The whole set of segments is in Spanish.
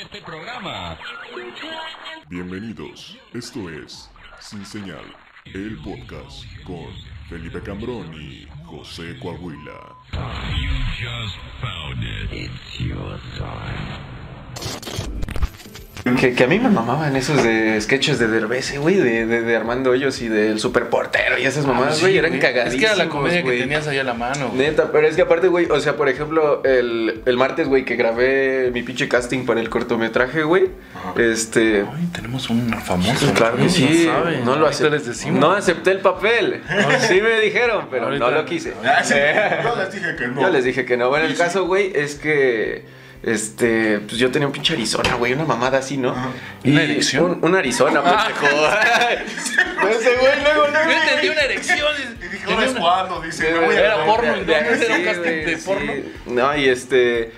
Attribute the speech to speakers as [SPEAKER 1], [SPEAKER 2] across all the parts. [SPEAKER 1] este programa.
[SPEAKER 2] Bienvenidos, esto es Sin Señal, el podcast con Felipe Cambrón y José Coahuila.
[SPEAKER 1] You just found it.
[SPEAKER 3] Que, que a mí me mamaban esos de sketches de Derbez, eh, güey, de, de, de Armando Hoyos y del superportero y esas mamadas, güey, eran
[SPEAKER 4] Ah, Es que
[SPEAKER 3] cagadísimos,
[SPEAKER 4] era la comedia
[SPEAKER 3] güey.
[SPEAKER 4] que tenías ahí a la mano. güey.
[SPEAKER 3] Neta, pero es que aparte, güey, o sea, por ejemplo, el, el martes, güey, que grabé mi pinche casting para el cortometraje, güey, este...
[SPEAKER 4] Ay, tenemos un famoso.
[SPEAKER 3] Claro que
[SPEAKER 4] No
[SPEAKER 3] sí,
[SPEAKER 4] sabe.
[SPEAKER 3] no lo
[SPEAKER 4] Ahorita
[SPEAKER 3] acepté.
[SPEAKER 4] les decimos.
[SPEAKER 3] No acepté el papel. Sí me dijeron, pero
[SPEAKER 4] Ahorita-
[SPEAKER 3] no lo quise.
[SPEAKER 2] Ah, Yo les dije que no.
[SPEAKER 3] Yo les dije que no. Bueno, el
[SPEAKER 2] Sí, sí.
[SPEAKER 3] caso, güey, es que. Este, pues yo tenía un pinche Arizona, güey, una mamada así, ¿no?
[SPEAKER 4] ¿Una erección?
[SPEAKER 3] un- una Arizona, pendejo. Pero
[SPEAKER 2] Pues
[SPEAKER 3] ese güey luego, luego.
[SPEAKER 4] Yo entendí una erección.
[SPEAKER 2] Y dije,
[SPEAKER 4] Tenía
[SPEAKER 2] ¿ahora es
[SPEAKER 4] una-
[SPEAKER 2] cuándo? Dice, me voy a...
[SPEAKER 4] Era porno, entonces,
[SPEAKER 3] sí,
[SPEAKER 4] era un casting
[SPEAKER 3] güey,
[SPEAKER 4] de
[SPEAKER 3] sí.
[SPEAKER 4] porno.
[SPEAKER 3] No, y este.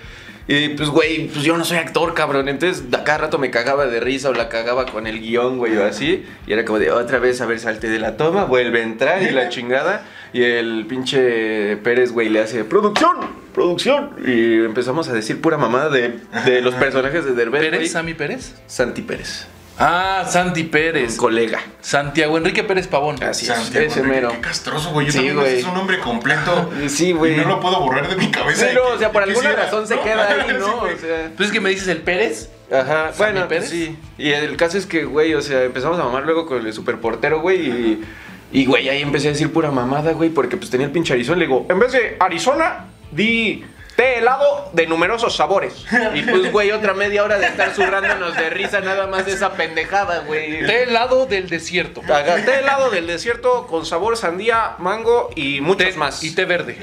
[SPEAKER 3] Y pues, güey, pues yo no soy actor, cabrón. Entonces, a cada rato me cagaba de risa o la cagaba con el guión, güey, o así. Y era como de otra vez, a ver, salte de la toma, vuelve a entrar y la chingada. Y el pinche Pérez, güey, le hace producción, producción. Y empezamos a decir pura mamada de, de los personajes de Derbez.
[SPEAKER 4] ¿Pérez?
[SPEAKER 3] güey.
[SPEAKER 4] ¿Sammy Pérez?
[SPEAKER 3] Santi Pérez,
[SPEAKER 4] Ah, Santi
[SPEAKER 3] un
[SPEAKER 4] Pérez.
[SPEAKER 3] colega.
[SPEAKER 4] Santiago Enrique Pérez Pavón.
[SPEAKER 3] Así es,
[SPEAKER 5] Santiago
[SPEAKER 3] ese
[SPEAKER 5] Enrique,
[SPEAKER 3] mero.
[SPEAKER 5] Qué castroso, güey. Yo
[SPEAKER 3] Sí,
[SPEAKER 5] también
[SPEAKER 3] güey.
[SPEAKER 5] ese es un nombre completo.
[SPEAKER 3] Sí, güey.
[SPEAKER 5] Y no lo puedo borrar de mi cabeza.
[SPEAKER 3] Sí,
[SPEAKER 5] Y
[SPEAKER 3] no,
[SPEAKER 5] que-
[SPEAKER 3] o sea, por
[SPEAKER 5] que
[SPEAKER 3] alguna
[SPEAKER 5] quisiera,
[SPEAKER 3] razón se
[SPEAKER 5] ¿no?
[SPEAKER 3] queda ahí,
[SPEAKER 5] Sí,
[SPEAKER 3] ¿no?
[SPEAKER 5] güey.
[SPEAKER 3] O sea.
[SPEAKER 4] Entonces, que me dices el Pérez?
[SPEAKER 3] Ajá,
[SPEAKER 4] ¿Sammy
[SPEAKER 3] bueno,
[SPEAKER 4] Pérez?
[SPEAKER 3] sí. Y el caso es que, güey, o sea, empezamos a mamar luego con el superportero, güey, y, y, güey, ahí empecé a decir pura mamada, güey, porque pues tenía el pinche Arizona, le digo, en vez de Arizona, di té helado de numerosos sabores. Y pues, güey, otra media hora de estar subrándonos de risa nada más de esa pendejada, güey.
[SPEAKER 4] Té helado del desierto.
[SPEAKER 3] Ajá, té helado del desierto con sabor sandía, mango y muchos más.
[SPEAKER 4] Y té verde.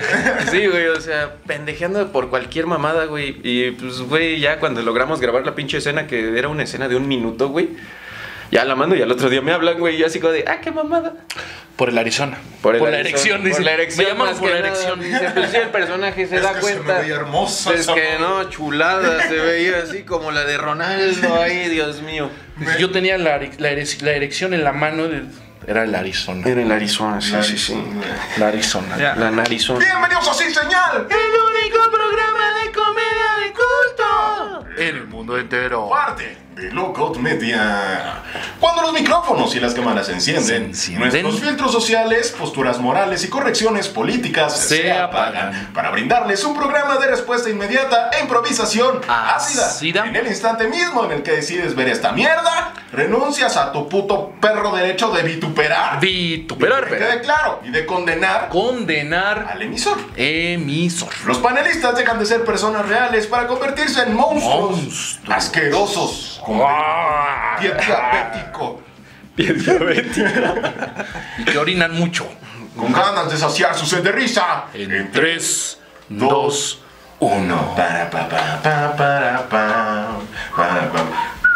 [SPEAKER 3] Sí, güey, o sea, pendejeando por cualquier mamada, güey. Y pues, güey, ya cuando logramos grabar la pinche escena, que era una escena de un minuto, güey, ya la mando y al otro día me hablan, güey, y yo así como de, ah, qué mamada.
[SPEAKER 4] Por el Arizona. la erección, dice.
[SPEAKER 3] Por la erección.
[SPEAKER 4] Me llaman
[SPEAKER 3] más
[SPEAKER 4] por
[SPEAKER 3] que
[SPEAKER 4] la
[SPEAKER 3] nada.
[SPEAKER 4] erección.
[SPEAKER 3] Dice, pues sí, el personaje se
[SPEAKER 5] Es
[SPEAKER 3] da
[SPEAKER 5] que se me
[SPEAKER 3] cuenta.
[SPEAKER 5] veía hermosa
[SPEAKER 3] Es
[SPEAKER 5] esa
[SPEAKER 3] que
[SPEAKER 5] mamá.
[SPEAKER 3] no, chulada, se veía así como la de Ronaldo ahí, Dios mío.
[SPEAKER 4] Dice, Yo tenía la, are- la ere- la erección en la mano. de- Era el Arizona.
[SPEAKER 3] Era en la Arizona, sí, sí, sí.
[SPEAKER 4] La Arizona.
[SPEAKER 3] Eh, La narizona.
[SPEAKER 5] Bienvenidos a Sin Señal.
[SPEAKER 3] El único programa de comedia de culto.
[SPEAKER 4] En el mundo entero.
[SPEAKER 5] Parte de Lookout Media. Cuando los micrófonos y las cámaras se
[SPEAKER 4] Se
[SPEAKER 5] encienden,
[SPEAKER 4] encienden.
[SPEAKER 5] nuestros filtros sociales, posturas morales y correcciones políticas
[SPEAKER 4] Se
[SPEAKER 5] se, apagan.
[SPEAKER 4] apagan.
[SPEAKER 5] para brindarles un programa de respuesta inmediata e improvisación ácida.
[SPEAKER 4] Ácida.
[SPEAKER 5] En el instante mismo en el que decides ver esta mierda, renuncias a tu puto perro derecho de vituperar.
[SPEAKER 4] Vituperar.
[SPEAKER 5] Que quede claro y de condenar
[SPEAKER 4] Condenar
[SPEAKER 5] al emisor.
[SPEAKER 4] emisor.
[SPEAKER 5] Los panelistas dejan de ser personas reales para convertirse en monstruos,
[SPEAKER 4] Monstruos.
[SPEAKER 5] asquerosos, con
[SPEAKER 4] Ah,
[SPEAKER 5] pie diabético,
[SPEAKER 4] Y que orinan mucho.
[SPEAKER 5] con ganas de saciar su sed de risa.
[SPEAKER 4] En 3,
[SPEAKER 5] dos,
[SPEAKER 4] 2, 1.
[SPEAKER 5] Para, pa, pa, pa, para, pa, para, pa.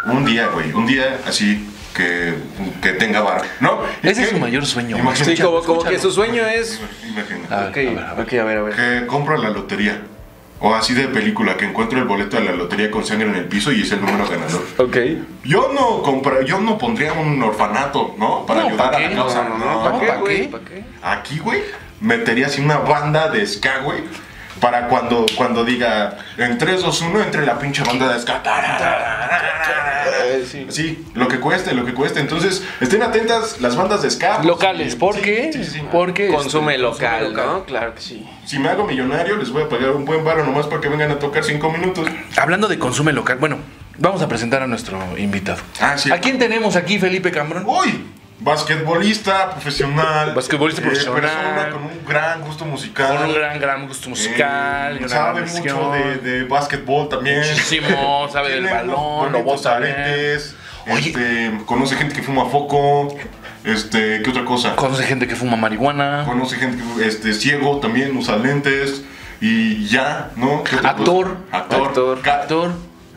[SPEAKER 5] Un día, güey, un día así que, que tenga bar, ¿no?
[SPEAKER 4] Ese
[SPEAKER 5] ¿Qué?
[SPEAKER 4] es su mayor sueño. Ah.
[SPEAKER 5] Imagínate.
[SPEAKER 3] Sí, como, como que su
[SPEAKER 4] Escúchalo.
[SPEAKER 3] sueño es.
[SPEAKER 5] Imagina.
[SPEAKER 3] Ok, ok, a ver, a ver.
[SPEAKER 5] Que compra la lotería. O así de película, que encuentro el boleto de la lotería con sangre en el piso y es el número ganador.
[SPEAKER 3] Ok.
[SPEAKER 5] Yo no compra, yo no pondría un orfanato, ¿no? Para
[SPEAKER 4] No,
[SPEAKER 5] ayudar
[SPEAKER 4] ¿pa'
[SPEAKER 5] a
[SPEAKER 4] qué?
[SPEAKER 5] la causa.
[SPEAKER 4] No,
[SPEAKER 5] no.
[SPEAKER 4] ¿pa'
[SPEAKER 3] ¿Para qué,
[SPEAKER 4] ¿pa'
[SPEAKER 3] güey?
[SPEAKER 4] qué?
[SPEAKER 3] ¿Para qué?
[SPEAKER 5] Aquí, güey, metería así una banda de ska, güey. Para cuando, cuando diga en 3, 2, 1, entre la pinche banda de ska.
[SPEAKER 3] Eh, sí.
[SPEAKER 5] Sí, lo que cueste, lo que cueste. Entonces, estén atentas las bandas de ska. pues,
[SPEAKER 4] Locales, ¿por
[SPEAKER 5] Sí,
[SPEAKER 4] qué?
[SPEAKER 5] sí, sí.
[SPEAKER 4] Porque
[SPEAKER 3] Consume
[SPEAKER 4] este,
[SPEAKER 3] local, ¿no? Claro que sí.
[SPEAKER 5] Si me hago millonario, les voy a pagar un buen varo nomás para que vengan a tocar 5 minutos.
[SPEAKER 4] Hablando de consume local, bueno, vamos a presentar a nuestro invitado.
[SPEAKER 5] Ah, sí.
[SPEAKER 4] ¿A quién tenemos aquí, Felipe Cambrón?
[SPEAKER 5] Uy, basquetbolista profesional.
[SPEAKER 4] Basquetbolista
[SPEAKER 5] eh,
[SPEAKER 4] profesional.
[SPEAKER 5] persona con un gran gusto musical.
[SPEAKER 4] Con un gran, gran gusto musical.
[SPEAKER 5] Eh,
[SPEAKER 4] gran
[SPEAKER 5] sabe
[SPEAKER 4] versión.
[SPEAKER 5] mucho de, de básquetbol también.
[SPEAKER 4] Muchísimo, sabe del
[SPEAKER 5] Tiene unos
[SPEAKER 4] balón, lo
[SPEAKER 5] bonitos
[SPEAKER 4] bota bien.
[SPEAKER 5] aretes,
[SPEAKER 4] Oye.
[SPEAKER 5] este, conoce gente que fuma foco. Este, ¿qué otra cosa?
[SPEAKER 4] Conoce gente que fuma marihuana.
[SPEAKER 5] Conoce gente que este, ciego también, usa lentes. Y ya, ¿no? ¿Qué otra cosa?
[SPEAKER 4] Actor.
[SPEAKER 5] Actor.
[SPEAKER 3] Actor.
[SPEAKER 5] Ca-
[SPEAKER 4] Actor.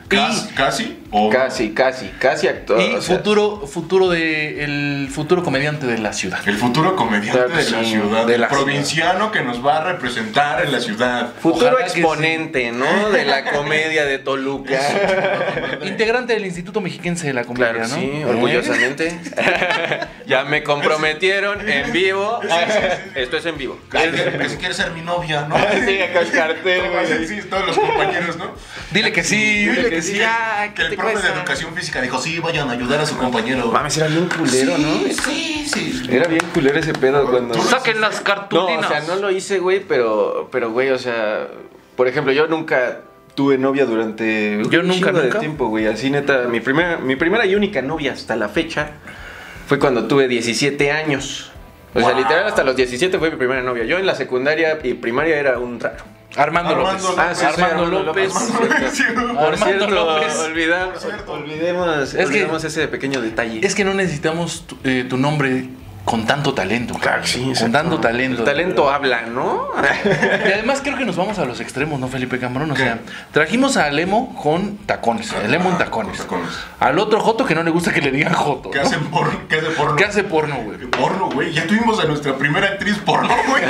[SPEAKER 5] cas-
[SPEAKER 4] Y-
[SPEAKER 5] ¿Casi?
[SPEAKER 3] Oh.
[SPEAKER 5] o-
[SPEAKER 3] Casi, casi, casi actor.
[SPEAKER 4] Y
[SPEAKER 5] Ah,
[SPEAKER 3] o sea,
[SPEAKER 4] futuro, futuro de el futuro comediante de la ciudad.
[SPEAKER 5] El futuro comediante
[SPEAKER 3] Claro que
[SPEAKER 5] de la
[SPEAKER 3] sí,
[SPEAKER 5] ciudad.
[SPEAKER 4] de
[SPEAKER 5] el
[SPEAKER 4] la
[SPEAKER 5] provinciano que nos va a representar en la ciudad.
[SPEAKER 3] futuro
[SPEAKER 4] Ojalá que
[SPEAKER 3] exponente, ¿no? De la comedia de Toluca.
[SPEAKER 4] Integrante del Instituto Mexiquense de la Comedia,
[SPEAKER 3] Claro,
[SPEAKER 4] ¿no?
[SPEAKER 3] que sí,
[SPEAKER 4] ¿Eh?
[SPEAKER 3] orgullosamente. ya me comprometieron en vivo. Esto es en vivo.
[SPEAKER 5] Que si quiere ser mi novia, ¿no?
[SPEAKER 3] Sí, acá es cartel,
[SPEAKER 5] Todos,
[SPEAKER 3] güey.
[SPEAKER 5] sí, todos los compañeros, ¿no?
[SPEAKER 3] Dile que sí, dile que sí. ah, ¿qué
[SPEAKER 5] que el
[SPEAKER 3] te
[SPEAKER 5] profe de
[SPEAKER 3] cuesta?
[SPEAKER 5] educación física dijo, sí, vayan a ayudar a su compañero.
[SPEAKER 3] Mames, era bien culero, ¿no?
[SPEAKER 5] Sí, sí.
[SPEAKER 3] Era bien culero ese pedo cuando.
[SPEAKER 4] Saquen las
[SPEAKER 3] No,
[SPEAKER 4] cartulinas.
[SPEAKER 3] o sea, no lo hice, güey, pero, pero, güey, o sea, por ejemplo, yo nunca tuve novia durante un
[SPEAKER 4] Yo nunca,
[SPEAKER 3] chingo de
[SPEAKER 4] nunca.
[SPEAKER 3] tiempo, güey, así neta, mi primera, mi primera y única novia hasta la fecha fue cuando tuve 17 años. O sea,
[SPEAKER 5] Wow.
[SPEAKER 3] literal hasta los 17 fue mi primera novia. Yo en la secundaria y primaria era un raro.
[SPEAKER 4] Armando,
[SPEAKER 5] Armando
[SPEAKER 4] López.
[SPEAKER 5] Ah, sí, sí,
[SPEAKER 4] Armando López.
[SPEAKER 5] Sí,
[SPEAKER 3] Por
[SPEAKER 4] Armando
[SPEAKER 3] cierto,
[SPEAKER 4] López.
[SPEAKER 3] olvidamos,
[SPEAKER 5] cierto.
[SPEAKER 3] olvidemos,
[SPEAKER 4] que-
[SPEAKER 3] olvidemos ese pequeño detalle.
[SPEAKER 4] Es que no necesitamos tu, eh, tu nombre con tanto talento.
[SPEAKER 3] Claro, sí,
[SPEAKER 4] con
[SPEAKER 3] exacto.
[SPEAKER 4] tanto talento.
[SPEAKER 3] El talento habla, ¿no?
[SPEAKER 4] Y además creo que nos vamos a los extremos, ¿no, Felipe Cambrón? O sea, trajimos a Alemo con tacones. El
[SPEAKER 3] Ah,
[SPEAKER 4] Emo en tacones.
[SPEAKER 5] Con tacones.
[SPEAKER 4] Al otro Joto que no le gusta que le digan Joto.
[SPEAKER 5] ¿Qué
[SPEAKER 4] ¿no?
[SPEAKER 5] hacen porno? ¿Qué hace porno?
[SPEAKER 4] ¿Qué hace porno, güey?
[SPEAKER 5] Porno, güey. Ya tuvimos a nuestra primera actriz porno, güey.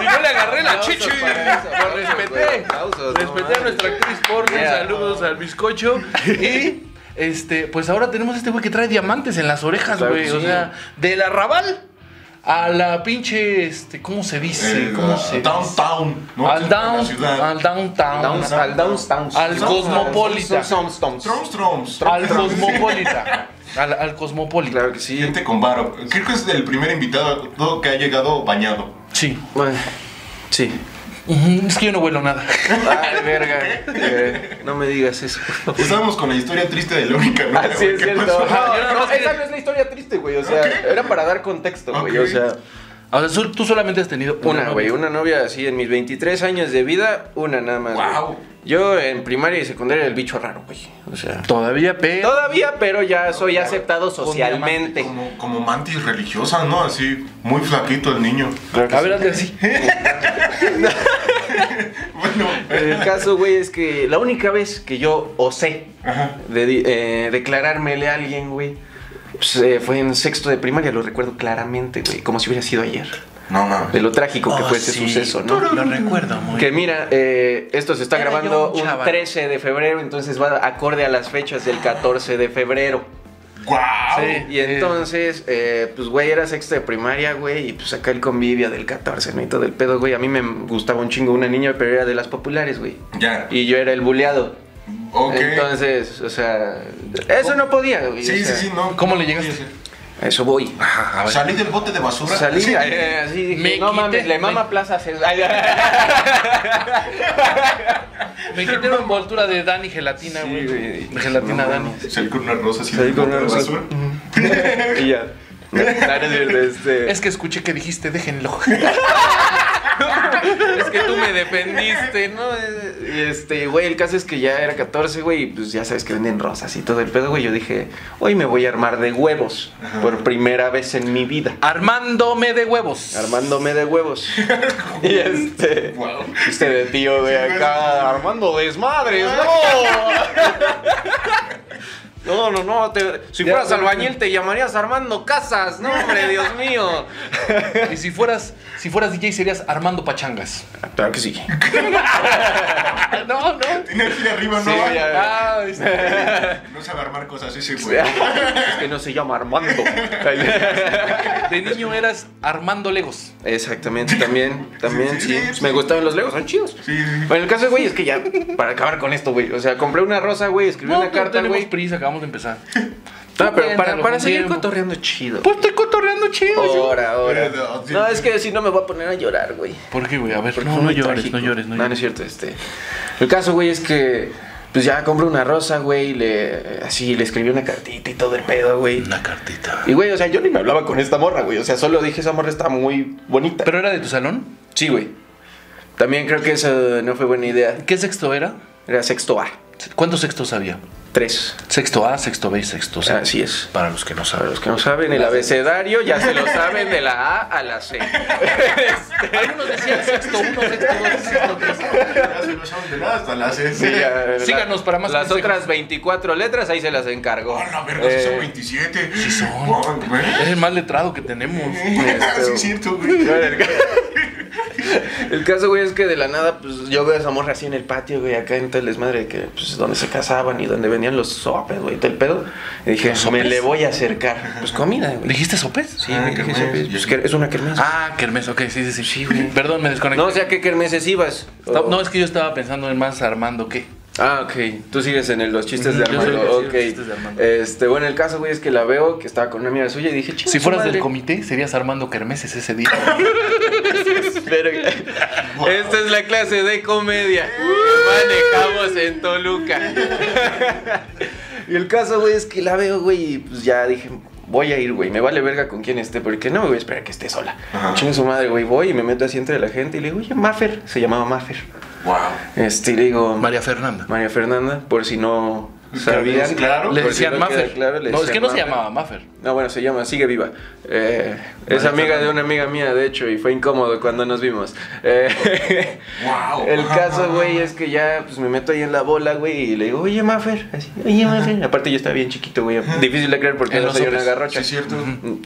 [SPEAKER 4] Y yo le agarré la
[SPEAKER 3] Aplausos
[SPEAKER 4] chichi.
[SPEAKER 3] para eso,
[SPEAKER 4] Lo
[SPEAKER 3] aplausos, güey,
[SPEAKER 4] respeté.
[SPEAKER 3] aplausos, no
[SPEAKER 4] Respeté a
[SPEAKER 3] mames.
[SPEAKER 4] nuestra actriz porno.
[SPEAKER 3] Yeah.
[SPEAKER 4] Saludos al bizcocho. Y. Este, pues ahora tenemos este güey que trae diamantes en las orejas,
[SPEAKER 3] Claro que
[SPEAKER 4] güey. O
[SPEAKER 3] sí.
[SPEAKER 4] sea, del arrabal a la pinche, este, ¿cómo se dice?
[SPEAKER 5] Eh,
[SPEAKER 4] ¿Cómo
[SPEAKER 5] a-
[SPEAKER 4] se
[SPEAKER 5] Downtown, ¿no?
[SPEAKER 4] Al
[SPEAKER 5] La
[SPEAKER 4] down,
[SPEAKER 5] ciudad.
[SPEAKER 4] al downtown.
[SPEAKER 3] Downs- al Downstown.
[SPEAKER 4] Al Cosmopolitan.
[SPEAKER 5] Trumps, trumps.
[SPEAKER 4] al cosmopolita. Al, al cosmopolita.
[SPEAKER 3] Claro que sí.
[SPEAKER 5] Gente con varo. Creo que es el primer invitado que ha llegado bañado.
[SPEAKER 4] Sí.
[SPEAKER 3] Bueno, Sí.
[SPEAKER 4] Ujú, Es que yo no huelo nada.
[SPEAKER 3] Ay, verga. Eh, no me digas eso.
[SPEAKER 5] Estábamos con la historia triste de la única
[SPEAKER 4] Ah,
[SPEAKER 5] novia,
[SPEAKER 3] Así
[SPEAKER 5] güey.
[SPEAKER 3] Ah, es
[SPEAKER 5] ¿Qué
[SPEAKER 3] cierto.
[SPEAKER 5] pasó?
[SPEAKER 3] No,
[SPEAKER 4] Yo nada
[SPEAKER 3] no,
[SPEAKER 4] más
[SPEAKER 3] esa
[SPEAKER 4] que-
[SPEAKER 3] no es la historia triste, güey. O sea, era para dar contexto, güey.
[SPEAKER 5] Ok.
[SPEAKER 3] O sea,
[SPEAKER 4] O sea, su- tú solamente has tenido
[SPEAKER 3] una,
[SPEAKER 4] novia.
[SPEAKER 3] güey, una novia así en mis 23 años de vida, una nada más. güey.
[SPEAKER 5] Guau.
[SPEAKER 3] Yo en primaria y secundaria era el bicho raro, güey. O sea,
[SPEAKER 4] Todavía, pero.
[SPEAKER 3] todavía, pero ya soy aceptado socialmente.
[SPEAKER 5] Como, como mantis religiosa, ¿no? Así, muy flaquito el niño.
[SPEAKER 4] A ver, hazle así.
[SPEAKER 5] Bueno,
[SPEAKER 3] El caso, güey, es que la única vez que yo osé
[SPEAKER 5] Ajá.
[SPEAKER 3] de di- eh, declarármele a alguien, güey, pues, eh, fue en sexto de primaria, lo recuerdo claramente, güey, como si hubiera sido ayer.
[SPEAKER 5] no mames.
[SPEAKER 3] De lo trágico que
[SPEAKER 4] Oh,
[SPEAKER 3] fue ese
[SPEAKER 4] sí.
[SPEAKER 3] suceso, ¿no?
[SPEAKER 4] Lo recuerdo muy
[SPEAKER 3] Que mira, eh, esto se está
[SPEAKER 4] Era
[SPEAKER 3] grabando
[SPEAKER 4] yo un
[SPEAKER 3] un
[SPEAKER 4] chaval.
[SPEAKER 3] 13 de febrero, entonces va acorde a las fechas del 14 de febrero.
[SPEAKER 5] ¡Guau!
[SPEAKER 4] Sí.
[SPEAKER 3] Y entonces, eh, pues, güey, era sexto de primaria, güey, y pues acá el convivio del 14, ¿no? Y todo el pedo, güey. A mí me gustaba un chingo una niña, pero era de las populares, güey.
[SPEAKER 5] Ya.
[SPEAKER 3] Y yo era el buleado.
[SPEAKER 5] Ok.
[SPEAKER 3] Entonces, o sea, eso no podía, güey.
[SPEAKER 5] sí,
[SPEAKER 3] o sea,
[SPEAKER 5] sí, sí, no.
[SPEAKER 4] ¿Cómo le llegaste?
[SPEAKER 3] a Eso voy.
[SPEAKER 4] Ajá, a ver.
[SPEAKER 5] Salí del bote de basura.
[SPEAKER 3] Salí
[SPEAKER 5] Sí.
[SPEAKER 3] eh, así, dije,
[SPEAKER 4] Me
[SPEAKER 3] no
[SPEAKER 4] quité-
[SPEAKER 3] mames, le mama
[SPEAKER 4] me-
[SPEAKER 3] Plaza Sésamo. Ay, ay,
[SPEAKER 4] Me quité una envoltura de Dani gelatina,
[SPEAKER 3] Sí,
[SPEAKER 4] güey.
[SPEAKER 3] güey.
[SPEAKER 4] De gelatina
[SPEAKER 3] No,
[SPEAKER 4] Dani.
[SPEAKER 5] Salí con una rosa así
[SPEAKER 3] Salí
[SPEAKER 5] del
[SPEAKER 3] con
[SPEAKER 5] bote de
[SPEAKER 3] una rosa.
[SPEAKER 5] basura.
[SPEAKER 3] ay. Y ya. Claro, es verdad, este-
[SPEAKER 4] Es que escuché que dijiste, déjenlo. es que tú me defendiste.
[SPEAKER 3] Este, no, eh, este, güey, el caso es que ya era 14, güey, y pues ya sabes que venden rosas y todo el pedo, güey. Yo dije, hoy me voy a armar de huevos por primera vez en mi vida.
[SPEAKER 4] Armándome de huevos.
[SPEAKER 3] Armándome de huevos. y este.
[SPEAKER 5] Guau.
[SPEAKER 3] Este de tío, güey, acá armando desmadres, no. No, no, no. te- si
[SPEAKER 4] Ya,
[SPEAKER 3] fueras
[SPEAKER 4] ya,
[SPEAKER 3] albañil te llamarías Armando Casas, no, hombre, Dios mío.
[SPEAKER 4] Y si fueras, si fueras DJ serías Armando Pachangas.
[SPEAKER 3] Claro que sí.
[SPEAKER 4] no, no.
[SPEAKER 5] Tiene aquí arriba,
[SPEAKER 3] Ah, Sí,
[SPEAKER 5] no.
[SPEAKER 3] ya.
[SPEAKER 4] Ah, este,
[SPEAKER 5] No sabe armar cosas ese güey.
[SPEAKER 3] es que no se llama Armando.
[SPEAKER 4] de niño eras Armando Legos.
[SPEAKER 3] Exactamente, también, también, sí.
[SPEAKER 5] Sí, sí.
[SPEAKER 3] Me gustaban los legos, son chidos.
[SPEAKER 5] Sí, sí.
[SPEAKER 3] Bueno, el caso, güey, es que ya, para acabar con esto, güey. O sea, compré una rosa, güey, escribí
[SPEAKER 4] No,
[SPEAKER 3] una
[SPEAKER 4] no
[SPEAKER 3] carta,
[SPEAKER 4] tenemos
[SPEAKER 3] güey.
[SPEAKER 4] prisa, acabamos de empezar.
[SPEAKER 3] No, pero para,
[SPEAKER 4] Cuéntalo,
[SPEAKER 3] para
[SPEAKER 4] con
[SPEAKER 3] seguir
[SPEAKER 4] tiempo.
[SPEAKER 3] cotorreando chido.
[SPEAKER 4] Pues estoy cotorreando chido.
[SPEAKER 5] Pues
[SPEAKER 4] yo.
[SPEAKER 3] Ahora, ahora.
[SPEAKER 5] Pero, eh, sí.
[SPEAKER 3] No, es que si no me voy a poner a llorar, güey.
[SPEAKER 4] ¿Por qué, güey? A ver,
[SPEAKER 3] Porque
[SPEAKER 4] no,
[SPEAKER 3] fue
[SPEAKER 4] no
[SPEAKER 3] muy
[SPEAKER 4] llores,
[SPEAKER 3] trágico.
[SPEAKER 4] no llores, no
[SPEAKER 3] No, no es
[SPEAKER 4] llores.
[SPEAKER 3] cierto, este. El caso, güey, es que pues ya compré una rosa, güey, y le así le escribí una cartita y todo el pedo, güey.
[SPEAKER 4] Una cartita.
[SPEAKER 3] Y güey, o sea, yo ni me hablaba con esta morra, güey. O sea, solo dije, esa morra está muy bonita.
[SPEAKER 4] ¿Pero era de tu salón?
[SPEAKER 3] sí, güey. También creo que eso no fue buena idea.
[SPEAKER 4] ¿Qué sexto era?
[SPEAKER 3] Era sexto A.
[SPEAKER 4] ¿Cuántos sextos había?
[SPEAKER 3] Tres.
[SPEAKER 4] Sexto A, sexto B y sexto C.
[SPEAKER 3] Así es.
[SPEAKER 4] Para los que no
[SPEAKER 3] Ah, Para
[SPEAKER 4] saben.
[SPEAKER 3] los que no saben, el abecedario ya se lo saben de la A a la C.
[SPEAKER 4] Algunos decían sexto 1, sexto 2, sexto 3.
[SPEAKER 5] Ya se lo saben de nada hasta la C.
[SPEAKER 3] Sí, ya, la-
[SPEAKER 4] Síganos para más
[SPEAKER 3] Las
[SPEAKER 4] consejos. Oh,
[SPEAKER 3] otras 24 letras ahí se las encargo.
[SPEAKER 5] Ah, la verga, sí son
[SPEAKER 3] Eh,
[SPEAKER 5] 27.
[SPEAKER 4] Sí son.
[SPEAKER 5] Guau, güey.
[SPEAKER 3] este,
[SPEAKER 4] Es el más letrado que tenemos.
[SPEAKER 5] Sí, es cierto, güey.
[SPEAKER 3] yo era el que- Eh, El caso, güey, es que de la nada, pues yo veo a esa morra así en el patio, güey, acá en todo el desmadre de que, pues, donde se casaban y donde venían los sopes, güey, todo el pedo. Y dije, me
[SPEAKER 4] sopes?
[SPEAKER 3] le voy a acercar. Pues comida, güey.
[SPEAKER 4] ¿Dijiste sopes?
[SPEAKER 3] Sí,
[SPEAKER 5] Ah,
[SPEAKER 3] güey, dije
[SPEAKER 5] kermés.
[SPEAKER 3] sopes. Pues, que- es una kermés.
[SPEAKER 4] Ah, Kermés, ok, sí, sí, sí. Perdón, me desconecté.
[SPEAKER 3] no, o sea, ¿qué kermeses ibas?
[SPEAKER 4] Está-
[SPEAKER 3] O-
[SPEAKER 4] No, es que yo estaba pensando en más Armando que.
[SPEAKER 3] Ah, ok. Tú sigues en el- los chistes de
[SPEAKER 4] Ujú, yo soy-
[SPEAKER 3] Armando.
[SPEAKER 4] yo
[SPEAKER 3] ok.
[SPEAKER 4] sigo los chistes de Armando.
[SPEAKER 3] Este, bueno, el caso, güey, es que la veo que estaba con una amiga suya y dije, "Chinga
[SPEAKER 4] Si
[SPEAKER 3] su
[SPEAKER 4] fueras del
[SPEAKER 3] madre".
[SPEAKER 4] comité, serías Armando Kermeses ese día.
[SPEAKER 3] Pero- Esta es la clase de comedia que manejamos en Toluca. y el caso, güey, es que la veo, güey, y pues ya dije, voy a ir, güey, me vale verga con quién esté, porque no me voy a esperar que esté sola.
[SPEAKER 5] Ajá.
[SPEAKER 3] Chingue su madre, güey, voy y me meto así entre la gente y le digo, oye, Maffer, se llamaba Maffer.
[SPEAKER 5] Wow.
[SPEAKER 3] Este, y le digo,
[SPEAKER 4] María Fernanda.
[SPEAKER 3] María Fernanda, por si no sabían.
[SPEAKER 5] Claro.
[SPEAKER 4] Le
[SPEAKER 3] por si
[SPEAKER 4] decían
[SPEAKER 3] no queda
[SPEAKER 4] Maffer.
[SPEAKER 3] claro, le
[SPEAKER 4] no, es
[SPEAKER 3] decían
[SPEAKER 4] que no se
[SPEAKER 3] Maffer.
[SPEAKER 4] llamaba Maffer.
[SPEAKER 3] No, bueno, se llama Sigue Viva. Eh, es amiga
[SPEAKER 4] María
[SPEAKER 3] de
[SPEAKER 4] Fernanda.
[SPEAKER 3] una amiga mía, de hecho, y fue incómodo cuando nos vimos. Eh,
[SPEAKER 5] Wow.
[SPEAKER 3] El caso, güey, es que ya pues, me meto ahí en la bola, güey, y le digo, oye, Maffer. Así, oye, Maffer. Aparte, yo estaba bien chiquito, güey. Difícil de creer porque
[SPEAKER 4] En
[SPEAKER 3] no
[SPEAKER 4] los
[SPEAKER 3] soy una
[SPEAKER 4] hombres.
[SPEAKER 3] garrocha.
[SPEAKER 5] Sí, cierto.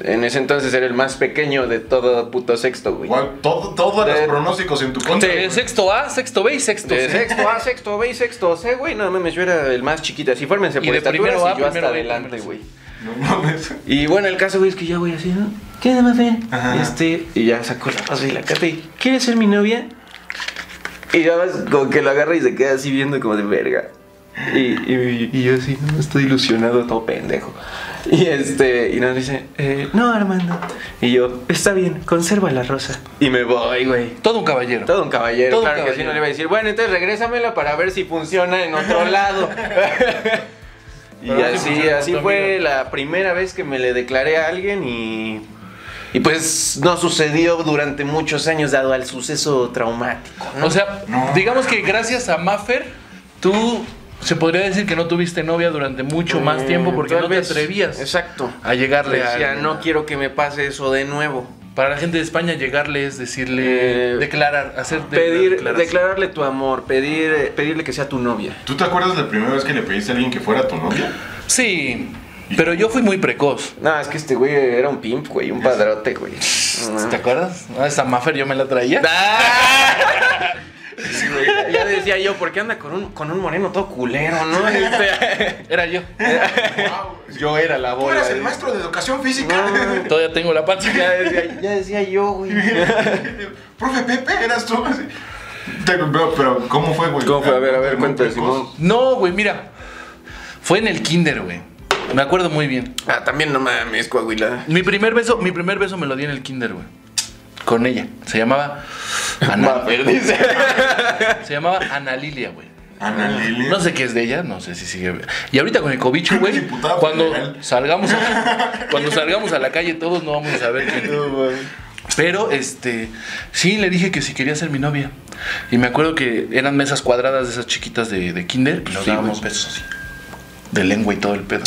[SPEAKER 3] En ese entonces era el más pequeño de todo puto sexto, güey.
[SPEAKER 5] Wow, todo, todos
[SPEAKER 3] De-
[SPEAKER 5] los pronósticos en tu contra.
[SPEAKER 3] Sí.
[SPEAKER 5] güey.
[SPEAKER 4] Eh, sexto A, sexto B y sexto
[SPEAKER 3] De
[SPEAKER 4] C.
[SPEAKER 3] sexto A, sexto B y sexto C, güey. No mames, yo era el más chiquito. Así fórmense
[SPEAKER 4] Y
[SPEAKER 3] por
[SPEAKER 4] de
[SPEAKER 3] estatura
[SPEAKER 4] primero A,
[SPEAKER 3] y yo hasta
[SPEAKER 4] primero B,
[SPEAKER 3] adelante,
[SPEAKER 4] primero C.
[SPEAKER 3] güey.
[SPEAKER 5] No mames.
[SPEAKER 3] Y bueno, el caso, güey, es que ya voy así, ¿no? ¿Qué onda, Mafe?
[SPEAKER 5] Ajá.
[SPEAKER 3] Este, y ya sacó la pasa y la cata y, ¿quieres ser mi novia? Y ya vas como que lo agarra y se queda así viendo como de verga. Y, y- y yo así, no, estoy ilusionado, todo pendejo. Y este, y nos dice, eh, no, Armando. Y yo, está bien, conserva la rosa. Y me voy, güey.
[SPEAKER 4] Todo un caballero.
[SPEAKER 3] Todo un caballero,
[SPEAKER 4] Todo un
[SPEAKER 3] claro que sí,
[SPEAKER 4] caballero.
[SPEAKER 3] no le iba a decir, bueno, entonces regrésamela para ver si funciona en otro lado. y
[SPEAKER 5] Pero no
[SPEAKER 3] así,
[SPEAKER 5] funciona con
[SPEAKER 3] así
[SPEAKER 5] tu
[SPEAKER 3] fue la primera vez que me le declaré a alguien y... Y pues no sucedió durante muchos años dado al suceso traumático, ¿no?
[SPEAKER 4] O sea,
[SPEAKER 5] No.
[SPEAKER 4] digamos que gracias a Maffer, tú se podría decir que no tuviste novia durante mucho más
[SPEAKER 3] Eh,
[SPEAKER 4] tiempo porque
[SPEAKER 3] tal
[SPEAKER 4] no te
[SPEAKER 3] vez.
[SPEAKER 4] atrevías
[SPEAKER 3] Exacto.
[SPEAKER 4] a llegarle a.
[SPEAKER 3] Decía,
[SPEAKER 4] alguien.
[SPEAKER 3] no quiero que me pase eso de nuevo.
[SPEAKER 4] Para la gente de España, llegarle es decirle.
[SPEAKER 3] Eh,
[SPEAKER 4] declarar, hacer. de-
[SPEAKER 3] Pedir,
[SPEAKER 4] declaración.
[SPEAKER 3] declararle tu amor, pedir, eh, pedirle que sea tu novia.
[SPEAKER 5] ¿Tú te acuerdas la primera vez que le pediste a alguien que fuera tu novia?
[SPEAKER 4] Sí, pero yo fui muy precoz.
[SPEAKER 3] No, es que este güey era un pimp, güey, un padrote, güey.
[SPEAKER 4] ¿Te acuerdas? Ah, Esa Maffer yo me la traía.
[SPEAKER 3] Ya decía yo, ¿por qué anda con un, con un moreno todo culero, no? Este,
[SPEAKER 4] Era yo.
[SPEAKER 3] yo era la
[SPEAKER 5] Tú
[SPEAKER 3] bola.
[SPEAKER 5] eres el
[SPEAKER 3] eh.
[SPEAKER 5] maestro de educación física.
[SPEAKER 3] No,
[SPEAKER 4] Todavía tengo la panza.
[SPEAKER 3] ya, decía, ya decía yo, güey.
[SPEAKER 5] Profe Pepe, eras tú. Así. Te- Pero, pero, ¿cómo fue, güey?
[SPEAKER 3] ¿Cómo fue? A ver, a ver,
[SPEAKER 5] Muy
[SPEAKER 3] cuenta,
[SPEAKER 5] precoz.
[SPEAKER 3] Simón.
[SPEAKER 4] No, güey, mira. Fue en el kinder, güey. Me acuerdo muy bien.
[SPEAKER 3] Ah, también no mames, Coahuila.
[SPEAKER 4] Mi primer beso, mi primer beso me lo di en el kinder, güey. Con ella. Se llamaba Ana.
[SPEAKER 3] Maffer, dice.
[SPEAKER 4] se llamaba Ana Lilia, güey.
[SPEAKER 5] Ana
[SPEAKER 3] Ah.
[SPEAKER 5] Lili.
[SPEAKER 4] No sé qué es de ella, no sé si sigue. Y ahorita con el cobicho,
[SPEAKER 5] Creo que
[SPEAKER 4] güey,
[SPEAKER 5] es diputada
[SPEAKER 4] cuando
[SPEAKER 5] federal.
[SPEAKER 4] salgamos a, cuando salgamos a la calle todos no vamos a saber quién. Pero este, sí le dije que si quería ser mi novia. Y me acuerdo que eran mesas cuadradas de esas chiquitas de, de kinder pues, y nos
[SPEAKER 5] Sí,
[SPEAKER 4] dábamos
[SPEAKER 5] güey.
[SPEAKER 4] besos así. De lengua y todo el pedo.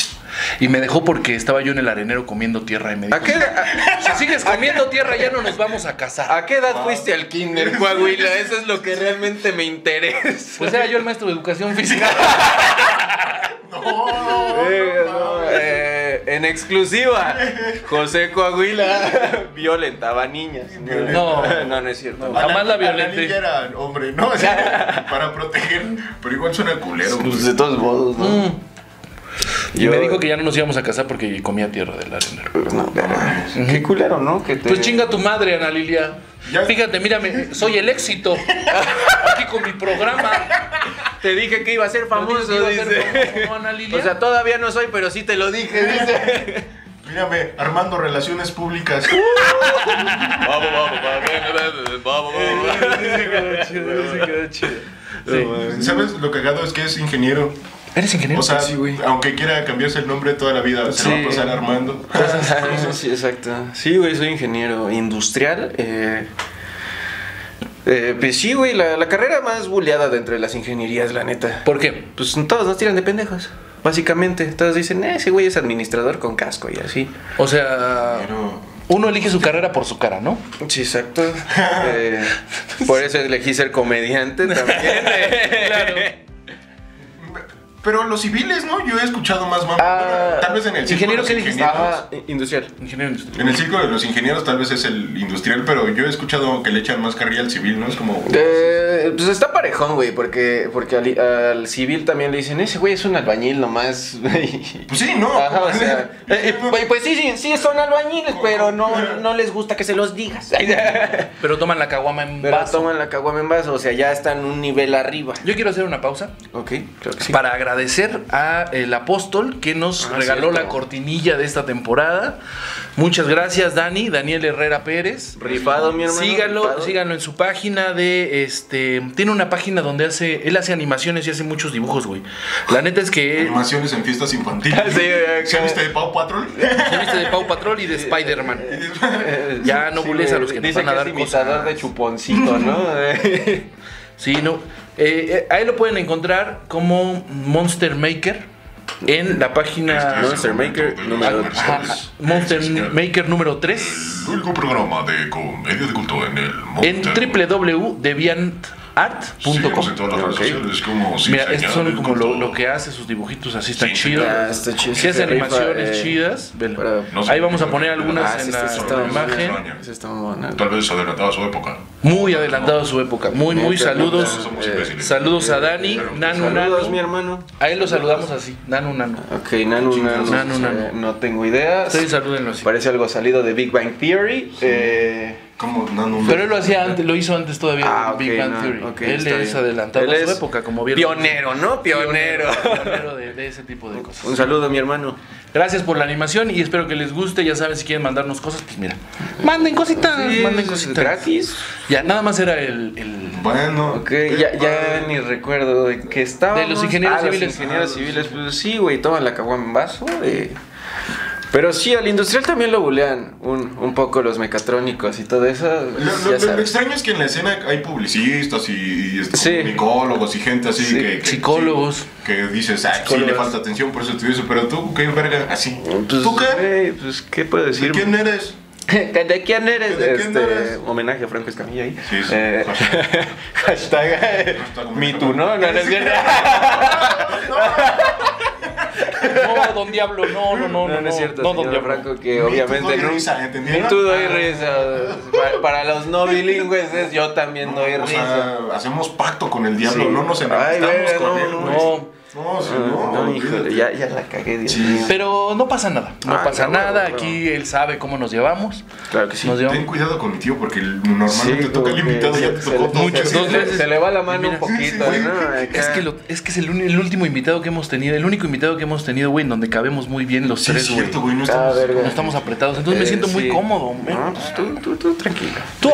[SPEAKER 4] Y me dejó porque estaba yo en el arenero comiendo tierra y me dijo,
[SPEAKER 3] ¿A qué, a,
[SPEAKER 4] si sigues comiendo tierra ya no nos vamos a casar.
[SPEAKER 3] a qué edad fuiste al kinder, Coahuila? Eso es lo que realmente me interesa.
[SPEAKER 4] Pues era yo el maestro de educación física.
[SPEAKER 3] Eh, no, eh, en exclusiva, José Coahuila violentaba niñas.
[SPEAKER 4] No.
[SPEAKER 3] no, no es cierto.
[SPEAKER 5] Ana-
[SPEAKER 4] Jamás la
[SPEAKER 5] Ana
[SPEAKER 4] violenté.
[SPEAKER 5] Lili era hombre, ¿no? O sea, para proteger. Pero igual suena culero, güey.
[SPEAKER 3] Pues de todos modos, ¿no?
[SPEAKER 4] Y me dijo que ya no nos íbamos a casar porque comía tierra del arenero.
[SPEAKER 3] No, verga. Qué culero, ¿no? Que te...
[SPEAKER 4] Pues chinga tu madre, Ana Lilia.
[SPEAKER 5] Ya-
[SPEAKER 4] Fíjate, mírame, soy el éxito. Aquí con mi programa.
[SPEAKER 3] Te dije que iba a ser famoso,
[SPEAKER 4] Iba a ser
[SPEAKER 3] dice.
[SPEAKER 4] famoso, ¿no, Ana Lilia?
[SPEAKER 3] O sea, todavía no soy, pero sí te lo dije, dice.
[SPEAKER 5] Mírame, armando relaciones públicas. ¿Sabes lo cagado es que es ingeniero?
[SPEAKER 4] ¿Eres ingeniero?
[SPEAKER 5] O sea,
[SPEAKER 3] Sí, güey.
[SPEAKER 5] aunque quiera cambiarse el nombre toda la vida, se lo va a pasar armando.
[SPEAKER 3] Sí, exacto. Sí, güey, soy ingeniero industrial. Eh, eh, pues sí, güey, la, la carrera más buleada de entre las ingenierías, la neta.
[SPEAKER 4] ¿Por qué?
[SPEAKER 3] Pues todos nos tiran de pendejos, básicamente. Todos dicen, "Eh, ese güey es administrador con casco y así.
[SPEAKER 4] O sea, uno elige su carrera por su cara, ¿no?
[SPEAKER 3] Sí, exacto. Eh, por eso elegí ser comediante también.
[SPEAKER 4] Claro.
[SPEAKER 5] Pero los civiles, ¿no? Yo he escuchado más mamá. Bueno, tal vez en el círculo de
[SPEAKER 3] Ah, ingeniero
[SPEAKER 5] los
[SPEAKER 3] que dijiste.
[SPEAKER 5] ingenieros.
[SPEAKER 3] Ah, industrial.
[SPEAKER 4] Ingeniero industrial.
[SPEAKER 5] En el círculo de los ingenieros tal vez es el industrial, pero yo he escuchado que le echan más carril al civil, ¿no? Es como...
[SPEAKER 3] Eh, pues está parejón, güey, porque, porque al, al civil también le dicen, ese güey es un albañil nomás. güey".
[SPEAKER 5] Pues sí, no.
[SPEAKER 3] Ajá, o sea, eh, eh, pues, pues sí, sí, sí, son albañiles, pero no, no les gusta que se los digas.
[SPEAKER 4] Pero toman la caguama en
[SPEAKER 3] Pero
[SPEAKER 4] vaso.
[SPEAKER 3] toman la caguama en vaso, o sea, ya están un nivel arriba.
[SPEAKER 4] Yo quiero hacer una pausa
[SPEAKER 3] Ok, creo que sí.
[SPEAKER 4] para agradecer a el apóstol que nos
[SPEAKER 3] Ah,
[SPEAKER 4] regaló
[SPEAKER 3] cierto.
[SPEAKER 4] la cortinilla de esta temporada. Muchas gracias, Dani, Daniel Herrera Pérez.
[SPEAKER 3] Rifado, mi hermano.
[SPEAKER 4] síganlo,
[SPEAKER 3] rifado.
[SPEAKER 4] síganlo en su página de este tiene una página donde hace él hace animaciones y hace muchos dibujos, güey. La neta es que
[SPEAKER 5] Animaciones en fiestas infantiles.
[SPEAKER 3] Sí, güey,
[SPEAKER 5] ¿Se
[SPEAKER 3] acá.
[SPEAKER 5] viste de Pau Patrol?
[SPEAKER 4] ya viste de Pau Patrol y de Spider-Man.
[SPEAKER 3] Eh,
[SPEAKER 4] Ya no bules a los que nos
[SPEAKER 3] dicen
[SPEAKER 4] van a dar
[SPEAKER 3] es imitador
[SPEAKER 4] cosas.
[SPEAKER 3] de chuponcito, ¿no?
[SPEAKER 4] Sí, no. Eh, eh, ahí lo pueden encontrar como Monster Maker en la
[SPEAKER 5] Este
[SPEAKER 4] página
[SPEAKER 3] Monster Maker número
[SPEAKER 4] Ajá, ajá, Monster Maker número 3
[SPEAKER 5] Único programa de comedia de culto en el mundo.
[SPEAKER 4] en www.deviantart.com.
[SPEAKER 5] pues,
[SPEAKER 3] Ok.
[SPEAKER 5] como sin
[SPEAKER 4] Mira, estos
[SPEAKER 5] señal
[SPEAKER 4] son
[SPEAKER 5] del
[SPEAKER 4] como lo,
[SPEAKER 5] culto.
[SPEAKER 4] lo que hace, sus dibujitos así están
[SPEAKER 5] Sí,
[SPEAKER 4] chidos.
[SPEAKER 5] claro.
[SPEAKER 3] está chido,
[SPEAKER 4] Si hace
[SPEAKER 3] se rifa,
[SPEAKER 4] animaciones
[SPEAKER 3] eh,
[SPEAKER 4] chidas, velo.
[SPEAKER 3] para-
[SPEAKER 5] No sé.
[SPEAKER 4] Ahí vamos a poner
[SPEAKER 3] Ah,
[SPEAKER 4] algunas
[SPEAKER 3] sí,
[SPEAKER 4] en
[SPEAKER 3] sí,
[SPEAKER 4] la,
[SPEAKER 3] sí,
[SPEAKER 4] en
[SPEAKER 3] está
[SPEAKER 4] la
[SPEAKER 3] muy
[SPEAKER 4] imagen.
[SPEAKER 5] bien.
[SPEAKER 3] Ese está muy bueno.
[SPEAKER 5] Tal vez adelantado a su época.
[SPEAKER 4] Muy adelantado a su época. Muy, muy
[SPEAKER 3] Neta,
[SPEAKER 4] saludos.
[SPEAKER 3] neta,
[SPEAKER 5] Somos
[SPEAKER 3] Eh,
[SPEAKER 5] imbéciles.
[SPEAKER 4] Saludos a Dani,
[SPEAKER 5] Claro.
[SPEAKER 4] Nanu
[SPEAKER 3] Saludos, mi
[SPEAKER 4] Nanu.
[SPEAKER 3] hermano. Ah,
[SPEAKER 4] A él lo saludamos así, Nanu Nanu.
[SPEAKER 3] Ok, Nanu, Nanu.
[SPEAKER 4] Nanu,
[SPEAKER 3] eh,
[SPEAKER 4] Nanu.
[SPEAKER 3] No tengo idea.
[SPEAKER 4] Ustedes salúdenlo así.
[SPEAKER 3] Parece algo salido de Big Bang Theory. Eh,
[SPEAKER 5] Como nano.
[SPEAKER 4] Pero él lo hacía antes, lo hizo antes todavía
[SPEAKER 3] ah,
[SPEAKER 4] en
[SPEAKER 3] ok,
[SPEAKER 4] Big Bang
[SPEAKER 3] no,
[SPEAKER 4] Theory.
[SPEAKER 3] ok,
[SPEAKER 4] él
[SPEAKER 3] está
[SPEAKER 4] es
[SPEAKER 3] bien.
[SPEAKER 4] adelantado
[SPEAKER 3] Él
[SPEAKER 4] a su
[SPEAKER 3] es
[SPEAKER 4] época, como vieron.
[SPEAKER 3] Pionero, ¿no? Pionero. Pues,
[SPEAKER 4] Pionero de, de ese tipo de cosas.
[SPEAKER 3] Un saludo, mi hermano.
[SPEAKER 4] Gracias por la animación y espero que les guste. Ya saben, si quieren mandarnos cosas, pues mira. Manden cositas, Ah, manden
[SPEAKER 3] Sí,
[SPEAKER 4] cositas.
[SPEAKER 3] Gratis.
[SPEAKER 4] Ya, nada más era el. el-
[SPEAKER 5] Bueno. eh,
[SPEAKER 3] Ok, ya, ya ni recuerdo de qué estaba.
[SPEAKER 4] De los ingenieros civiles.
[SPEAKER 3] Los ingenieros civiles, pues sí, güey, toman la caguama en vaso. eh. Pero sí, al industrial también lo bulean un, un poco los mecatrónicos y todo eso.
[SPEAKER 5] Lo, lo-
[SPEAKER 3] ya
[SPEAKER 5] lo
[SPEAKER 3] sabes.
[SPEAKER 5] extraño es que en la escena hay publicistas y, y este,
[SPEAKER 3] Sí.
[SPEAKER 5] comunicólogos y gente así
[SPEAKER 3] Sí.
[SPEAKER 5] que, que-
[SPEAKER 4] Psicólogos.
[SPEAKER 5] sí, que dices, ah, sí le
[SPEAKER 3] Psicólogos.
[SPEAKER 5] falta atención por eso te dice, pero tú qué verga, así.
[SPEAKER 3] Pues,
[SPEAKER 5] ¿Tú qué?
[SPEAKER 3] güey, pues, ¿qué puedo decir?
[SPEAKER 5] ¿De quién eres?
[SPEAKER 3] ¿De quién eres?
[SPEAKER 5] ¿De quién
[SPEAKER 3] Este,
[SPEAKER 5] eres?
[SPEAKER 3] Homenaje a Franco Escamilla ahí.
[SPEAKER 5] Sí, sí.
[SPEAKER 3] Eh, hashtag eh, Me Too, ¿no? No, no es cierto.
[SPEAKER 4] No, don Diablo, no, no, no.
[SPEAKER 3] No, no es cierto,
[SPEAKER 4] No, don
[SPEAKER 3] señor
[SPEAKER 4] Diablo.
[SPEAKER 3] Franco, que
[SPEAKER 5] Me
[SPEAKER 3] obviamente
[SPEAKER 5] doy
[SPEAKER 3] no.
[SPEAKER 5] risa, ¿eh? ¿entendieron?
[SPEAKER 3] Me Too doy risa. Para, para los no bilingües es yo también doy
[SPEAKER 5] O
[SPEAKER 3] risa.
[SPEAKER 5] sea, hacemos pacto con el diablo,
[SPEAKER 3] Sí.
[SPEAKER 5] no nos
[SPEAKER 3] Ay,
[SPEAKER 5] enemistamos
[SPEAKER 3] verga,
[SPEAKER 5] con
[SPEAKER 3] no,
[SPEAKER 5] él.
[SPEAKER 3] no,
[SPEAKER 5] güey.
[SPEAKER 4] no.
[SPEAKER 5] No, sí,
[SPEAKER 3] Ah, No,
[SPEAKER 5] no,
[SPEAKER 3] híjole,
[SPEAKER 5] olvídate.
[SPEAKER 3] ya, ya la cagué, Dios mío.
[SPEAKER 4] Pero no pasa nada, no
[SPEAKER 3] Ah,
[SPEAKER 4] pasa
[SPEAKER 3] claro,
[SPEAKER 4] nada.
[SPEAKER 3] claro.
[SPEAKER 4] Aquí él sabe cómo nos llevamos.
[SPEAKER 3] Claro que sí.
[SPEAKER 4] Nos llevamos.
[SPEAKER 5] Ten cuidado con mi tío porque el- normalmente
[SPEAKER 3] Sí,
[SPEAKER 5] te toca el
[SPEAKER 3] como que
[SPEAKER 5] invitado, ya te
[SPEAKER 3] se- se-
[SPEAKER 5] tocó todo.
[SPEAKER 4] muchos,
[SPEAKER 5] Sí,
[SPEAKER 4] dos
[SPEAKER 5] sí,
[SPEAKER 4] veces.
[SPEAKER 3] Se le va la mano
[SPEAKER 4] Mira,
[SPEAKER 3] un poquito,
[SPEAKER 5] sí, sí.
[SPEAKER 3] ¿no?
[SPEAKER 4] Es
[SPEAKER 3] Acá.
[SPEAKER 4] que, lo- es que es el, uni- el último invitado que hemos tenido, el único invitado que hemos tenido, güey, en donde cabemos muy bien los
[SPEAKER 5] Sí, es
[SPEAKER 4] tres, güey.
[SPEAKER 5] cierto, güey, no
[SPEAKER 3] Ah,
[SPEAKER 5] estamos...
[SPEAKER 4] No
[SPEAKER 3] verga.
[SPEAKER 4] estamos apretados, entonces me
[SPEAKER 3] Eh,
[SPEAKER 4] siento muy
[SPEAKER 3] sí.
[SPEAKER 4] cómodo,
[SPEAKER 3] No,
[SPEAKER 4] men.
[SPEAKER 3] pues tú, tú, tú, tranquila.
[SPEAKER 4] Tú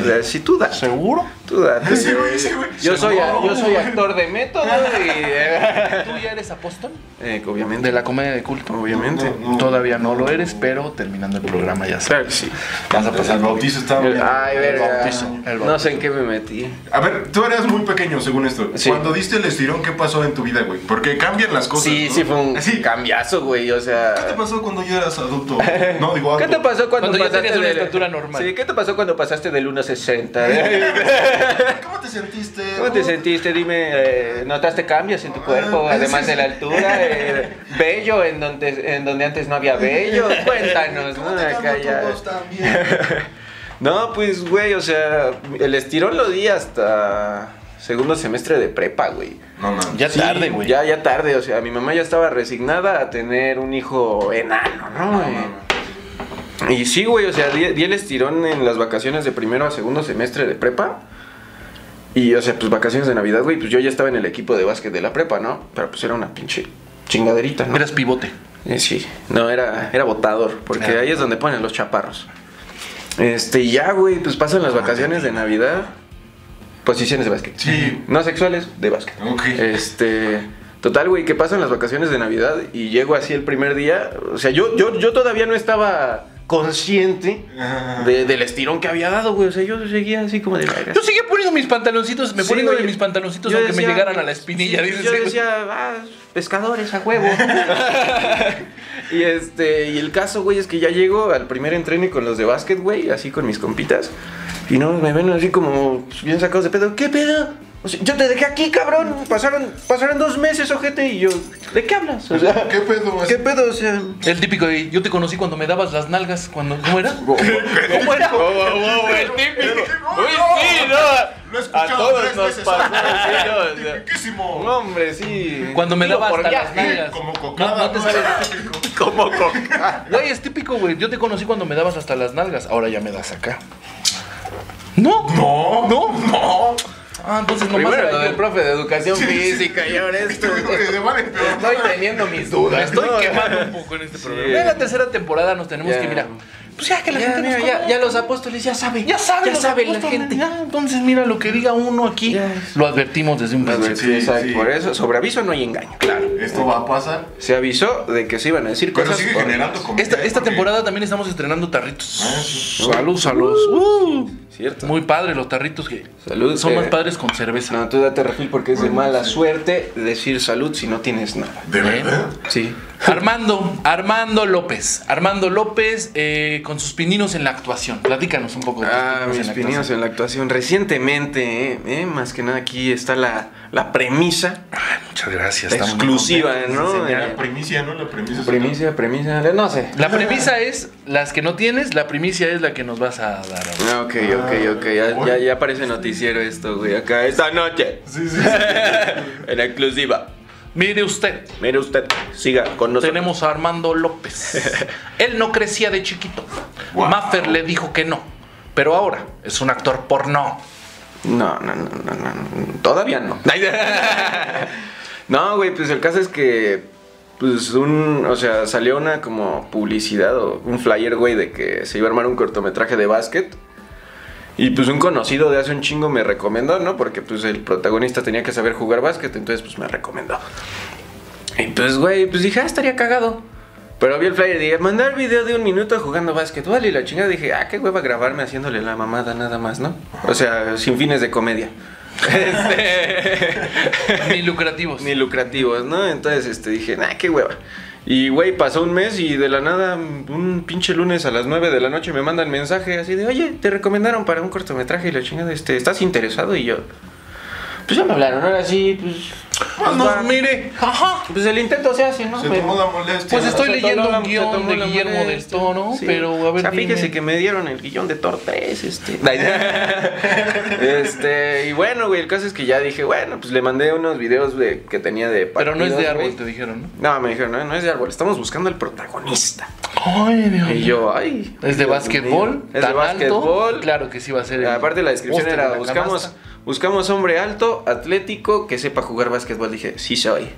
[SPEAKER 3] Pero, o sea, Si tú das.
[SPEAKER 4] ¿Seguro?
[SPEAKER 3] Tú date.
[SPEAKER 5] Ese güey, ese güey.
[SPEAKER 3] Yo soy, a- yo soy
[SPEAKER 5] No,
[SPEAKER 3] actor de método y.
[SPEAKER 4] ¿Tú ya eres apóstol?
[SPEAKER 3] Eh, que obviamente.
[SPEAKER 4] De la comedia de culto.
[SPEAKER 3] Obviamente.
[SPEAKER 5] no, no.
[SPEAKER 4] Todavía no lo eres, pero terminando el programa ya sabes.
[SPEAKER 3] Claro que sí.
[SPEAKER 4] Vas a
[SPEAKER 5] El
[SPEAKER 4] pasar.
[SPEAKER 5] bautizo está bien.
[SPEAKER 3] Ay, verga.
[SPEAKER 4] bautizo, el bautizo.
[SPEAKER 3] No sé en qué me metí.
[SPEAKER 5] A ver, tú eras muy pequeño, según esto.
[SPEAKER 3] Sí.
[SPEAKER 5] Cuando diste el estirón, ¿qué pasó en tu vida, güey? Porque cambian las
[SPEAKER 4] Pues,
[SPEAKER 5] cosas.
[SPEAKER 3] Sí,
[SPEAKER 5] ¿no?
[SPEAKER 3] sí, fue un
[SPEAKER 5] Sí.
[SPEAKER 3] cambiazo, güey. O sea.
[SPEAKER 5] ¿Qué te pasó cuando ya eras adulto? No, digo
[SPEAKER 3] ¿Qué te
[SPEAKER 5] adulto.
[SPEAKER 3] pasó cuando,
[SPEAKER 4] Cuando ya
[SPEAKER 3] pasaste
[SPEAKER 4] tenías una
[SPEAKER 3] del-
[SPEAKER 4] estatura normal.
[SPEAKER 3] Sí, ¿qué te pasó cuando pasaste del 1.60?
[SPEAKER 5] ¿Cómo te sentiste?
[SPEAKER 3] ¿Cómo te sentiste? Dime, eh, ¿notaste cambios en tu cuerpo,
[SPEAKER 5] Ah,
[SPEAKER 3] además de la altura? Eh, ¿Bello en donde, en donde antes no había bello? Cuéntanos, ¿no?
[SPEAKER 5] ¿Cómo te
[SPEAKER 3] Acá
[SPEAKER 5] cambió tu
[SPEAKER 3] ya-
[SPEAKER 5] voz también?
[SPEAKER 3] No, pues, güey, o sea, el estirón lo di hasta segundo semestre de prepa, güey.
[SPEAKER 5] No, no.
[SPEAKER 4] Ya
[SPEAKER 3] Sí,
[SPEAKER 4] tarde, güey.
[SPEAKER 3] Ya, ya tarde, o sea, mi mamá ya estaba resignada a tener un hijo enano, ¿no? Y sí, güey, o sea, di, di el estirón en las vacaciones de primero a segundo semestre de prepa. Y, o sea, pues vacaciones de Navidad, güey, pues yo ya estaba en el equipo de básquet de la prepa, ¿no? Pero pues era una pinche chingaderita, ¿no?
[SPEAKER 4] Eras pivote.
[SPEAKER 3] Eh, sí, no, era, era botador, porque
[SPEAKER 4] Ah.
[SPEAKER 3] ahí es donde ponen los chaparros. Este, y ya, güey, pues pasan
[SPEAKER 5] Ah,
[SPEAKER 3] las vacaciones de Navidad. Posiciones de básquet.
[SPEAKER 5] Sí.
[SPEAKER 3] No sexuales, de básquet.
[SPEAKER 5] Ok.
[SPEAKER 3] Este. Total, güey, que pasan las vacaciones de Navidad y llego así el primer día. O sea, yo, yo, yo todavía no estaba consciente
[SPEAKER 5] Ah.
[SPEAKER 3] de- del estirón que había dado, güey. O sea, yo seguía así como de.
[SPEAKER 4] Yo seguía poniendo mis pantaloncitos, me
[SPEAKER 3] Sí,
[SPEAKER 4] poniendo
[SPEAKER 3] güey,
[SPEAKER 4] de mis pantaloncitos
[SPEAKER 3] yo
[SPEAKER 4] aunque me
[SPEAKER 3] decía,
[SPEAKER 4] llegaran a la espinilla.
[SPEAKER 3] sí,
[SPEAKER 4] dices,
[SPEAKER 3] yo
[SPEAKER 4] güey.
[SPEAKER 3] decía, ah, pescadores a huevo. y este, y el caso, güey, es que ya llego al primer entreno y con los de básquet, güey, así con mis compitas. Y no me ven así como pues, bien sacados de pedo. ¿Qué pedo? O sea, yo te dejé aquí, cabrón. Pasaron, pasaron dos meses, ojete, y yo. ¿De qué hablas? O sea,
[SPEAKER 5] ¿Qué pedo? Este,
[SPEAKER 3] ¿Qué pedo? O sea.
[SPEAKER 4] El típico de, yo te conocí cuando me dabas las nalgas, cuando, ¿cómo era?
[SPEAKER 3] ¿Cómo era? oh,
[SPEAKER 4] el típico.
[SPEAKER 5] Uy, sí,
[SPEAKER 4] no.
[SPEAKER 5] Lo he escuchado
[SPEAKER 3] A todos
[SPEAKER 5] tres
[SPEAKER 3] nos
[SPEAKER 5] veces.
[SPEAKER 3] pasó, sí, no, o sea.
[SPEAKER 5] Tipiquísimo.
[SPEAKER 3] No, hombre, sí.
[SPEAKER 4] Cuando me
[SPEAKER 3] Tiro
[SPEAKER 4] daba
[SPEAKER 3] por
[SPEAKER 4] hasta las
[SPEAKER 3] viaje.
[SPEAKER 4] nalgas.
[SPEAKER 5] Como
[SPEAKER 4] No,
[SPEAKER 5] cocada,
[SPEAKER 4] no te
[SPEAKER 5] ¿no?
[SPEAKER 4] sabes.
[SPEAKER 5] Era típico.
[SPEAKER 3] Como coca.
[SPEAKER 4] Güey, es típico, güey. Yo te conocí cuando me dabas hasta las nalgas. Ahora ya me das acá. No.
[SPEAKER 5] No, no, no.
[SPEAKER 4] Ah, entonces nomás
[SPEAKER 3] Primero
[SPEAKER 4] era
[SPEAKER 3] lo
[SPEAKER 4] yo.
[SPEAKER 3] del profe de educación
[SPEAKER 5] Sí, sí.
[SPEAKER 3] física y ahora esto.
[SPEAKER 5] Te- te vale peor.
[SPEAKER 3] Estoy teniendo mis
[SPEAKER 4] Me
[SPEAKER 3] dudas.
[SPEAKER 4] estoy
[SPEAKER 3] ¿no?
[SPEAKER 4] quemando un poco en este programa.
[SPEAKER 3] Sí.
[SPEAKER 4] Ya en la tercera temporada nos tenemos
[SPEAKER 3] Ya.
[SPEAKER 4] que mirar. Pues ya que la
[SPEAKER 3] Ya,
[SPEAKER 4] gente
[SPEAKER 3] mira,
[SPEAKER 4] nos
[SPEAKER 3] ya,
[SPEAKER 4] conoce.
[SPEAKER 3] ya los apóstoles ya saben.
[SPEAKER 4] Ya sabe,
[SPEAKER 3] ya
[SPEAKER 4] los
[SPEAKER 3] sabe la
[SPEAKER 4] apóstoles,
[SPEAKER 3] gente.
[SPEAKER 4] ya. entonces mira lo que diga uno aquí.
[SPEAKER 3] Ya es.
[SPEAKER 4] Lo advertimos desde un principio.
[SPEAKER 5] Sí,
[SPEAKER 3] Exacto,
[SPEAKER 5] sí.
[SPEAKER 3] Por eso, sobre aviso no hay engaño, claro.
[SPEAKER 5] Esto va a pasar.
[SPEAKER 3] Se avisó de que se iban a decir
[SPEAKER 5] Pero
[SPEAKER 3] cosas.
[SPEAKER 5] sigue
[SPEAKER 3] por-
[SPEAKER 5] generando comedia.
[SPEAKER 4] Esta, esta
[SPEAKER 5] porque-
[SPEAKER 4] temporada también estamos estrenando tarritos.
[SPEAKER 5] Ah, sí.
[SPEAKER 4] Salud, salud. Uh,
[SPEAKER 3] Cierto.
[SPEAKER 4] muy padre los tarritos que
[SPEAKER 3] Salud,
[SPEAKER 4] son
[SPEAKER 3] eh.
[SPEAKER 4] más padres con cerveza.
[SPEAKER 3] No, tú date refil porque es de mala suerte decir salud si no tienes nada.
[SPEAKER 5] ¿De verdad?
[SPEAKER 3] Sí.
[SPEAKER 4] Armando, Armando López. Armando López eh, con sus pininos en la actuación. Platícanos un poco de tus
[SPEAKER 3] Ah, mis
[SPEAKER 4] la
[SPEAKER 3] pininos
[SPEAKER 4] actuación.
[SPEAKER 3] en la actuación. Recientemente, eh, eh, más que nada aquí está la, la premisa.
[SPEAKER 4] Muchas gracias.
[SPEAKER 3] La
[SPEAKER 4] estamos-
[SPEAKER 3] exclusiva, ¿no?
[SPEAKER 5] No,
[SPEAKER 3] Eh,
[SPEAKER 5] la primicia, ¿no? La primicia. es-
[SPEAKER 3] premisa, premisa, no sé.
[SPEAKER 4] La premisa es las que no tienes, la primicia es la que nos vas a dar. ahora.
[SPEAKER 3] Ah, Ok, ok, ok. Ya, ya, ya parece noticiero esto, güey. Acá, esta noche.
[SPEAKER 5] Sí, sí, sí.
[SPEAKER 3] En exclusiva.
[SPEAKER 4] Mire usted,
[SPEAKER 3] Mire usted, siga con nosotros.
[SPEAKER 4] tenemos a Armando López. Él no crecía de chiquito.
[SPEAKER 5] Wow.
[SPEAKER 4] Maffer le dijo que no, pero ahora es un actor porno.
[SPEAKER 3] No, no, no, no, no, no, Todavía no. No, güey, pues el caso es que. Pues un. O sea, salió una como publicidad o un flyer, güey, de que se iba a armar un cortometraje de básquet. Y pues un conocido de hace un chingo me recomendó, ¿no? Porque pues el protagonista tenía que saber jugar básquet, entonces pues me recomendó. Y pues, güey, pues dije, ah, estaría cagado. Pero vi el flyer y dije, mandar video de un minuto jugando básquetbol y la chingada dije, ah, qué hueva grabarme haciéndole la mamada nada más, ¿no? O sea, sin fines de comedia. Este,
[SPEAKER 4] Ni lucrativos.
[SPEAKER 3] Ni lucrativos, ¿no? Entonces este, dije, ah, qué hueva. Y, güey, pasó un mes y de la nada, un pinche lunes a las 9 de la noche me mandan mensaje así de, oye, te recomendaron para un cortometraje y la chingada, este, ¿estás interesado? Y yo, pues ya me hablaron, ahora sí, pues...
[SPEAKER 4] Pues
[SPEAKER 3] pues,
[SPEAKER 4] no,
[SPEAKER 3] va.
[SPEAKER 4] mire. Ajá.
[SPEAKER 3] Pues el intento se hace, ¿no?
[SPEAKER 5] Se
[SPEAKER 3] Pero-
[SPEAKER 5] tomó la molestia.
[SPEAKER 4] Pues estoy
[SPEAKER 3] se
[SPEAKER 4] leyendo
[SPEAKER 3] tomó la-
[SPEAKER 4] un
[SPEAKER 3] se
[SPEAKER 4] guión
[SPEAKER 3] tomó
[SPEAKER 4] de
[SPEAKER 3] la
[SPEAKER 4] Guillermo del
[SPEAKER 3] molestia.
[SPEAKER 4] Toro,
[SPEAKER 3] Sí.
[SPEAKER 4] pero a ver,
[SPEAKER 3] O sea,
[SPEAKER 4] dime.
[SPEAKER 3] fíjese que me dieron el guión de Thor 3, este. este, y bueno, güey, el caso es que ya dije, bueno, pues le mandé unos videos de, que tenía de
[SPEAKER 4] Pero no es de
[SPEAKER 3] partidos,
[SPEAKER 4] árbol,
[SPEAKER 3] güey.
[SPEAKER 4] te dijeron, ¿no?
[SPEAKER 3] No, me dijeron, no, no es de árbol, estamos buscando al protagonista.
[SPEAKER 4] Ay, Dios.
[SPEAKER 3] Y yo, ay.
[SPEAKER 4] Es de
[SPEAKER 3] Dios mío.
[SPEAKER 4] básquetbol.
[SPEAKER 3] Es
[SPEAKER 4] tan
[SPEAKER 3] de
[SPEAKER 4] alto,
[SPEAKER 3] básquetbol.
[SPEAKER 4] Claro que sí va a ser. el
[SPEAKER 3] Aparte la descripción
[SPEAKER 4] póster
[SPEAKER 3] era,
[SPEAKER 4] de la
[SPEAKER 3] buscamos,
[SPEAKER 4] canasta.
[SPEAKER 3] buscamos hombre alto, atlético, que sepa jugar básquetbol. Dije, sí soy.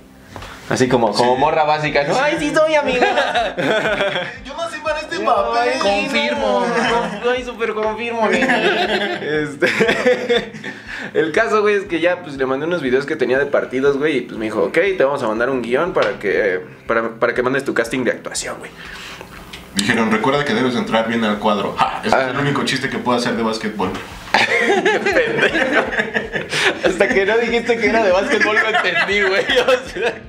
[SPEAKER 3] Así como, como morra básica, ¿no? Ay, sí soy, amiga.
[SPEAKER 5] Yo nací para este papel.
[SPEAKER 4] Confirmo.
[SPEAKER 3] Ay, súper confirmo, Este. El caso, güey, es que ya pues, le mandé unos videos que tenía de partidos, güey. Y pues me dijo, ok, te vamos a mandar un guión para que, para, para que mandes tu casting de actuación, güey.
[SPEAKER 5] Dijeron, recuerda que debes entrar bien al cuadro. Ja, ese
[SPEAKER 3] Ah.
[SPEAKER 5] es el único chiste que puedo hacer de básquetbol.
[SPEAKER 3] Hasta que no dijiste que era de básquetbol, lo entendí, güey. O sea,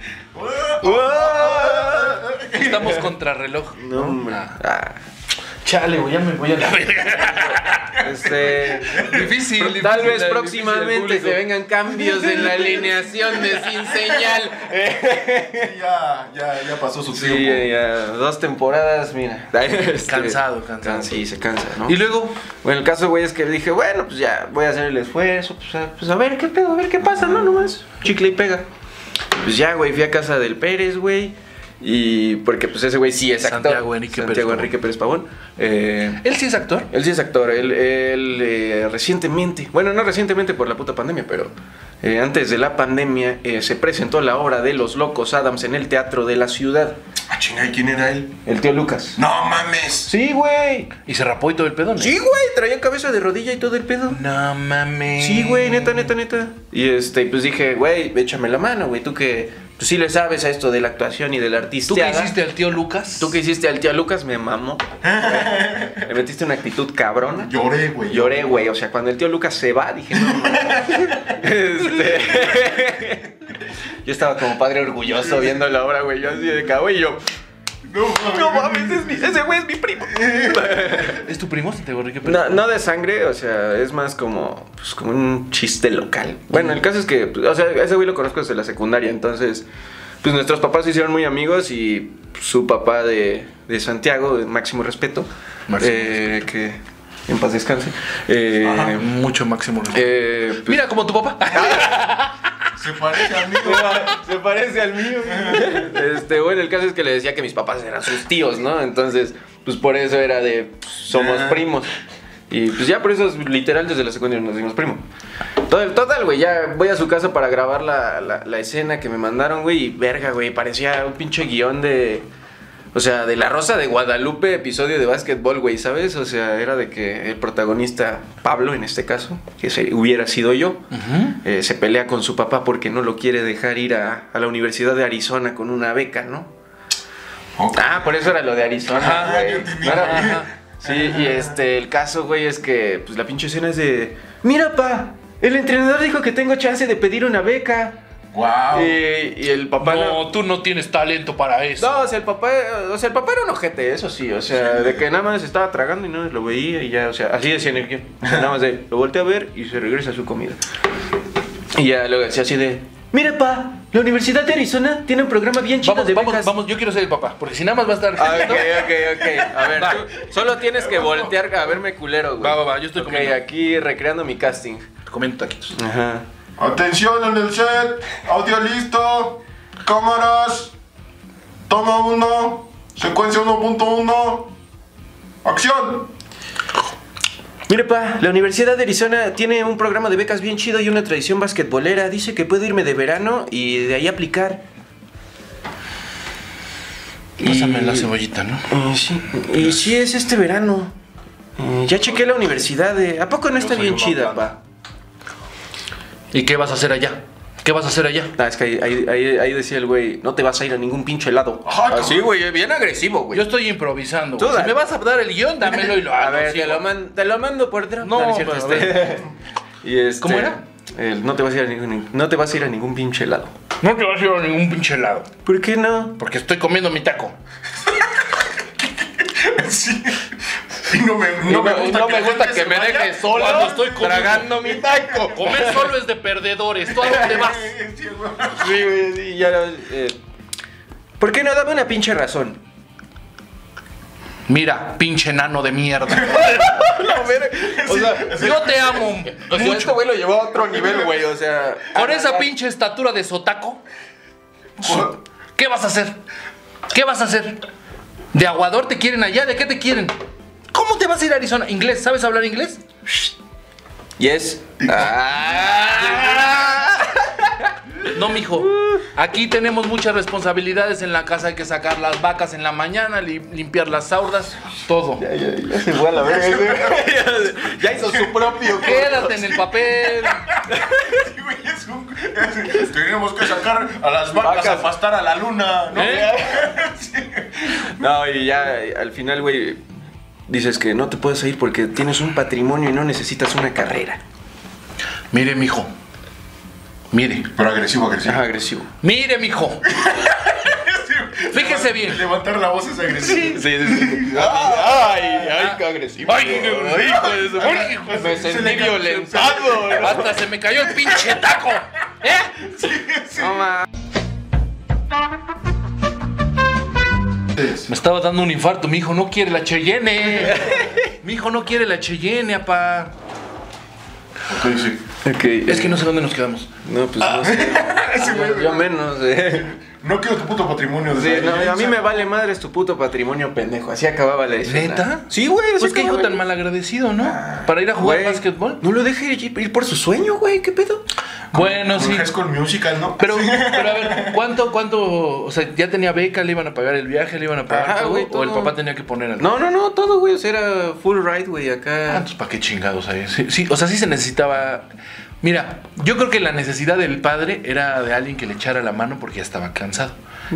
[SPEAKER 3] ¡Wow!
[SPEAKER 4] Estamos contra reloj.
[SPEAKER 3] No, hombre.
[SPEAKER 4] Ah.
[SPEAKER 3] Ah,
[SPEAKER 4] Chale, güey, ya me voy a la
[SPEAKER 3] este.
[SPEAKER 4] Difícil, difícil.
[SPEAKER 3] Tal vez
[SPEAKER 4] difícil al
[SPEAKER 3] próximamente
[SPEAKER 4] público.
[SPEAKER 3] se vengan cambios en la alineación de sin señal.
[SPEAKER 5] Sí, ya, ya, ya pasó su
[SPEAKER 3] Sí,
[SPEAKER 5] tiempo.
[SPEAKER 3] ya, ya, dos temporadas, mira. Este,
[SPEAKER 4] Cansado, cansado.
[SPEAKER 3] can- Sí, se cansa, ¿no?
[SPEAKER 4] Y luego,
[SPEAKER 3] Bueno, el caso, güey, es que dije, bueno, pues ya voy a hacer el esfuerzo, pues a, pues a ver qué pedo, a ver qué pasa, ¿no? Nomás, chicle y pega. Pues ya, güey, fui a casa del Pérez, güey. Y porque pues ese güey sí es actor.
[SPEAKER 4] Santiago Enrique Pérez
[SPEAKER 3] Santiago
[SPEAKER 4] Pavón.
[SPEAKER 3] Enrique Pérez Pavón. Eh,
[SPEAKER 4] ¿él sí es actor?
[SPEAKER 3] él sí es actor, él, él, eh, recientemente, bueno, no recientemente por la puta pandemia, pero eh, antes de la pandemia eh, se presentó la obra de Los Locos Adams en el Teatro de la Ciudad.
[SPEAKER 5] Ah, chinga, ¿y quién era él?
[SPEAKER 3] El tío Lucas.
[SPEAKER 5] ¡No mames!
[SPEAKER 3] Sí, güey.
[SPEAKER 4] Y se rapó y todo el pedón.
[SPEAKER 3] Sí, güey, traía cabeza de rodilla y todo el pedo.
[SPEAKER 4] No mames.
[SPEAKER 3] Sí, güey, neta, neta, neta. Y este, pues dije, güey, échame la mano, güey, tú que pues, sí le sabes a esto de la actuación y del artista.
[SPEAKER 4] ¿Tú qué hiciste al tío Lucas?
[SPEAKER 3] Tú que hiciste al tío Lucas me mamó. Le metiste una actitud cabrona.
[SPEAKER 5] Lloré, güey.
[SPEAKER 3] Lloré, güey. O sea, cuando el tío Lucas se va, dije, no, no. Este, Yo estaba como padre orgulloso viendo la obra, "Ah, güey. Yo así de cabo y yo.
[SPEAKER 5] No mames.
[SPEAKER 3] No mames, es mi- ese güey es mi primo.
[SPEAKER 4] ¿Es tu primo? Te gorri, ¿qué pedo?
[SPEAKER 3] No, no de sangre, o sea, es más como, pues, como un chiste local. Bueno, el caso es que, pues, o sea, ese güey lo conozco desde la secundaria, entonces, pues nuestros papás se hicieron muy amigos y su papá de, de Santiago, de máximo respeto,
[SPEAKER 4] Máximo
[SPEAKER 3] eh, que en paz descanse. eh,
[SPEAKER 4] Ajá, mucho máximo. respeto.
[SPEAKER 3] eh, pues,
[SPEAKER 4] Mira como tu papá.
[SPEAKER 5] Se parece a mí.
[SPEAKER 3] se parece al mío. Este, bueno, el caso es que le decía que mis papás eran sus tíos, ¿no? Entonces, pues por eso era de pues, somos
[SPEAKER 5] Ya.
[SPEAKER 3] primos. Y pues ya por eso, literal, desde la secundaria nos dimos primo. Total, total, güey, ya voy a su casa para grabar la, la- la escena que me mandaron, güey, y verga, güey, parecía un pinche guión de... O sea, de La Rosa de Guadalupe, episodio de básquetbol, güey, ¿sabes? O sea, era de que el protagonista, Pablo en este caso, que se- hubiera sido yo, eh, se pelea con su papá porque no lo quiere dejar ir a, a la Universidad de Arizona con una beca, ¿no?
[SPEAKER 5] Ok.
[SPEAKER 3] Ah, por eso era lo de Arizona.
[SPEAKER 5] Ah,
[SPEAKER 3] güey.
[SPEAKER 5] yo entendí.
[SPEAKER 3] No era-
[SPEAKER 5] Ajá.
[SPEAKER 3] Sí, y este, el caso, güey, es que pues la pinche escena es de, mira, pa, el entrenador dijo que tengo chance de pedir una beca. Eh,
[SPEAKER 5] Wow.
[SPEAKER 3] Y, y el papá... la-
[SPEAKER 4] No, tú no tienes talento para eso.
[SPEAKER 3] no, o sea, el papá, o sea, el papá era un ojete, eso sí, o sea, de que nada más estaba tragando y no lo veía y ya, o sea, así decía en el guión. O sea, nada más de, lo voltea a ver y se regresa a su comida. Y ya luego decía así de, mira pa, la Universidad de Arizona tiene un programa bien chido
[SPEAKER 4] Vamos,
[SPEAKER 3] de
[SPEAKER 4] vamos,
[SPEAKER 3] becas".
[SPEAKER 4] vamos, yo quiero ser el papá, porque si nada más va a estar.
[SPEAKER 3] Ah, ok, ok, ok. A ver, tú solo tienes que voltear a verme culero, güey.
[SPEAKER 4] Va, va, va, yo estoy
[SPEAKER 3] Ok,
[SPEAKER 4] comiendo.
[SPEAKER 3] aquí recreando mi casting.
[SPEAKER 4] Comiendo taquitos.
[SPEAKER 3] Ajá.
[SPEAKER 5] Atención en el set. Audio listo. Cámaras. Toma uno. Secuencia 1.1. Acción.
[SPEAKER 3] Mire, pa, la Universidad de Arizona tiene un programa de becas bien chido y una tradición basquetbolera. Dice que puedo irme de verano y de ahí aplicar.
[SPEAKER 4] Pásame la cebollita, ¿no?
[SPEAKER 3] Eh, sí, y sí es este verano. Eh, ya chequé la universidad. de- ¿A poco no está
[SPEAKER 5] soy
[SPEAKER 3] bien
[SPEAKER 5] una
[SPEAKER 3] chida,
[SPEAKER 5] planta.
[SPEAKER 3] pa?
[SPEAKER 4] ¿Y qué vas a hacer allá? ¿Qué vas a hacer allá?
[SPEAKER 3] Ah, es que ahí, ahí- ahí- ahí decía el güey, no te vas a ir a ningún pinche helado.
[SPEAKER 5] Ay,
[SPEAKER 3] Así,
[SPEAKER 5] cabrón.
[SPEAKER 3] güey, eh, bien agresivo, güey.
[SPEAKER 4] Yo estoy improvisando.
[SPEAKER 3] Tú
[SPEAKER 4] güey. Si
[SPEAKER 3] dale.
[SPEAKER 4] me vas a dar el guión, dámelo y lo hago.
[SPEAKER 3] A ver,
[SPEAKER 4] sí,
[SPEAKER 3] te, lo
[SPEAKER 4] güey.
[SPEAKER 3] man- te lo mando por drop.
[SPEAKER 4] No,
[SPEAKER 3] es cierto, este.
[SPEAKER 4] pero a ver.
[SPEAKER 3] y este,
[SPEAKER 4] ¿Cómo era?
[SPEAKER 3] el no, te vas a ir a ningún, no te vas a ir a ningún pinche helado.
[SPEAKER 4] No te vas a ir a ningún pinche helado,
[SPEAKER 3] ¿Por qué no?
[SPEAKER 4] porque estoy comiendo mi taco.
[SPEAKER 5] Sí. Y no me,
[SPEAKER 4] Y
[SPEAKER 5] no me gusta que, la gente se
[SPEAKER 4] me
[SPEAKER 5] vaya
[SPEAKER 4] dejes solo
[SPEAKER 5] cuando
[SPEAKER 4] estoy comiendo.
[SPEAKER 3] tragando mi taco.
[SPEAKER 4] Comer solo es de perdedores. ¿Tú a dónde vas?
[SPEAKER 5] Sí, güey.
[SPEAKER 3] Sí, güey, sí, ya, eh, ¿Por qué no? Dame una pinche razón.
[SPEAKER 4] Mira, pinche nano de mierda.
[SPEAKER 3] O sea,
[SPEAKER 4] Yo te amo
[SPEAKER 3] o sea, este
[SPEAKER 4] mucho.
[SPEAKER 3] güey lo llevó a otro nivel, güey. O sea,
[SPEAKER 4] Con
[SPEAKER 3] ah,
[SPEAKER 4] esa pinche estatura de sotaco,
[SPEAKER 5] Por-
[SPEAKER 4] ¿qué vas a hacer? ¿Qué vas a hacer? ¿De aguador te quieren allá? ¿De qué te quieren? ¿Cómo te vas a ir a Arizona? ¿Inglés? ¿Sabes hablar inglés?
[SPEAKER 3] Yes. Ah.
[SPEAKER 4] No, mijo. Aquí tenemos muchas responsabilidades en la casa. Hay que sacar las vacas en la mañana, li- limpiar las saurdas, todo.
[SPEAKER 3] Ya se fue a la verga, güey. Ya hizo su propio.
[SPEAKER 4] Quédate en el papel.
[SPEAKER 5] Sí, güey, es un- es- Tenemos que sacar a las vacas,
[SPEAKER 3] Vacas.
[SPEAKER 5] a pastar a la luna, ¿no?
[SPEAKER 4] ¿Eh?
[SPEAKER 3] No, y ya eh, al final, güey, dices que no te puedes ir porque tienes un patrimonio y no necesitas una carrera.
[SPEAKER 4] Mire, mijo. Mire.
[SPEAKER 5] Pero agresivo, agresivo.
[SPEAKER 3] Ajá, agresivo.
[SPEAKER 4] Mire, mijo.
[SPEAKER 5] Sí.
[SPEAKER 4] Fíjese bien.
[SPEAKER 5] Levantar la voz es agresivo.
[SPEAKER 3] sí, sí. Ay, ay, qué agresivo.
[SPEAKER 4] Ay, qué hijo de su- Ay, hijo de su-
[SPEAKER 3] Me
[SPEAKER 5] Se le
[SPEAKER 3] sentí
[SPEAKER 5] cayó-
[SPEAKER 3] violentado. ¿no?
[SPEAKER 4] Hasta se me cayó el pinche taco. ¿Eh?
[SPEAKER 3] No ma-
[SPEAKER 4] Me estaba dando un infarto. Mi hijo no quiere la Cheyenne. Mi hijo no quiere la Cheyenne, apá.
[SPEAKER 5] Ok, sí.
[SPEAKER 3] Ok,
[SPEAKER 4] Es que no sé dónde nos quedamos.
[SPEAKER 3] No, pues no sé. Yo- Yo menos, eh.
[SPEAKER 5] No quiero tu puto patrimonio.
[SPEAKER 3] Sí,
[SPEAKER 5] desde
[SPEAKER 3] no,
[SPEAKER 5] ahí.
[SPEAKER 3] a mí me vale madre es tu puto patrimonio pendejo. Así acababa la escena.
[SPEAKER 4] ¿Neta?
[SPEAKER 3] Sí, güey. así
[SPEAKER 4] Pues qué hijo
[SPEAKER 3] acababa.
[SPEAKER 4] tan malagradecido, ¿no? Para ir a jugar
[SPEAKER 3] Güey,
[SPEAKER 4] básquetbol.
[SPEAKER 3] No lo deje ir ir por su sueño, güey. ¿Qué pedo?
[SPEAKER 4] Bueno, sí.
[SPEAKER 5] High School Musical, ¿no?
[SPEAKER 4] Pero, pero a ver, ¿cuánto, cuánto? O sea, ya tenía beca, le iban a pagar el viaje, le iban a pagar
[SPEAKER 3] Ajá,
[SPEAKER 4] todo,
[SPEAKER 3] güey,
[SPEAKER 4] o el
[SPEAKER 3] todo.
[SPEAKER 4] papá tenía que poner algo.
[SPEAKER 3] No, no, no. Todo, güey. o sea, era full ride, güey.
[SPEAKER 4] Ah,
[SPEAKER 3] Acá.
[SPEAKER 4] entonces, ¿para qué chingados ahí? Sí, sí, o sea, sí se necesitaba. Mira, yo creo que la necesidad del padre era de alguien que le echara la mano porque ya estaba cansado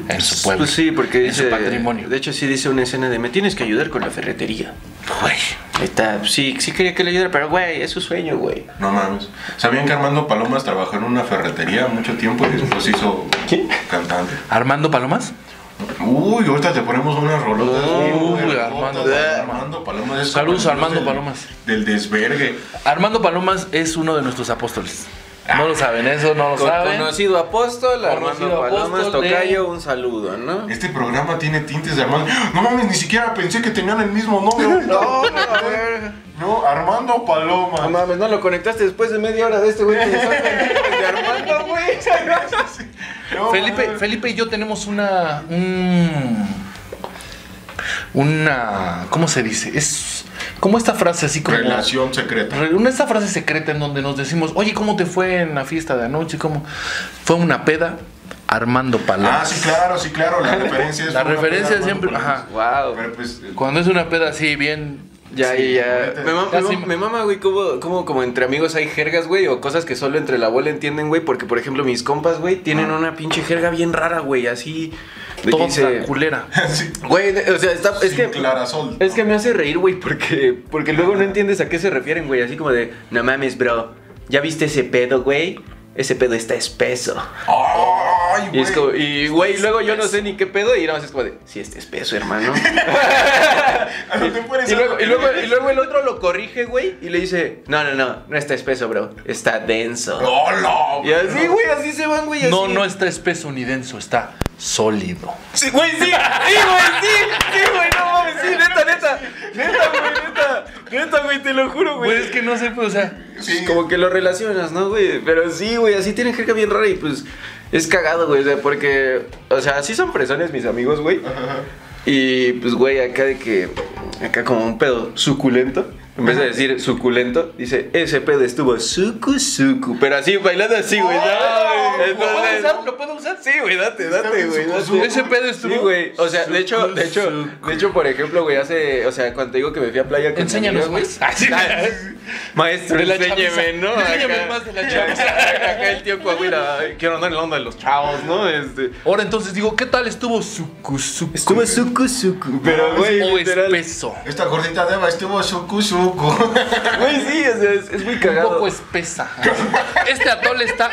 [SPEAKER 4] en su pueblo.
[SPEAKER 3] Pues sí, porque
[SPEAKER 4] en
[SPEAKER 3] dice.
[SPEAKER 4] su patrimonio.
[SPEAKER 3] De hecho, sí dice una escena de: Me tienes que ayudar con la ferretería.
[SPEAKER 4] Güey,
[SPEAKER 3] Ahí Está, pues sí, sí quería que le ayudara, pero güey, es su sueño, güey.
[SPEAKER 5] No mames. ¿Sabían que Armando Palomas trabajó en una ferretería mucho tiempo y después hizo
[SPEAKER 3] ¿Quién?
[SPEAKER 5] cantante?
[SPEAKER 4] Armando Palomas.
[SPEAKER 5] Uy, ahorita te ponemos unas rolotas.
[SPEAKER 4] Uy,
[SPEAKER 5] bien fuertes,
[SPEAKER 4] Armando.
[SPEAKER 5] de Armando Palomas. Esos
[SPEAKER 4] Saludos a Armando
[SPEAKER 5] del-
[SPEAKER 4] Palomas.
[SPEAKER 5] Del desvergue.
[SPEAKER 4] Armando Palomas es uno de nuestros apóstoles. No lo saben, eso no lo
[SPEAKER 3] Con-
[SPEAKER 4] saben.
[SPEAKER 3] conocido apóstol, Armando
[SPEAKER 4] Conocido
[SPEAKER 3] Palomas,
[SPEAKER 4] apóstol de-
[SPEAKER 3] Tocayo, un saludo, ¿no?
[SPEAKER 5] Este programa tiene tintes de Armando. No mames, ni siquiera pensé que tenían el mismo nombre.
[SPEAKER 3] No, a ver.
[SPEAKER 5] No, Armando Paloma.
[SPEAKER 3] No mames, no lo conectaste después de media hora de este güey. que saca el nombre de Armando, güey.
[SPEAKER 5] No,
[SPEAKER 4] Felipe,
[SPEAKER 5] mames.
[SPEAKER 4] Felipe y yo tenemos una. un- una. ¿Cómo se dice? Es. Como esta frase así como.
[SPEAKER 5] Relación secreta.
[SPEAKER 4] Re- Una esta frase secreta en donde nos decimos, oye, ¿cómo te fue en la fiesta de anoche? ¿Cómo? Fue una peda Armando
[SPEAKER 5] Ah,
[SPEAKER 4] Palomas.
[SPEAKER 5] sí, claro, sí, claro. La referencia es.
[SPEAKER 4] La
[SPEAKER 5] una
[SPEAKER 4] referencia
[SPEAKER 5] peda,
[SPEAKER 4] siempre-
[SPEAKER 5] Armando
[SPEAKER 4] ajá.
[SPEAKER 5] Palomas.
[SPEAKER 3] Wow.
[SPEAKER 5] Pero pues, eh,
[SPEAKER 4] Cuando es una peda así, bien.
[SPEAKER 3] Ya,
[SPEAKER 5] Sí,
[SPEAKER 3] ya,
[SPEAKER 5] neta.
[SPEAKER 3] Me, ma-
[SPEAKER 4] Ya
[SPEAKER 3] me ma-
[SPEAKER 4] sí.
[SPEAKER 3] me mama, güey, cómo, cómo como entre amigos hay jergas, güey, o cosas que solo entre la abuela entienden, güey, porque, por ejemplo, mis compas, güey, tienen una pinche jerga bien rara, güey, así... De que
[SPEAKER 4] Toda
[SPEAKER 3] dice-
[SPEAKER 4] culera.
[SPEAKER 5] sí.
[SPEAKER 3] Güey, de- o sea, está, es
[SPEAKER 5] Sin
[SPEAKER 3] que...
[SPEAKER 5] clarasol.
[SPEAKER 3] Es que me hace reír, güey, porque, porque luego no entiendes a qué se refieren, güey, así como de, no mames, bro, ¿ya viste ese pedo, güey? Ese pedo está espeso.
[SPEAKER 5] Ay,
[SPEAKER 3] Y
[SPEAKER 5] güey.
[SPEAKER 3] es como, y güey, luego yo no sé ni qué pedo, y nada más es como de, sí, está espeso, hermano.
[SPEAKER 5] No te puedes
[SPEAKER 3] Y luego,
[SPEAKER 5] saber
[SPEAKER 3] y luego-
[SPEAKER 5] lo que
[SPEAKER 3] y luego el otro lo corrige, güey, y le dice, no, no, no, no está espeso, bro, está denso.
[SPEAKER 5] ¡Hola!
[SPEAKER 3] Y así, güey, así se van, güey.
[SPEAKER 4] No,
[SPEAKER 3] así.
[SPEAKER 4] no está espeso ni denso, está sólido.
[SPEAKER 3] Sí, güey, sí, sí, güey, sí, sí, güey, no mames, sí, neta, neta, neta, güey, neta, neta, güey, te lo juro, güey.
[SPEAKER 4] Pues es que no sé, pues, o sea.
[SPEAKER 5] Sí.
[SPEAKER 3] Como que lo relacionas, ¿no, güey? Pero sí, güey, así tienen jerga bien rara y pues es cagado, güey, o sea, porque, o sea, sí son fresones mis amigos, güey. Y pues, güey, acá de que, acá como un pedo suculento. En vez de decir suculento, dice, ese pedo estuvo suku suku. Pero así, bailando así, güey. ¿no?
[SPEAKER 4] ¿Lo puedo
[SPEAKER 3] Entonces-
[SPEAKER 4] usar? ¿Lo puedo usar?
[SPEAKER 3] Sí, güey, date, date,
[SPEAKER 5] bien
[SPEAKER 3] güey.
[SPEAKER 5] sucu,
[SPEAKER 3] date.
[SPEAKER 5] sucu.
[SPEAKER 4] Ese pedo estuvo
[SPEAKER 3] Sí, güey. O sea, de hecho,
[SPEAKER 4] sucu,
[SPEAKER 3] de hecho,
[SPEAKER 4] sucu.
[SPEAKER 3] de hecho, por ejemplo, güey, hace, o sea, cuando te digo que me fui a playa con mi
[SPEAKER 4] Enséñanos,
[SPEAKER 3] amigo,
[SPEAKER 4] güey. Ah, sí.
[SPEAKER 3] Maestro,
[SPEAKER 4] De la
[SPEAKER 3] enséñeme,
[SPEAKER 4] chaviza.
[SPEAKER 3] ¿no?
[SPEAKER 4] Enséñame
[SPEAKER 3] Acá-
[SPEAKER 4] más de la chaviza.
[SPEAKER 3] Acá el tío Coahuila, "Ay, quiero andar en la onda de los chavos, ¿no? Este.
[SPEAKER 4] Ahora entonces digo, ¿qué tal estuvo suku suku?
[SPEAKER 3] Estuvo suku suku. Pero, güey,
[SPEAKER 4] o
[SPEAKER 3] literal.
[SPEAKER 4] espeso.
[SPEAKER 5] Esta gordita de Eva estuvo suku suku.
[SPEAKER 3] Güey, sí, o sea, es, es muy
[SPEAKER 4] Un
[SPEAKER 3] cagado.
[SPEAKER 4] poco espesa. Este atole está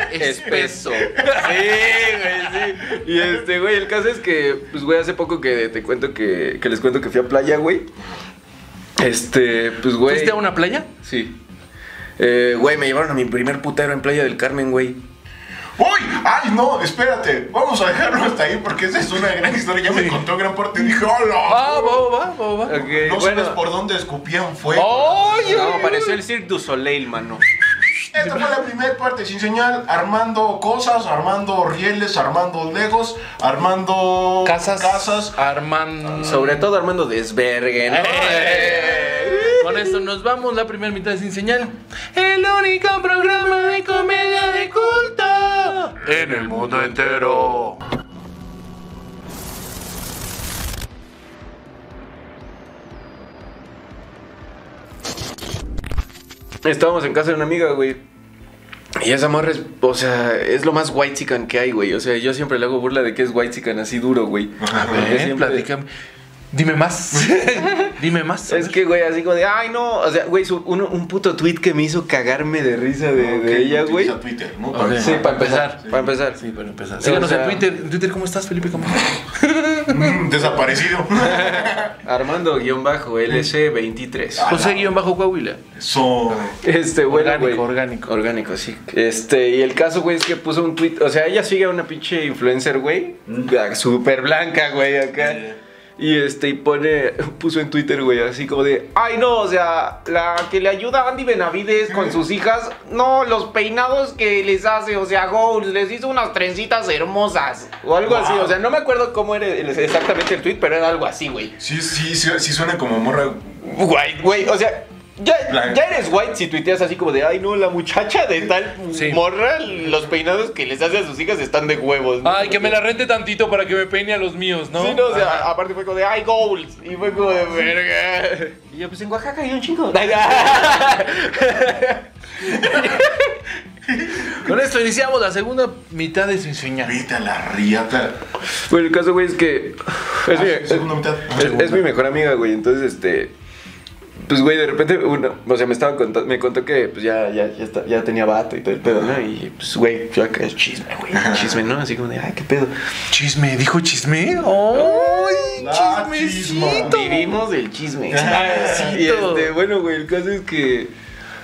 [SPEAKER 3] espeso.
[SPEAKER 4] espeso.
[SPEAKER 3] Sí, güey, sí. Y este, güey, el caso es que, pues, güey, hace poco que te cuento que, que les cuento que fui a playa, güey. Este, pues, güey.
[SPEAKER 4] ¿Fuiste a una playa?
[SPEAKER 3] Sí. Eh, güey, me llevaron a mi primer putero en Playa del Carmen, güey.
[SPEAKER 5] ¡Uy! ¡Ay, no! Espérate. Vamos a dejarlo hasta ahí porque esa es una gran historia. Ya me contó gran parte y dije, ¡Hola!
[SPEAKER 4] Ah, va, va, va, va.
[SPEAKER 3] Ok, bueno.
[SPEAKER 5] No
[SPEAKER 3] Oh.
[SPEAKER 5] sabes por dónde escupían fuego.
[SPEAKER 4] ¡Oye!
[SPEAKER 3] No, pareció el Cirque du Soleil, mano.
[SPEAKER 5] Esta fue la primera parte sin señal. Armando cosas, armando rieles, armando legos, armando
[SPEAKER 4] Casas.
[SPEAKER 5] casas.
[SPEAKER 4] Armando.
[SPEAKER 3] Sobre todo Armando Desbergue, ¿no? Eh.
[SPEAKER 4] Eh. Con esto nos vamos, la primera mitad de Sin Señal. El único programa de comedia de culto en el mundo entero.
[SPEAKER 3] Estábamos en casa de una amiga, güey. Y esa morra es, o sea, es lo más white que hay, güey. O sea, yo siempre le hago burla de que es white así duro, güey.
[SPEAKER 5] A
[SPEAKER 4] A ver,
[SPEAKER 3] Yo siempre-
[SPEAKER 4] Eh, platícame. Dime más. Dime más. a
[SPEAKER 3] Es
[SPEAKER 4] ver.
[SPEAKER 3] que, güey, así como de, ay, no. O sea, güey, su- uno- un puto tweet que me hizo cagarme de risa de, de
[SPEAKER 5] Ok,
[SPEAKER 3] ella, güey.
[SPEAKER 5] utiliza Twitter, ¿no?
[SPEAKER 4] Ok.
[SPEAKER 3] Sí, para empezar.
[SPEAKER 4] Empezar.
[SPEAKER 3] Para empezar.
[SPEAKER 4] Sí, para empezar.
[SPEAKER 3] O
[SPEAKER 4] Síganos
[SPEAKER 3] sea-
[SPEAKER 4] en Twitter. En Twitter, ¿cómo estás, Felipe? ¿Cómo?
[SPEAKER 5] Mm, Desaparecido.
[SPEAKER 3] Armando-LC23.
[SPEAKER 4] Ah, José guión bajo Coahuila.
[SPEAKER 5] So,
[SPEAKER 3] Este, güey,
[SPEAKER 4] Orgánico,
[SPEAKER 3] güey.
[SPEAKER 4] orgánico.
[SPEAKER 3] Orgánico, sí. Este, y el caso, güey, es que puso un tweet. O sea, ella sigue a una pinche influencer, güey.
[SPEAKER 4] Mm.
[SPEAKER 3] Súper blanca, güey, acá. Y este, y pone, puso en Twitter, güey, así como de, ay no, o sea, la que le ayuda a Andy Benavides con sus hijas, no, los peinados que les hace, o sea, Goals, les hizo unas trencitas hermosas, o algo así, o sea, no me acuerdo cómo era el- exactamente el tweet, pero era algo así, güey.
[SPEAKER 5] sí, sí, sí, sí suena como morra.
[SPEAKER 3] White, güey, o sea, ya,
[SPEAKER 5] Blanco.
[SPEAKER 3] ya eres white si tuiteas así como de, ay no, la muchacha de tal
[SPEAKER 4] Sí.
[SPEAKER 3] morra, los peinados que les hace a sus hijas están de huevos.
[SPEAKER 5] Ah,
[SPEAKER 3] ¿no?
[SPEAKER 4] Ay, que me la rente tantito para que me peine a los míos, ¿no?
[SPEAKER 3] Sí, no, o sea, aparte fue como de, ay, goals. Y fue como de, verga. Y yo, pues en Oaxaca hay un chingo.
[SPEAKER 4] Con esto iniciamos la segunda mitad de Sin Señal.
[SPEAKER 5] Vete a la riata.
[SPEAKER 3] Bueno, el caso, güey, es que. Es,
[SPEAKER 5] Ah,
[SPEAKER 3] mi,
[SPEAKER 5] segunda mitad.
[SPEAKER 3] es- es mi mejor amiga, güey. Entonces, este. Pues, güey, de repente, uno, o sea, me estaba contando, me contó que pues ya, ya, ya, está- ya tenía vato y todo el pedo, ¿no? Y pues, güey, yo acá, chisme, güey, chisme, ¿no? Así como de, ay, qué pedo.
[SPEAKER 4] Chisme, dijo chisme. ¡Ay!
[SPEAKER 5] Ah,
[SPEAKER 4] chismecito.
[SPEAKER 3] Vivimos del chisme.
[SPEAKER 5] Ah,
[SPEAKER 3] Y este, bueno, güey, el caso es que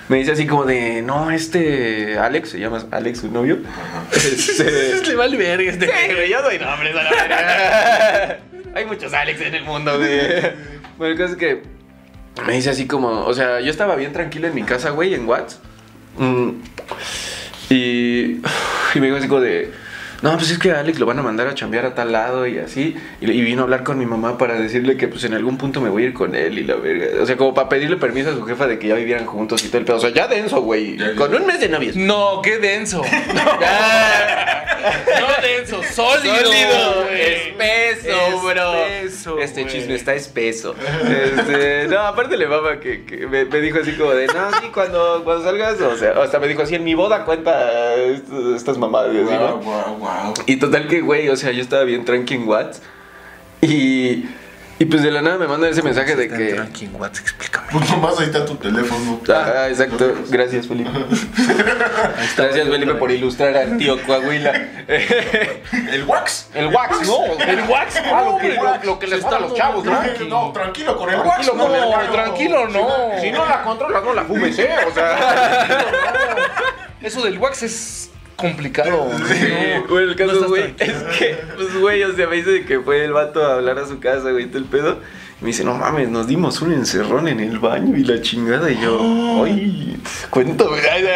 [SPEAKER 3] me dice así como de, no, este Alex, se llama Alex, su novio. Este,
[SPEAKER 4] Le vale verga este.
[SPEAKER 3] güey, yo doy nombres a la verga. Hay muchos Alex en el mundo, güey. Bueno, el caso es que me dice así como, o sea, yo estaba bien tranquilo en mi casa, güey, en Watts. Mm, y, y me dijo así como de, no, pues es que a Alex lo van a mandar a chambear a tal lado y así. Y, y vino a hablar con mi mamá para decirle que pues en algún punto me voy a ir con él y la verga. O sea, como para pedirle permiso a su jefa de que ya vivieran juntos y todo el pedo. O sea, ya denso, güey.
[SPEAKER 5] Ya, ya.
[SPEAKER 3] Con un mes de novios.
[SPEAKER 4] No, qué denso. No denso, sólido. güey.
[SPEAKER 3] espeso, bro.
[SPEAKER 4] Espeso,
[SPEAKER 3] este
[SPEAKER 4] güey.
[SPEAKER 3] chisme está espeso. Este, no, aparte le mama que, que me, me dijo así como de, no, sí, cuando, cuando salgas, o sea, hasta me dijo así, en mi boda cuenta est- estas mamadas, y así, ¿no?
[SPEAKER 5] Wow, wow, wow.
[SPEAKER 3] Y total que, güey, o sea, yo estaba bien tranqui en Whats y, y pues de la nada me mandan ese mensaje de
[SPEAKER 4] Tan
[SPEAKER 3] que...
[SPEAKER 4] Tranqui, Watts, explícame.
[SPEAKER 5] Pues nomás ahí está tu teléfono.
[SPEAKER 3] Ah, exacto. Gracias, Felipe. Gracias, Felipe, por ilustrar al tío Coahuila.
[SPEAKER 5] El wax.
[SPEAKER 3] El wax, no, el wax, no,
[SPEAKER 5] Ah, lo
[SPEAKER 3] lo
[SPEAKER 5] que-
[SPEAKER 3] que,
[SPEAKER 5] lo- lo
[SPEAKER 3] les gusta a los chavos, ¿no?
[SPEAKER 5] Tranquilo, no, tranquilo con el wax.
[SPEAKER 3] Tranquilo con el
[SPEAKER 5] no,
[SPEAKER 3] wax,
[SPEAKER 4] tranquilo, no.
[SPEAKER 5] Si no la controlas, no la fumes, ¿eh? O sea.
[SPEAKER 4] Eso del wax es complicado.
[SPEAKER 3] Sí, Bueno, el caso,
[SPEAKER 4] estás
[SPEAKER 3] güey, es que, pues, güey, o sea, me dice que fue el vato a hablar a su casa, güey, todo el pedo. Y me dice, no mames, nos dimos un encerrón en el baño y la chingada. Y yo, ay, cuéntame. ay,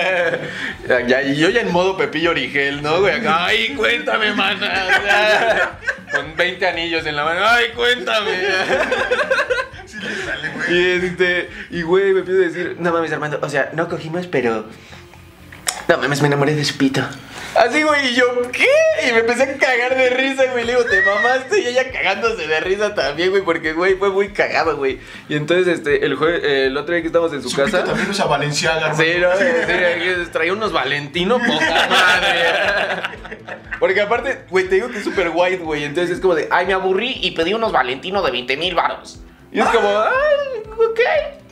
[SPEAKER 3] ay". Ya, y yo ya en modo Pepillo Origel, ¿no, güey? Acá, Ay, cuéntame, mana. o sea, Con 20 anillos en la mano, ay, cuéntame.
[SPEAKER 5] Sí le sale, güey.
[SPEAKER 3] Y este, y güey, me empieza a decir, no mames, Armando, o sea, no cogimos, pero. No mames, me enamoré de su pito. Así, güey, y yo, ¿qué? Y me empecé a cagar de risa, güey. Le digo, te mamaste. Y ella cagándose de risa también, güey, porque, güey, fue muy cagado, güey. Y entonces, este, el, jue- eh, el otro día que estábamos en su,
[SPEAKER 5] Su pito
[SPEAKER 3] casa.
[SPEAKER 5] también usa Valenciaga,
[SPEAKER 3] Sí,
[SPEAKER 5] hermano.
[SPEAKER 3] no, en serio, traía unos Valentino poca madre. Porque aparte, güey, te digo que es super white, güey. Entonces es como de, ay, me aburrí y pedí unos Valentino de 20 mil baros. Y es como, ay, ok.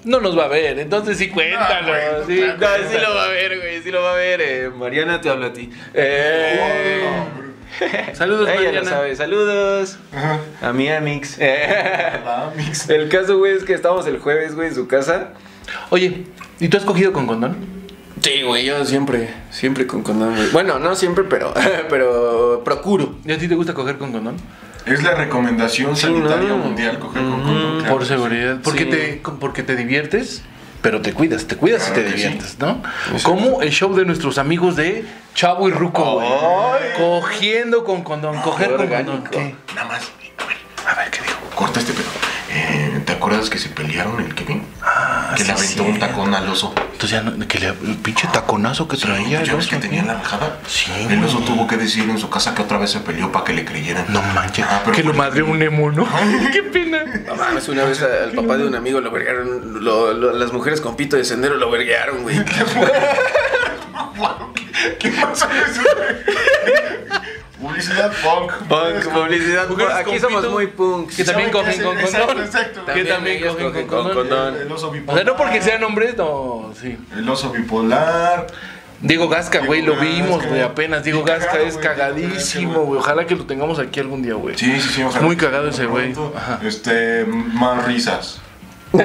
[SPEAKER 4] No nos va a ver, entonces sí cuéntalo.
[SPEAKER 5] No,
[SPEAKER 3] Sí,
[SPEAKER 5] güey,
[SPEAKER 3] no, sí lo va a ver, güey, sí lo va a ver. eh, Mariana te habla a ti. Eh,
[SPEAKER 5] Oh,
[SPEAKER 4] Saludos,
[SPEAKER 3] ella lo
[SPEAKER 4] Mariana.
[SPEAKER 3] sabe, saludos.
[SPEAKER 5] no, Ajá.
[SPEAKER 3] A mi Amix. Eh,
[SPEAKER 5] Va, mix.
[SPEAKER 3] El caso, güey, es que estábamos el jueves, güey, en su casa.
[SPEAKER 4] Oye, ¿y tú has cogido con condón?
[SPEAKER 3] Sí, güey, yo siempre, siempre con condón, güey. Bueno, no siempre, pero, pero procuro.
[SPEAKER 4] ¿Y a ti te gusta coger con condón?
[SPEAKER 5] Es la recomendación sanitaria
[SPEAKER 3] no.
[SPEAKER 5] mundial coger con condón. claro.
[SPEAKER 4] Por seguridad. Porque,
[SPEAKER 3] Sí.
[SPEAKER 4] te, con- porque te diviertes, pero te cuidas, te cuidas
[SPEAKER 5] Claro
[SPEAKER 4] y te
[SPEAKER 5] que sí.
[SPEAKER 4] diviertes, ¿no? Como el show de nuestros amigos de Chavo y Ruco, güey. Cogiendo con condón, coger
[SPEAKER 3] qué
[SPEAKER 4] con
[SPEAKER 3] orgánico.
[SPEAKER 4] condón. ¿Qué?
[SPEAKER 5] Nada más. A ver, a ver, ¿qué digo? Corta este pedo. Eh, ¿Te acuerdas que se pelearon el Kevin? que le
[SPEAKER 4] Ah, sí,
[SPEAKER 5] aventó un
[SPEAKER 4] sí.
[SPEAKER 5] tacón al oso.
[SPEAKER 4] Entonces ya no- que le, el pinche taconazo que
[SPEAKER 5] Pues
[SPEAKER 4] traía.
[SPEAKER 5] ¿Ya
[SPEAKER 4] el
[SPEAKER 5] ves que
[SPEAKER 4] oso,
[SPEAKER 5] tenía
[SPEAKER 4] ¿no?
[SPEAKER 5] la bajada?
[SPEAKER 4] Sí,
[SPEAKER 5] El oso
[SPEAKER 4] güey.
[SPEAKER 5] tuvo que decir en su casa que otra vez se peleó para que le creyeran.
[SPEAKER 4] No manches.
[SPEAKER 5] Ah, pero
[SPEAKER 4] que lo
[SPEAKER 5] porque-
[SPEAKER 4] madre un emo, ¿no? Qué pena.
[SPEAKER 3] No mames, una vez al papá de un amigo lo verguearon, lo- lo- las mujeres con pito de sendero lo verguearon, güey.
[SPEAKER 5] ¿Qué pasa eso? Publicidad punk.
[SPEAKER 3] Punk, publicidad.
[SPEAKER 4] Mujeres
[SPEAKER 3] Aquí
[SPEAKER 4] con
[SPEAKER 3] somos
[SPEAKER 4] pito.
[SPEAKER 3] muy punks.
[SPEAKER 4] Que también
[SPEAKER 5] ¿Saben
[SPEAKER 4] cogen
[SPEAKER 5] qué
[SPEAKER 4] con
[SPEAKER 5] hacen?
[SPEAKER 4] condón.
[SPEAKER 5] Exacto, exacto.
[SPEAKER 4] Que también
[SPEAKER 3] ellos
[SPEAKER 4] cogen con
[SPEAKER 3] cogen con
[SPEAKER 4] condón. Eh,
[SPEAKER 5] El oso
[SPEAKER 4] O
[SPEAKER 5] bipolar.
[SPEAKER 4] sea, no porque sean hombres, no, sí.
[SPEAKER 5] El oso bipolar.
[SPEAKER 4] Diego Gasca, güey, lo
[SPEAKER 5] Gasca.
[SPEAKER 4] vimos, güey, apenas. Diego
[SPEAKER 5] Bien
[SPEAKER 4] Gasca
[SPEAKER 5] cagado,
[SPEAKER 4] es
[SPEAKER 5] güey, Diego Gasca,
[SPEAKER 4] cagadísimo,
[SPEAKER 5] güey.
[SPEAKER 4] güey. Ojalá que lo tengamos aquí algún día, güey.
[SPEAKER 5] Sí, sí, sí, ojalá.
[SPEAKER 4] Muy cagado ese güey. Ajá.
[SPEAKER 5] Este, más risas.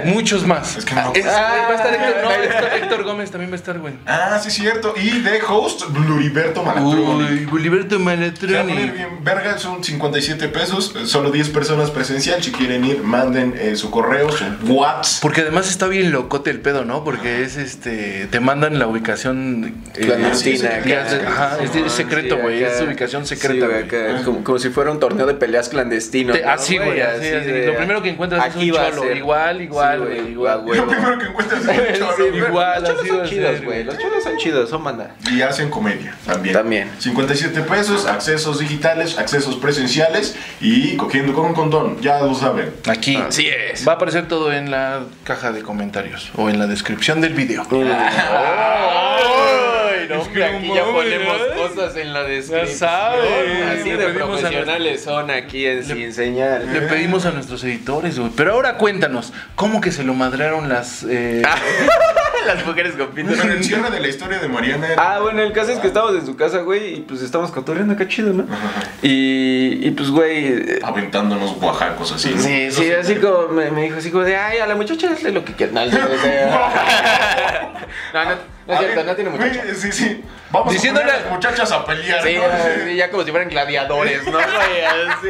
[SPEAKER 4] Muchos más.
[SPEAKER 5] Es que no-
[SPEAKER 4] Ah, es- güey, va a estar
[SPEAKER 3] Ah.
[SPEAKER 4] Héctor, no, Héctor, Héctor Gómez también va a estar, güey.
[SPEAKER 5] Ah, sí, cierto. Y de host, Bluriberto Malatroni.
[SPEAKER 4] Uy, Boliberto
[SPEAKER 5] Se va a poner
[SPEAKER 4] Malatroni.
[SPEAKER 5] bien verga, son 57 pesos, eh, solo 10 personas presencial. Si quieren ir, manden eh, su correo, su WhatsApp.
[SPEAKER 4] Porque además está bien locote el pedo, ¿no? Porque es este. Te mandan la ubicación. eh,
[SPEAKER 3] Clandestina,
[SPEAKER 4] sí,
[SPEAKER 3] acá.
[SPEAKER 4] sí, Ajá, es, es secreto,
[SPEAKER 3] Sí,
[SPEAKER 4] güey.
[SPEAKER 3] acá.
[SPEAKER 4] es ubicación
[SPEAKER 3] Sí,
[SPEAKER 4] secreta,
[SPEAKER 3] güey,
[SPEAKER 4] güey.
[SPEAKER 3] acá, como, como si fuera un torneo de peleas clandestino.
[SPEAKER 4] Te-
[SPEAKER 3] ¿no,
[SPEAKER 4] así, güey, así, así.
[SPEAKER 3] de-
[SPEAKER 4] Lo primero que encuentras es
[SPEAKER 3] aquí
[SPEAKER 4] un
[SPEAKER 3] va a
[SPEAKER 4] cholo,
[SPEAKER 3] ser.
[SPEAKER 4] igual, igual,
[SPEAKER 3] Sí,
[SPEAKER 4] güey, igual.
[SPEAKER 3] a huevo.
[SPEAKER 5] Lo primero que encuentras es
[SPEAKER 3] Sí,
[SPEAKER 5] un choro,
[SPEAKER 3] pero
[SPEAKER 4] igual,
[SPEAKER 3] los
[SPEAKER 4] así
[SPEAKER 3] cholos
[SPEAKER 4] va
[SPEAKER 3] son
[SPEAKER 4] a
[SPEAKER 3] chidos, güey.
[SPEAKER 4] ser, güey.
[SPEAKER 3] Los cholos son chidos, son banda.
[SPEAKER 5] Y hacen comedia también.
[SPEAKER 3] También.
[SPEAKER 5] 57 pesos, accesos digitales, accesos presenciales y cogiendo con un condón. Ya lo saben.
[SPEAKER 4] Aquí.
[SPEAKER 3] Así es.
[SPEAKER 4] Va a aparecer todo en la caja de comentarios o en la descripción del video.
[SPEAKER 3] Ay,
[SPEAKER 4] Ay,
[SPEAKER 3] hombre, aquí ya ponemos cosas en la descripción.
[SPEAKER 4] saben,
[SPEAKER 3] Así
[SPEAKER 4] le
[SPEAKER 3] de
[SPEAKER 4] pedimos a nuestro-
[SPEAKER 3] profesionales son aquí en Sin Señal.
[SPEAKER 4] Le pedimos a nuestros editores, güey. Pero ahora cuéntanos, ¿cómo que se lo madrearon las. eh,
[SPEAKER 3] Ah. Las mujeres compiten.
[SPEAKER 5] Pero el cierre de la historia de Mariana era-
[SPEAKER 3] Ah, bueno, el caso es que estamos en su casa, güey, y pues estamos cotorreando, qué chido, ¿no? Y, y pues, güey, eh,
[SPEAKER 5] Ah, aventándonos oaxacos así. ¿no?
[SPEAKER 3] sí, sí, así como me, me dijo, así como de, ay, a la muchacha hazle lo que quiera. No, no, no, no, no, no es
[SPEAKER 5] A
[SPEAKER 3] cierto,
[SPEAKER 5] ver,
[SPEAKER 3] no tiene muchacha.
[SPEAKER 5] güey, Sí, sí. Vamos
[SPEAKER 4] Diciéndole-
[SPEAKER 5] a poner a las muchachas a pelear.
[SPEAKER 3] Sí,
[SPEAKER 5] ¿no?
[SPEAKER 3] ah, sí, ya como si fueran gladiadores, ¿no? güey? Así.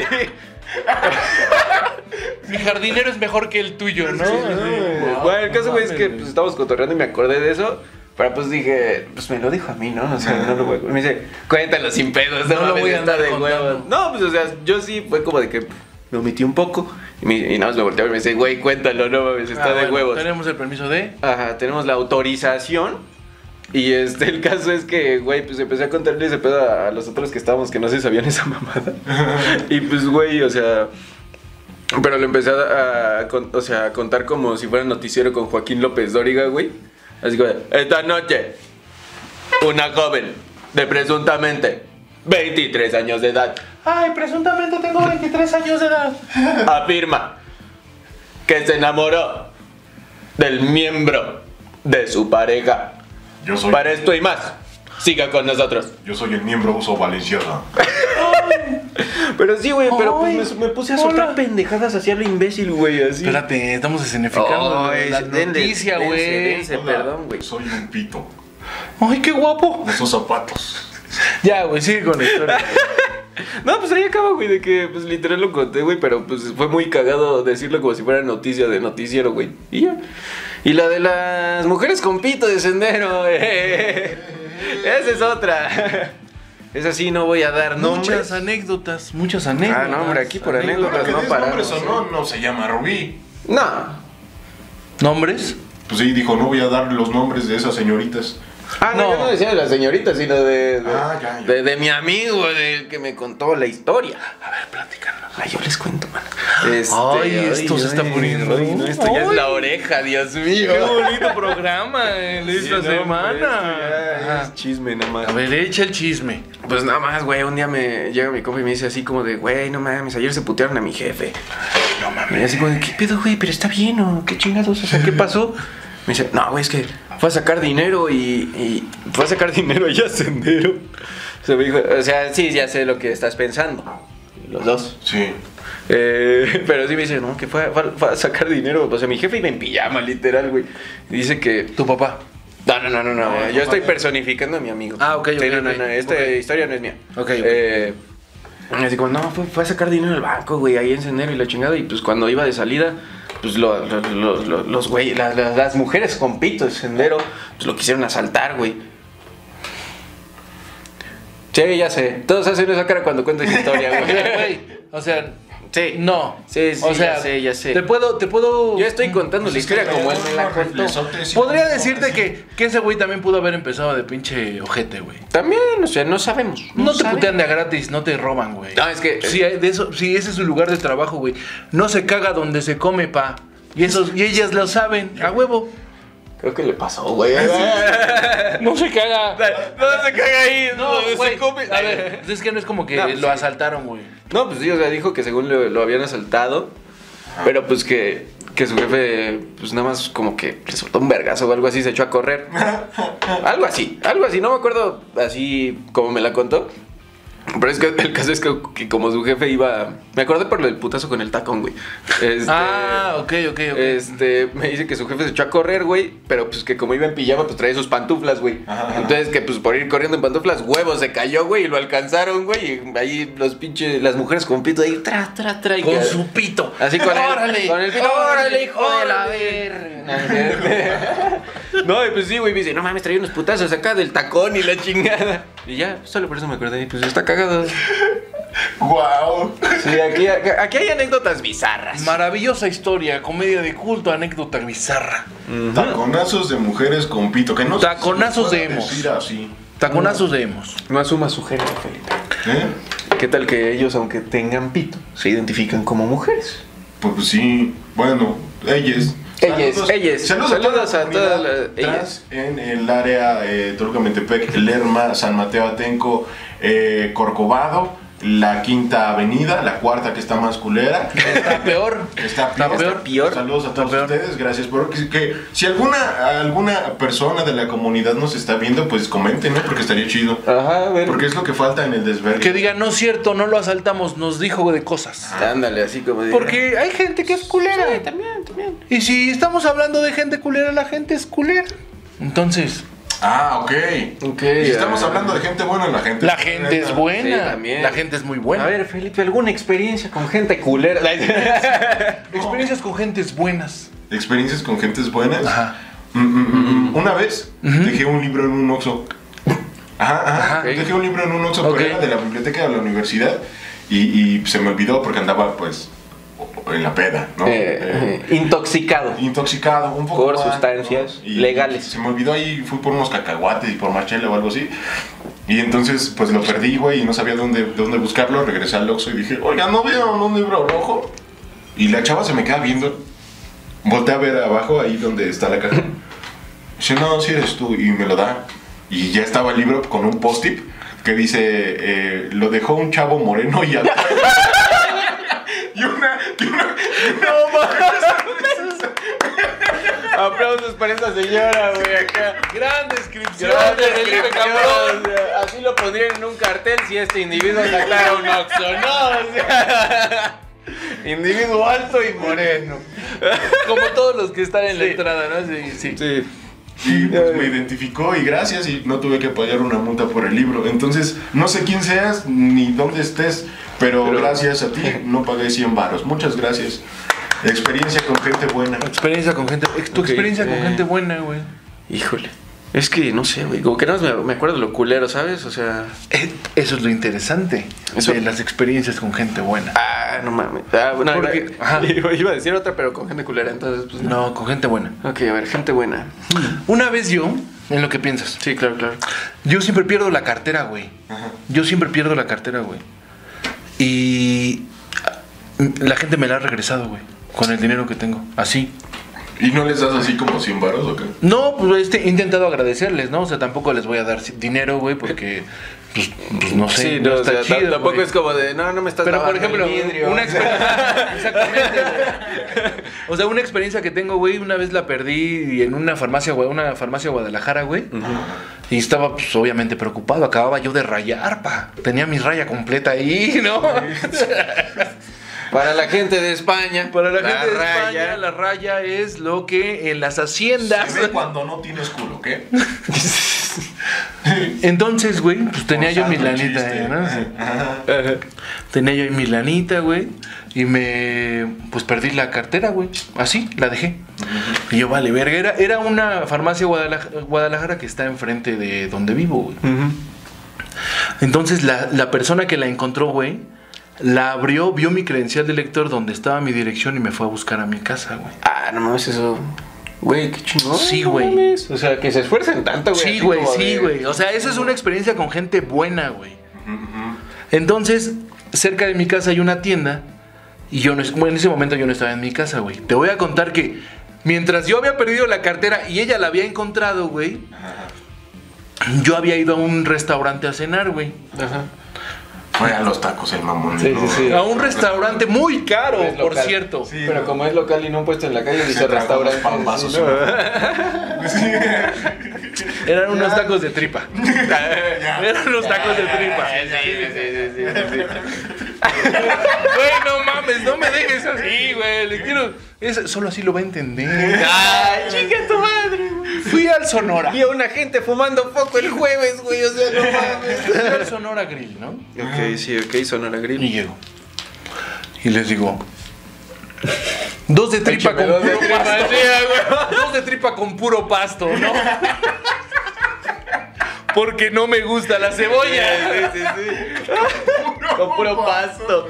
[SPEAKER 4] Mi jardinero es mejor que el tuyo, ¿no?
[SPEAKER 3] güey. Bueno, el caso, güey, es que pues, estábamos cotorreando y me acordé de eso. Pero pues dije, pues me lo dijo a mí, ¿no? O sea, no lo voy a... Me dice, cuéntalo sin pedos, no,
[SPEAKER 4] No lo
[SPEAKER 3] mames,
[SPEAKER 4] voy a
[SPEAKER 3] está
[SPEAKER 4] andar
[SPEAKER 3] de
[SPEAKER 4] contando.
[SPEAKER 3] huevos. No, pues o sea, yo sí fue como de que me omití un poco. Y, me- y nada más me volteaba y me dice, güey, cuéntalo, no mames, está
[SPEAKER 4] Ah,
[SPEAKER 3] de
[SPEAKER 4] bueno,
[SPEAKER 3] huevos.
[SPEAKER 4] Tenemos el permiso de.
[SPEAKER 3] Ajá, tenemos la autorización. Y este, el caso es que, güey, pues empecé a contarle ese pedo a, a los otros que estábamos que no se sabían esa mamada. y pues, güey, o sea. Pero lo empecé a, a con- o sea, a contar como si fuera noticiero con Joaquín López Dóriga, güey. Así que, esta noche, una joven de presuntamente 23 años de edad
[SPEAKER 4] Ay, presuntamente tengo 23 años de edad.
[SPEAKER 3] afirma que se enamoró del miembro de su pareja.
[SPEAKER 5] Yo soy,
[SPEAKER 3] Para esto y más, siga con nosotros.
[SPEAKER 5] yo soy el miembro uso valenciana.
[SPEAKER 3] Pero sí, güey, pero
[SPEAKER 4] Ay,
[SPEAKER 3] pues me, me puse a soltar
[SPEAKER 4] hola.
[SPEAKER 3] pendejadas hacia lo imbécil, güey, así.
[SPEAKER 4] Espérate, estamos escenificando
[SPEAKER 3] Ay,
[SPEAKER 4] la
[SPEAKER 3] Oh, denle,
[SPEAKER 4] noticia,
[SPEAKER 3] dense,
[SPEAKER 4] güey.
[SPEAKER 3] dense, Perdón, güey.
[SPEAKER 5] Soy un pito.
[SPEAKER 4] Ay, qué guapo.
[SPEAKER 5] Esos zapatos.
[SPEAKER 4] Ya, güey, sigue con la historia.
[SPEAKER 3] No, pues ahí acaba, güey, de que pues literal lo conté, güey, pero pues fue muy cagado decirlo como si fuera noticia de noticiero, güey. Y ya. Y la de las mujeres con pito de sendero, eh. Esa es otra. Esa sí no voy a dar nombres.
[SPEAKER 4] Muchas anécdotas, muchas anécdotas.
[SPEAKER 3] Ah, no, hombre, aquí por anécdotas
[SPEAKER 4] anécdotas.
[SPEAKER 5] Ahora que
[SPEAKER 3] no
[SPEAKER 5] des
[SPEAKER 3] paramos.
[SPEAKER 5] nombres o no, no se llama Rubí.
[SPEAKER 3] No.
[SPEAKER 4] ¿Nombres?
[SPEAKER 5] Pues sí, dijo, no voy a dar los nombres de esas señoritas.
[SPEAKER 3] Ah, no,
[SPEAKER 4] No.
[SPEAKER 3] yo no decía de la señorita, sino de, de,
[SPEAKER 5] Ah, ya, ya.
[SPEAKER 3] de- de mi amigo, del que me contó la historia. A ver, platícanos. Ay, yo les cuento, man. Este,
[SPEAKER 4] Ay, esto se está poniendo.
[SPEAKER 3] ay, no, esto ya es
[SPEAKER 4] Ay.
[SPEAKER 3] la oreja, Dios mío.
[SPEAKER 4] Qué bonito programa
[SPEAKER 3] eh,
[SPEAKER 4] el de esta semana. Ajá.
[SPEAKER 3] Es chisme nomás.
[SPEAKER 4] A ver, echa el chisme.
[SPEAKER 3] Pues nada más, güey, un día me llega mi compa y me dice así como de, güey, no mames, ayer se putearon a mi jefe. No mames. Y así como de, ¿qué pedo, güey? Pero está bien, ¿o qué chingados? O sea, ¿qué pasó? Me dice, no, güey, es que fue a sacar dinero y, y fue a sacar dinero allá a Sendero. O sea, me dijo, o sea, sí, ya sé lo que estás pensando. Los dos.
[SPEAKER 5] Sí.
[SPEAKER 3] Eh, pero sí me dice, no, que fue, a- fue a- fue a sacar dinero. O sea, mi jefe iba en pijama, literal, güey. Dice que
[SPEAKER 4] Tu papá.
[SPEAKER 3] no, no, no, no, no,
[SPEAKER 5] No,
[SPEAKER 3] yo
[SPEAKER 5] no,
[SPEAKER 3] estoy
[SPEAKER 5] no.
[SPEAKER 3] personificando a mi amigo.
[SPEAKER 4] Ah, ok, ok,
[SPEAKER 3] Sí, no, no,
[SPEAKER 4] ok,
[SPEAKER 3] no, esta
[SPEAKER 4] ok.
[SPEAKER 3] historia no es mía.
[SPEAKER 4] Ok, ok.
[SPEAKER 3] Eh, así como, no, fue, fue a sacar dinero al banco, güey, ahí en Sendero y la chingada. Y pues cuando iba de salida, pues lo- lo- lo- lo- los güey, las, las- las mujeres con pito de Sendero, pues lo quisieron asaltar, güey. Sí, ya sé. Todos hacen esa cara cuando cuentas historia,
[SPEAKER 4] O sea,
[SPEAKER 3] güey.
[SPEAKER 4] güey, o sea,
[SPEAKER 3] Sí.
[SPEAKER 4] no.
[SPEAKER 3] Sí, sí,
[SPEAKER 4] o sea,
[SPEAKER 3] ya sé, ya sé.
[SPEAKER 4] Te puedo, te puedo.
[SPEAKER 3] Yo estoy contando la historia como él me la
[SPEAKER 5] Unos
[SPEAKER 3] contó.
[SPEAKER 5] reflesotes y-
[SPEAKER 4] Podría decirte que, que ese güey también pudo haber empezado de pinche ojete, güey.
[SPEAKER 3] También, o sea, no sabemos.
[SPEAKER 4] No, te
[SPEAKER 3] sabemos.
[SPEAKER 4] putean de a gratis, no te roban, güey.
[SPEAKER 3] No, es que-
[SPEAKER 4] Sí, hay de eso, sí, ese es su lugar de trabajo, güey. No se caga donde se come, pa. Y, esos, y ellas lo saben, a huevo.
[SPEAKER 3] Creo que le pasó, güey.
[SPEAKER 4] Ah, No se caga.
[SPEAKER 3] Ah, No se caga ahí,
[SPEAKER 4] No,
[SPEAKER 3] se
[SPEAKER 4] güey.
[SPEAKER 3] come.
[SPEAKER 4] A ver, es que no es como que
[SPEAKER 3] No,
[SPEAKER 4] lo
[SPEAKER 3] sí.
[SPEAKER 4] asaltaron, güey.
[SPEAKER 3] No, pues sí, o sea, dijo que según lo, lo habían asaltado, pero pues que, que su jefe, pues nada más como que le soltó un vergazo o algo así, se echó a correr. algo así, algo así, no me acuerdo así como me la contó. Pero es que el caso es que, que como su jefe iba. Me acordé por el putazo con el tacón, güey. Este,
[SPEAKER 4] Ah, ok, ok, ok.
[SPEAKER 3] Este, me dice que su jefe se echó a correr, güey, pero pues que como iba en pijama, pues traía sus pantuflas, güey.
[SPEAKER 5] Ajá.
[SPEAKER 3] Entonces que pues por ir corriendo en pantuflas, huevos, se cayó, güey, y lo alcanzaron, güey, y ahí los pinches, las mujeres con pito ahí, tra, tra, tra. y
[SPEAKER 4] con
[SPEAKER 3] que-
[SPEAKER 4] su pito.
[SPEAKER 3] Así con el,
[SPEAKER 4] órale,
[SPEAKER 3] con el pito, órale, hijo de la verga. No, y pues sí, güey, me dice, no mames, traía unos putazos acá del tacón y la chingada. Y ya, solo por eso me acordé, y pues está cagado.
[SPEAKER 5] ¡Guau!
[SPEAKER 3] Sí, aquí, aquí hay anécdotas bizarras.
[SPEAKER 4] Maravillosa historia, comedia de culto, anécdota bizarra.
[SPEAKER 5] Taconazos de mujeres con pito. Que no sé si
[SPEAKER 4] Taconazos
[SPEAKER 5] se
[SPEAKER 4] de
[SPEAKER 5] puede
[SPEAKER 4] emos.
[SPEAKER 5] decir así.
[SPEAKER 4] Taconazos de hemos.
[SPEAKER 3] No asuma su género, Felipe.
[SPEAKER 5] ¿Eh?
[SPEAKER 3] ¿Qué tal que ellos, aunque tengan pito, se identifican como mujeres?
[SPEAKER 5] Pues sí. Bueno, ellas.
[SPEAKER 3] Ellas, ellas.
[SPEAKER 5] Saludos,
[SPEAKER 3] Saludos
[SPEAKER 5] a
[SPEAKER 3] a
[SPEAKER 5] toda la
[SPEAKER 3] todas las-
[SPEAKER 5] comunidad trans en el área eh, Toluca-Metepec, Lerma, San Mateo Atenco, eh, Corcovado, la Quinta Avenida, la cuarta que está más culera.
[SPEAKER 4] Está peor.
[SPEAKER 5] Está
[SPEAKER 4] Está
[SPEAKER 5] peor.
[SPEAKER 4] peor.
[SPEAKER 3] Pior.
[SPEAKER 5] Saludos a todos
[SPEAKER 4] Está peor.
[SPEAKER 5] ustedes, gracias por que, que si alguna alguna persona de la comunidad nos está viendo, pues comenten, ¿no? Porque estaría chido.
[SPEAKER 3] Ajá, a ver.
[SPEAKER 5] Porque es lo que falta en el desvergue.
[SPEAKER 4] Que diga, no es cierto, no lo asaltamos, nos dijo de cosas.
[SPEAKER 3] Ándale, así como de-
[SPEAKER 4] Porque hay gente que es culera. también, también. Y si estamos hablando de gente culera, la gente es culera. Entonces,
[SPEAKER 5] Ah, ok.
[SPEAKER 3] Ok,
[SPEAKER 5] Y si estamos
[SPEAKER 3] ah.
[SPEAKER 5] hablando de gente buena, la gente
[SPEAKER 4] la gente es
[SPEAKER 3] Sí,
[SPEAKER 4] buena.
[SPEAKER 3] también.
[SPEAKER 4] la gente es muy buena.
[SPEAKER 3] A ver, Felipe, ¿alguna experiencia con gente culera?
[SPEAKER 4] Experiencias con gentes buenas.
[SPEAKER 5] Experiencias con gentes buenas.
[SPEAKER 4] Ajá.
[SPEAKER 5] Mm, mm, mm. Una vez dejé un libro en un Oxxo. Ajá, ajá.
[SPEAKER 4] Ajá.
[SPEAKER 5] Dejé un libro en un Oxxo, pero
[SPEAKER 4] Ok.
[SPEAKER 5] era de la biblioteca de la universidad. Y, y se me olvidó porque andaba, pues, en la peda, ¿no? Eh,
[SPEAKER 3] Eh, intoxicado.
[SPEAKER 5] intoxicado, un poco.
[SPEAKER 3] Por
[SPEAKER 5] mal,
[SPEAKER 3] sustancias
[SPEAKER 5] ¿no?
[SPEAKER 3] legales.
[SPEAKER 5] Se me olvidó ahí, fui por unos cacahuates y por machela o algo así. Y entonces, pues lo perdí, güey, y no sabía dónde, dónde buscarlo. Regresé al Oxxo y dije, oiga, ¿no veo un libro rojo? Y la chava se me queda viendo. Volté a ver abajo, ahí donde está la caja. Dice, no, si eres tú. Y me lo da. Y ya estaba el libro con un post-it que dice, eh, lo dejó un chavo moreno y alto. y una, y una,
[SPEAKER 3] Aplausos para esa señora, güey, acá.
[SPEAKER 4] Gran descripción.
[SPEAKER 3] Grande, Felipe Cabrón. O sea, Así lo pondrían en un cartel si este individuo sacara un oxo, ¿no? O sea, individuo alto y moreno.
[SPEAKER 4] Como todos los que están en la
[SPEAKER 3] Sí.
[SPEAKER 4] entrada, ¿no? Sí, sí.
[SPEAKER 3] Sí.
[SPEAKER 5] Y pues, me identificó y gracias y no tuve que pagar una multa por el libro. Entonces, no sé quién seas ni dónde estés, pero, gracias a ti no pagué 100 varos. Muchas gracias. Experiencia con gente buena.
[SPEAKER 4] Experiencia con gente. ex- Tu
[SPEAKER 3] Ok,
[SPEAKER 4] experiencia con
[SPEAKER 3] eh.
[SPEAKER 4] gente buena, güey.
[SPEAKER 3] Híjole. Es que no sé, güey. Como que nada más me, me acuerdo de lo culero, ¿sabes? O sea.
[SPEAKER 4] Eh, Eso es lo interesante
[SPEAKER 3] Eso-
[SPEAKER 4] de las experiencias con gente buena.
[SPEAKER 3] Ah, no mames. Ah, bueno,
[SPEAKER 4] Porque-
[SPEAKER 3] iba-
[SPEAKER 4] ajá.
[SPEAKER 3] iba, iba a decir otra, pero con gente culera, entonces, pues no.
[SPEAKER 4] No, con gente buena.
[SPEAKER 3] Ok, a ver, gente buena.
[SPEAKER 4] Una vez yo, en lo que piensas,
[SPEAKER 3] Sí, claro, claro.
[SPEAKER 4] yo siempre pierdo la cartera, güey. Yo siempre pierdo la cartera, güey. Y ah, la gente me la ha regresado, güey. Con el dinero que tengo. Así.
[SPEAKER 5] ¿Y no les das así como 100 varos o qué?
[SPEAKER 4] No, pues este, he intentado agradecerles, ¿no? O sea, tampoco les voy a dar si- dinero, güey, porque. Pues, pues, no sé.
[SPEAKER 3] sí,
[SPEAKER 4] no,
[SPEAKER 3] no, o
[SPEAKER 4] está
[SPEAKER 3] sea, ta-
[SPEAKER 4] chido. güey.
[SPEAKER 3] tampoco es como de, no, no me estás
[SPEAKER 4] Pero por
[SPEAKER 3] lavando el
[SPEAKER 4] ejemplo,
[SPEAKER 3] vidrio.
[SPEAKER 4] una experiencia. Exactamente, güey. O sea, una experiencia que tengo, güey, una vez la perdí en una farmacia, güey, una farmacia de Guadalajara, güey. Y estaba, pues, obviamente preocupado. Acababa yo de rayar, pa. Tenía mi raya completa ahí, ¿no?
[SPEAKER 3] Para la gente de España.
[SPEAKER 4] Para la, gente de
[SPEAKER 3] raya.
[SPEAKER 4] España, la raya es lo que en las haciendas.
[SPEAKER 5] Se ve cuando no tienes culo, ¿qué?
[SPEAKER 4] Entonces, güey, pues tenía yo mi
[SPEAKER 5] Forzando el
[SPEAKER 4] lanita,
[SPEAKER 5] chiste.
[SPEAKER 4] eh, ¿no? Sí. Tenía yo ahí mi lanita, güey. Y me. Pues perdí la cartera, güey. Así, la dejé. Y yo, vale, verga. Era, era una farmacia Guadalajara, Guadalajara que está enfrente de donde vivo, güey. Entonces, la, la persona que la encontró, güey, la abrió, vio mi credencial de lector donde estaba mi dirección y me fue a buscar a mi casa, güey.
[SPEAKER 3] Ah, no mames, eso. Güey, qué chingón.
[SPEAKER 4] Sí,
[SPEAKER 3] no
[SPEAKER 4] güey.
[SPEAKER 3] mames. O sea, que se esfuercen tanto, güey.
[SPEAKER 4] Sí,
[SPEAKER 3] así
[SPEAKER 4] güey,
[SPEAKER 3] como
[SPEAKER 4] sí,
[SPEAKER 3] de-
[SPEAKER 4] güey. O sea, esa es una experiencia con gente buena, güey. Entonces, cerca de mi casa hay una tienda. Y yo no, es- bueno, en ese momento yo no estaba en mi casa, güey. Te voy a contar que mientras yo había perdido la cartera y ella la había encontrado, güey, yo había ido a un restaurante a cenar, güey.
[SPEAKER 3] Ajá.
[SPEAKER 5] Fue a los tacos el mamón.
[SPEAKER 3] Sí,
[SPEAKER 5] ¿no?
[SPEAKER 3] sí, sí.
[SPEAKER 4] A un restaurante muy caro,
[SPEAKER 3] Es
[SPEAKER 4] por
[SPEAKER 3] local.
[SPEAKER 4] cierto.
[SPEAKER 5] Sí,
[SPEAKER 3] Pero
[SPEAKER 5] no.
[SPEAKER 3] como es local y no han puesto en la calle, dice
[SPEAKER 5] Se tragó unos
[SPEAKER 3] restaurante.
[SPEAKER 5] pambazos,
[SPEAKER 3] sí, ¿no?
[SPEAKER 5] Sí.
[SPEAKER 4] Eran unos tacos de tripa. Eran unos tacos de tripa. Güey, no mames, no me dejes así, güey. Le quiero. Es- solo así lo va a entender.
[SPEAKER 3] Ay, chica tu madre, güey.
[SPEAKER 4] Fui al Sonora.
[SPEAKER 3] Vi a una gente fumando poco el jueves, güey. O sea, no mames.
[SPEAKER 4] Fui al Sonora Grill, ¿no?
[SPEAKER 3] Ok, sí, ok, Sonora
[SPEAKER 4] Y
[SPEAKER 3] Grill.
[SPEAKER 4] llego. Y les digo. Dos de tripa
[SPEAKER 3] Écheme
[SPEAKER 4] con
[SPEAKER 3] dos de
[SPEAKER 4] puro
[SPEAKER 3] tripa".
[SPEAKER 4] pasto. Dos de tripa con puro pasto, ¿no? Porque no me gusta la cebolla.
[SPEAKER 3] sí, sí. Con puro pasto.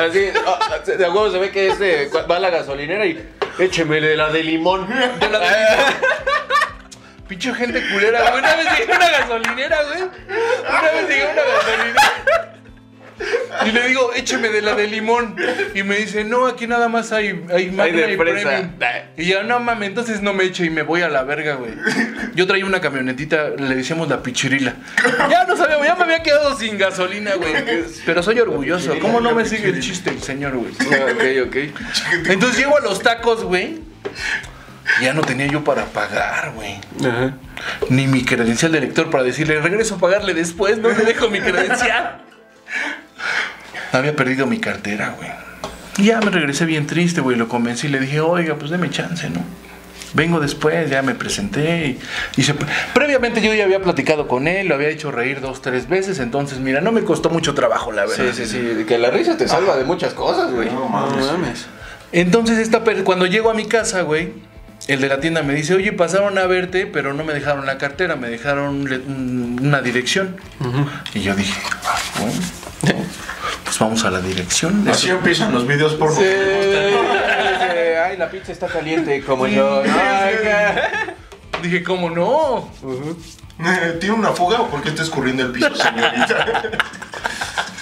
[SPEAKER 3] Así, ah, ah, de a huevo se ve que este va a la gasolinera y écheme de la de limón.
[SPEAKER 4] De la Pinche gente culera, güey. Una vez llegué a una gasolinera, güey. Una vez llegué a una gasolinera. Y le digo, écheme de la de limón. Y me dice, no, aquí nada más hay, hay Magna
[SPEAKER 3] de
[SPEAKER 4] y
[SPEAKER 3] fresa.
[SPEAKER 4] Premium. Y yo, no mames, entonces no me eche y me voy a la verga, güey. Yo traía una camionetita, le decíamos la pichirila. Ya no sabíamos, ya me había quedado sin gasolina, güey. Pero soy orgulloso. ¿Cómo no me sigue el chiste el señor, güey?
[SPEAKER 3] Ah, ok, ok.
[SPEAKER 4] Entonces llego a los tacos, güey. Ya no tenía yo para pagar, güey.
[SPEAKER 3] Ajá.
[SPEAKER 4] Ni mi credencial de lector para decirle, regreso a pagarle después, no le dejo mi credencial. Había perdido mi cartera, güey. Y ya me regresé bien triste, güey. Lo convencí y le dije, oiga, pues deme chance, ¿no? Vengo después, ya me presenté. Y, y se- previamente yo ya había platicado con él, lo había hecho reír dos, tres veces. Entonces, mira, no me costó mucho trabajo, la verdad.
[SPEAKER 3] Sí, sí, sí. Que la risa te salva de muchas cosas, güey.
[SPEAKER 5] No mames.
[SPEAKER 4] Entonces esta per- cuando llego a mi casa, güey, el de la tienda me dice, oye, pasaron a verte, pero no me dejaron la cartera, me dejaron le- un- una dirección. Y yo dije, "Ah, bueno, pues vamos a la dirección.
[SPEAKER 5] Así empiezan los videos por
[SPEAKER 3] Sí, Ay, la pizza está caliente como yo. Ay, qué-
[SPEAKER 4] Dije, ¿cómo no?
[SPEAKER 5] ¿Tiene una fuga o por qué está escurriendo el piso, señorita?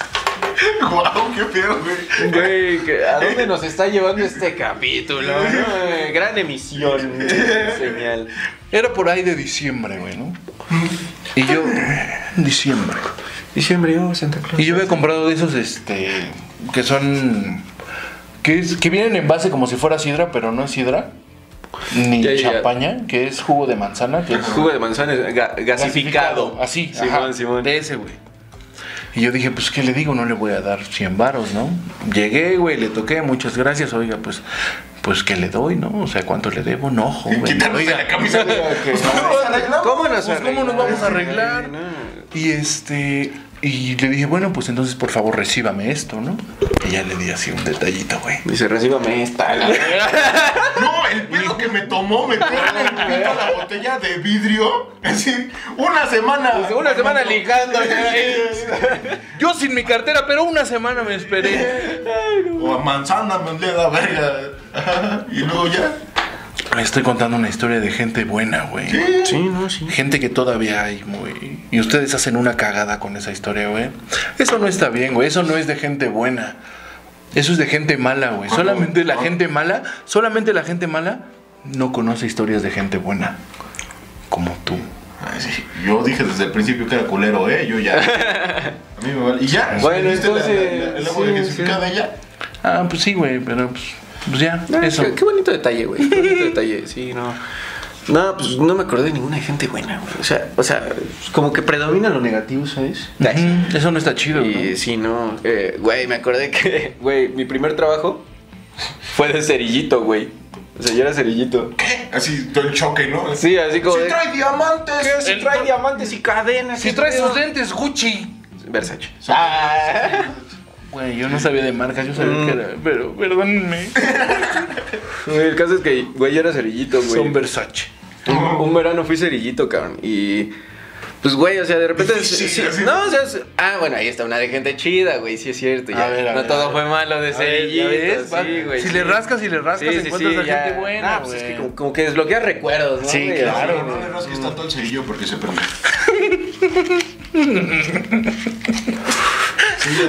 [SPEAKER 5] Guau, qué pedo, güey.
[SPEAKER 3] Güey, que- ¿a dónde nos está llevando este capítulo? no? Eh, Gran emisión. Señal.
[SPEAKER 4] Era por ahí de diciembre, güey, ¿no? Y yo, diciembre.
[SPEAKER 3] Diciembre, yo, Santa Claus.
[SPEAKER 4] Y yo había comprado de esos, este, que son, que, es- que vienen en base como si fuera sidra, pero no es sidra, ni
[SPEAKER 3] Ya, ya, ya.
[SPEAKER 4] champaña, que es jugo de manzana, que es
[SPEAKER 3] Jugo de manzana ga- gasificado.
[SPEAKER 4] Así, ajá,
[SPEAKER 3] Simón, Simón.
[SPEAKER 4] de ese, güey. Y yo dije, pues, ¿qué le digo? No le voy a dar 100 varos, ¿no? Llegué, güey, le toqué, muchas gracias, oiga, pues, pues, ¿qué le doy, no? O sea, ¿cuánto le debo? No, joven.
[SPEAKER 5] Quitándose
[SPEAKER 4] Oiga,
[SPEAKER 5] la camisa. Pues, ¿cómo nos arreglamos?
[SPEAKER 3] ¿Cómo nos,
[SPEAKER 4] pues, ¿cómo nos vamos a arreglar?
[SPEAKER 3] No.
[SPEAKER 4] Y este. Y le dije, bueno, pues entonces por favor recíbame esto, ¿no? Y ya le di así un detallito, güey.
[SPEAKER 3] Dice, recíbame esta. la-
[SPEAKER 5] No, el pedo que me tomó meterle el pito a la botella de vidrio. Así, una semana.
[SPEAKER 3] Dice, Pues, Una semana ligando.
[SPEAKER 4] Yo sin mi cartera, pero una semana me esperé.
[SPEAKER 5] O a manzana me le da verga. Ajá, Y luego ya.
[SPEAKER 4] Estoy contando una historia de gente buena, güey.
[SPEAKER 3] Sí, no, sí.
[SPEAKER 4] Gente que todavía hay, güey. Y ustedes hacen una cagada con esa historia, güey. Eso no está bien, güey. Eso no es de gente buena. Eso es de gente mala, güey.
[SPEAKER 3] Ah,
[SPEAKER 4] Solamente la gente mala, solamente la gente mala no conoce historias de gente buena. Como tú.
[SPEAKER 5] Ay, sí. Yo dije desde el principio que era culero, ¿eh? Yo ya. A mí me vale. Y ya.
[SPEAKER 3] Bueno,
[SPEAKER 5] ¿viste la- la- la-
[SPEAKER 3] entonces,
[SPEAKER 5] El agua de
[SPEAKER 3] sí,
[SPEAKER 5] gasificada y ya.
[SPEAKER 4] Ah, pues sí, güey, pero pues, pues ya,
[SPEAKER 3] Ah,
[SPEAKER 4] eso.
[SPEAKER 3] Qué, qué bonito detalle, güey. Qué bonito detalle, sí, no. No, pues no me acordé de ninguna gente buena, güey. O sea, o sea, como que predomina lo negativo, ¿sabes?
[SPEAKER 4] Ujú, Eso no está chido,
[SPEAKER 3] Y
[SPEAKER 4] güey.
[SPEAKER 3] sí, no. eh, Güey, me acordé que, güey, mi primer trabajo fue de cerillito, güey. O sea, yo era cerillito.
[SPEAKER 5] Así, todo el choque, ¿no?
[SPEAKER 3] Sí, así como.
[SPEAKER 5] ¡Sí
[SPEAKER 3] de,
[SPEAKER 5] trae diamantes!
[SPEAKER 3] ¿Qué? Si
[SPEAKER 4] El-
[SPEAKER 3] trae diamantes y cadenas.
[SPEAKER 4] Si
[SPEAKER 3] ¿qué
[SPEAKER 4] traes
[SPEAKER 3] pedo?
[SPEAKER 4] sus lentes, Gucci.
[SPEAKER 3] Versace. Ah,
[SPEAKER 4] Güey, yo no sabía de marcas, yo sabía que era.
[SPEAKER 3] Mm.
[SPEAKER 4] Pero perdónenme.
[SPEAKER 3] Güey, El caso es que, güey, yo era cerillito, güey.
[SPEAKER 4] Son Versace.
[SPEAKER 3] Un,
[SPEAKER 4] Ah.
[SPEAKER 3] un verano fui cerillito, cabrón. Y. Pues, güey, o sea, de repente.
[SPEAKER 5] Difícil,
[SPEAKER 3] sí,
[SPEAKER 5] así.
[SPEAKER 3] no, o sea. es- ah, bueno, ahí está una de gente chida, güey, sí es cierto. Ya.
[SPEAKER 4] A ver, a
[SPEAKER 3] no
[SPEAKER 4] ver,
[SPEAKER 3] todo
[SPEAKER 4] a ver.
[SPEAKER 3] fue malo de
[SPEAKER 4] A ver, ya
[SPEAKER 3] cerillito.
[SPEAKER 4] ves, va.
[SPEAKER 3] sí, güey.
[SPEAKER 4] Si
[SPEAKER 3] sí.
[SPEAKER 4] le rascas y le rascas,
[SPEAKER 3] Sí, sí,
[SPEAKER 4] encuentras
[SPEAKER 3] sí,
[SPEAKER 4] a gente
[SPEAKER 3] ya.
[SPEAKER 4] buena,
[SPEAKER 3] Ah, pues es
[SPEAKER 4] güey.
[SPEAKER 3] que como, como que desbloquea recuerdos, ¿no?
[SPEAKER 4] Sí,
[SPEAKER 3] güey?
[SPEAKER 4] claro,
[SPEAKER 5] Claro, no le rasques tanto el cerillo porque se prende.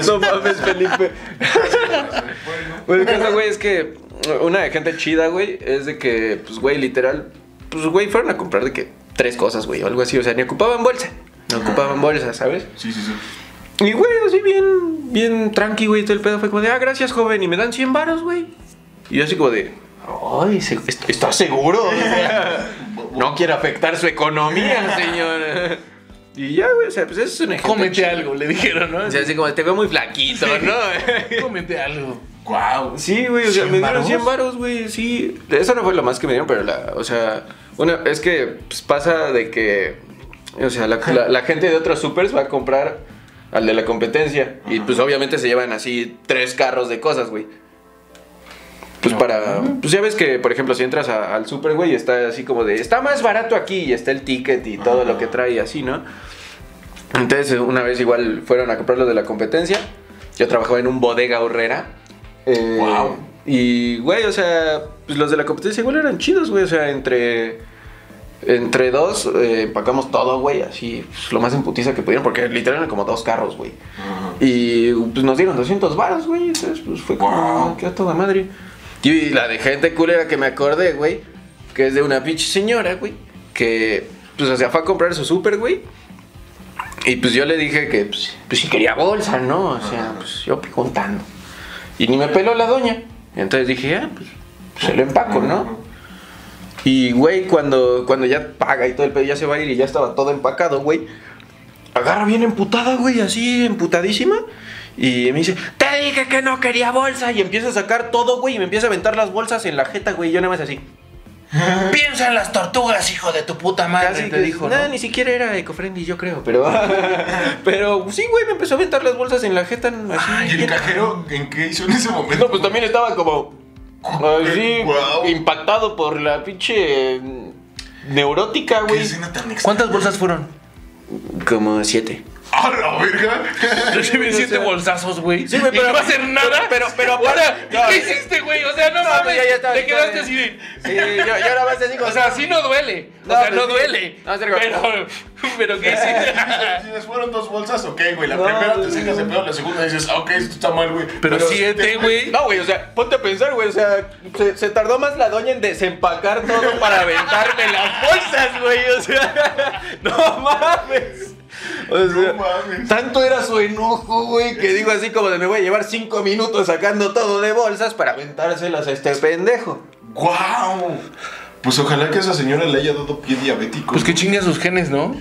[SPEAKER 3] No mames, Felipe. Bueno, el caso, güey, es que una de gente chida, güey, es de que, pues, güey, literal, pues, güey, fueron a comprar de que tres cosas, güey, o algo así. O sea, ni ocupaban bolsa. No ocupaban bolsa, ¿sabes?
[SPEAKER 5] Sí, sí, sí.
[SPEAKER 3] Y, güey, así bien, bien tranqui, güey, todo el pedo fue como de, ah, gracias, joven, y me dan 100 varos, güey. Y yo así como de, ay, se- est- ¿está seguro? O sea, no quiere afectar su economía, señor. Y ya, güey, o sea, pues eso es un ejemplo.
[SPEAKER 4] Cómete algo, le dijeron, ¿no?
[SPEAKER 3] O sea, así como, te veo muy flaquito, ¿no?
[SPEAKER 4] Cómete algo.
[SPEAKER 5] ¡Guau!
[SPEAKER 3] Sí, güey, o sea,
[SPEAKER 5] ¿Cien
[SPEAKER 3] me dieron
[SPEAKER 5] varos?
[SPEAKER 3] 100 varos, güey, sí. Esa no fue la más que me dieron, pero la, o sea, una, es que pues, pasa de que, o sea, la, la- la gente de otros supers va a comprar al de la competencia y pues obviamente se llevan así tres carros de cosas, güey. Pues para, pues ya ves que, por ejemplo, si entras a- al super, güey, está así como de, está más barato aquí y está el ticket y todo lo que trae y así, ¿no? Entonces, eh, una vez igual fueron a comprar lo de la competencia. Yo trabajaba en un bodega horrera. Eh,
[SPEAKER 5] Wow.
[SPEAKER 3] Y, güey, o sea, pues los de la competencia igual eran chidos, güey. O sea, entre. Entre dos, eh, empacamos todo, güey, así, pues, lo más en putiza que pudieron, porque literal eran como dos carros, güey. Y pues, nos dieron 200 varos, güey, entonces pues, fue como,
[SPEAKER 5] Wow.
[SPEAKER 3] qué a toda madre. Y la de gente culera que me acordé, güey, que es de una pinche señora, güey, que, pues, o sea, fue a comprar su súper, güey. Y pues yo le dije que, pues, pues sí quería bolsa, ¿no? O sea, pues yo preguntando. Y ni me peló la doña. Entonces dije, ah, pues, se lo empaco, ¿no? Y, güey, cuando, cuando ya paga y todo el pedo ya se va a ir y ya estaba todo empacado, güey. Agarra bien emputada, güey, así, emputadísima. Y me dice, te dije que no quería bolsa. Y empieza a sacar todo, güey, y me empieza a aventar las bolsas en la jeta, güey. y Yo nada más así.
[SPEAKER 4] Piensa en las tortugas, hijo de tu puta madre.
[SPEAKER 3] Casi
[SPEAKER 4] te
[SPEAKER 3] que-
[SPEAKER 4] dijo,
[SPEAKER 3] nah,
[SPEAKER 4] ¿no?
[SPEAKER 3] ni siquiera era eco-friendly, yo creo, pero... pero sí, güey, me empezó a aventar las bolsas en la jeta, así.
[SPEAKER 5] ¿Y el cajero en qué hizo en ese momento?
[SPEAKER 3] No, pues también estaba como así
[SPEAKER 5] Guau.
[SPEAKER 3] impactado por la pinche eh, neurótica,
[SPEAKER 5] ¿Qué
[SPEAKER 3] güey.
[SPEAKER 5] escena tan extraña?
[SPEAKER 4] ¿Cuántas bolsas fueron?
[SPEAKER 3] Como siete.
[SPEAKER 5] ¡A la verga!
[SPEAKER 4] Recibí
[SPEAKER 3] o
[SPEAKER 4] siete
[SPEAKER 3] sea-
[SPEAKER 4] bolsazos, güey.
[SPEAKER 3] Sí, güey,
[SPEAKER 4] ¿Y
[SPEAKER 3] pero-
[SPEAKER 4] no va a hacer nada.
[SPEAKER 3] pero- pero
[SPEAKER 4] Ahora,
[SPEAKER 3] aparte- no,
[SPEAKER 4] ¿Qué
[SPEAKER 3] sí.
[SPEAKER 4] hiciste, güey? O sea, no,
[SPEAKER 3] No,
[SPEAKER 4] mames.
[SPEAKER 3] pues ya- ya estaba-
[SPEAKER 4] te quedaste
[SPEAKER 3] estaba-
[SPEAKER 4] así de.
[SPEAKER 3] Sí, yo, yo nada más te digo.
[SPEAKER 4] O sea, sí no duele.
[SPEAKER 3] No,
[SPEAKER 4] o sea,
[SPEAKER 3] pues
[SPEAKER 4] no
[SPEAKER 3] sí.
[SPEAKER 4] duele.
[SPEAKER 3] No, Sergio.
[SPEAKER 4] pero, pero ¿qué hiciste?
[SPEAKER 5] Si les fueron dos bolsas, ok, güey. La
[SPEAKER 3] No,
[SPEAKER 5] primera te
[SPEAKER 3] güey.
[SPEAKER 5] sacas de pedo, la segunda dices, ah, ok, esto está mal, güey.
[SPEAKER 4] Pero siete, güey.
[SPEAKER 3] No, güey, o sea, ponte a pensar, güey, o sea, se, se tardó más la doña en desempacar todo para aventarme las bolsas, güey, o sea, no mames. O sea,
[SPEAKER 5] mames.
[SPEAKER 3] tanto era su enojo, güey, que digo así como de me voy a llevar cinco minutos sacando todo de bolsas para aventárselas a este pendejo.
[SPEAKER 5] ¡Guau! Pues ojalá que a esa señora le haya dado pie diabético.
[SPEAKER 4] Pues que
[SPEAKER 5] ¿no?
[SPEAKER 4] chingue a sus genes, ¿no?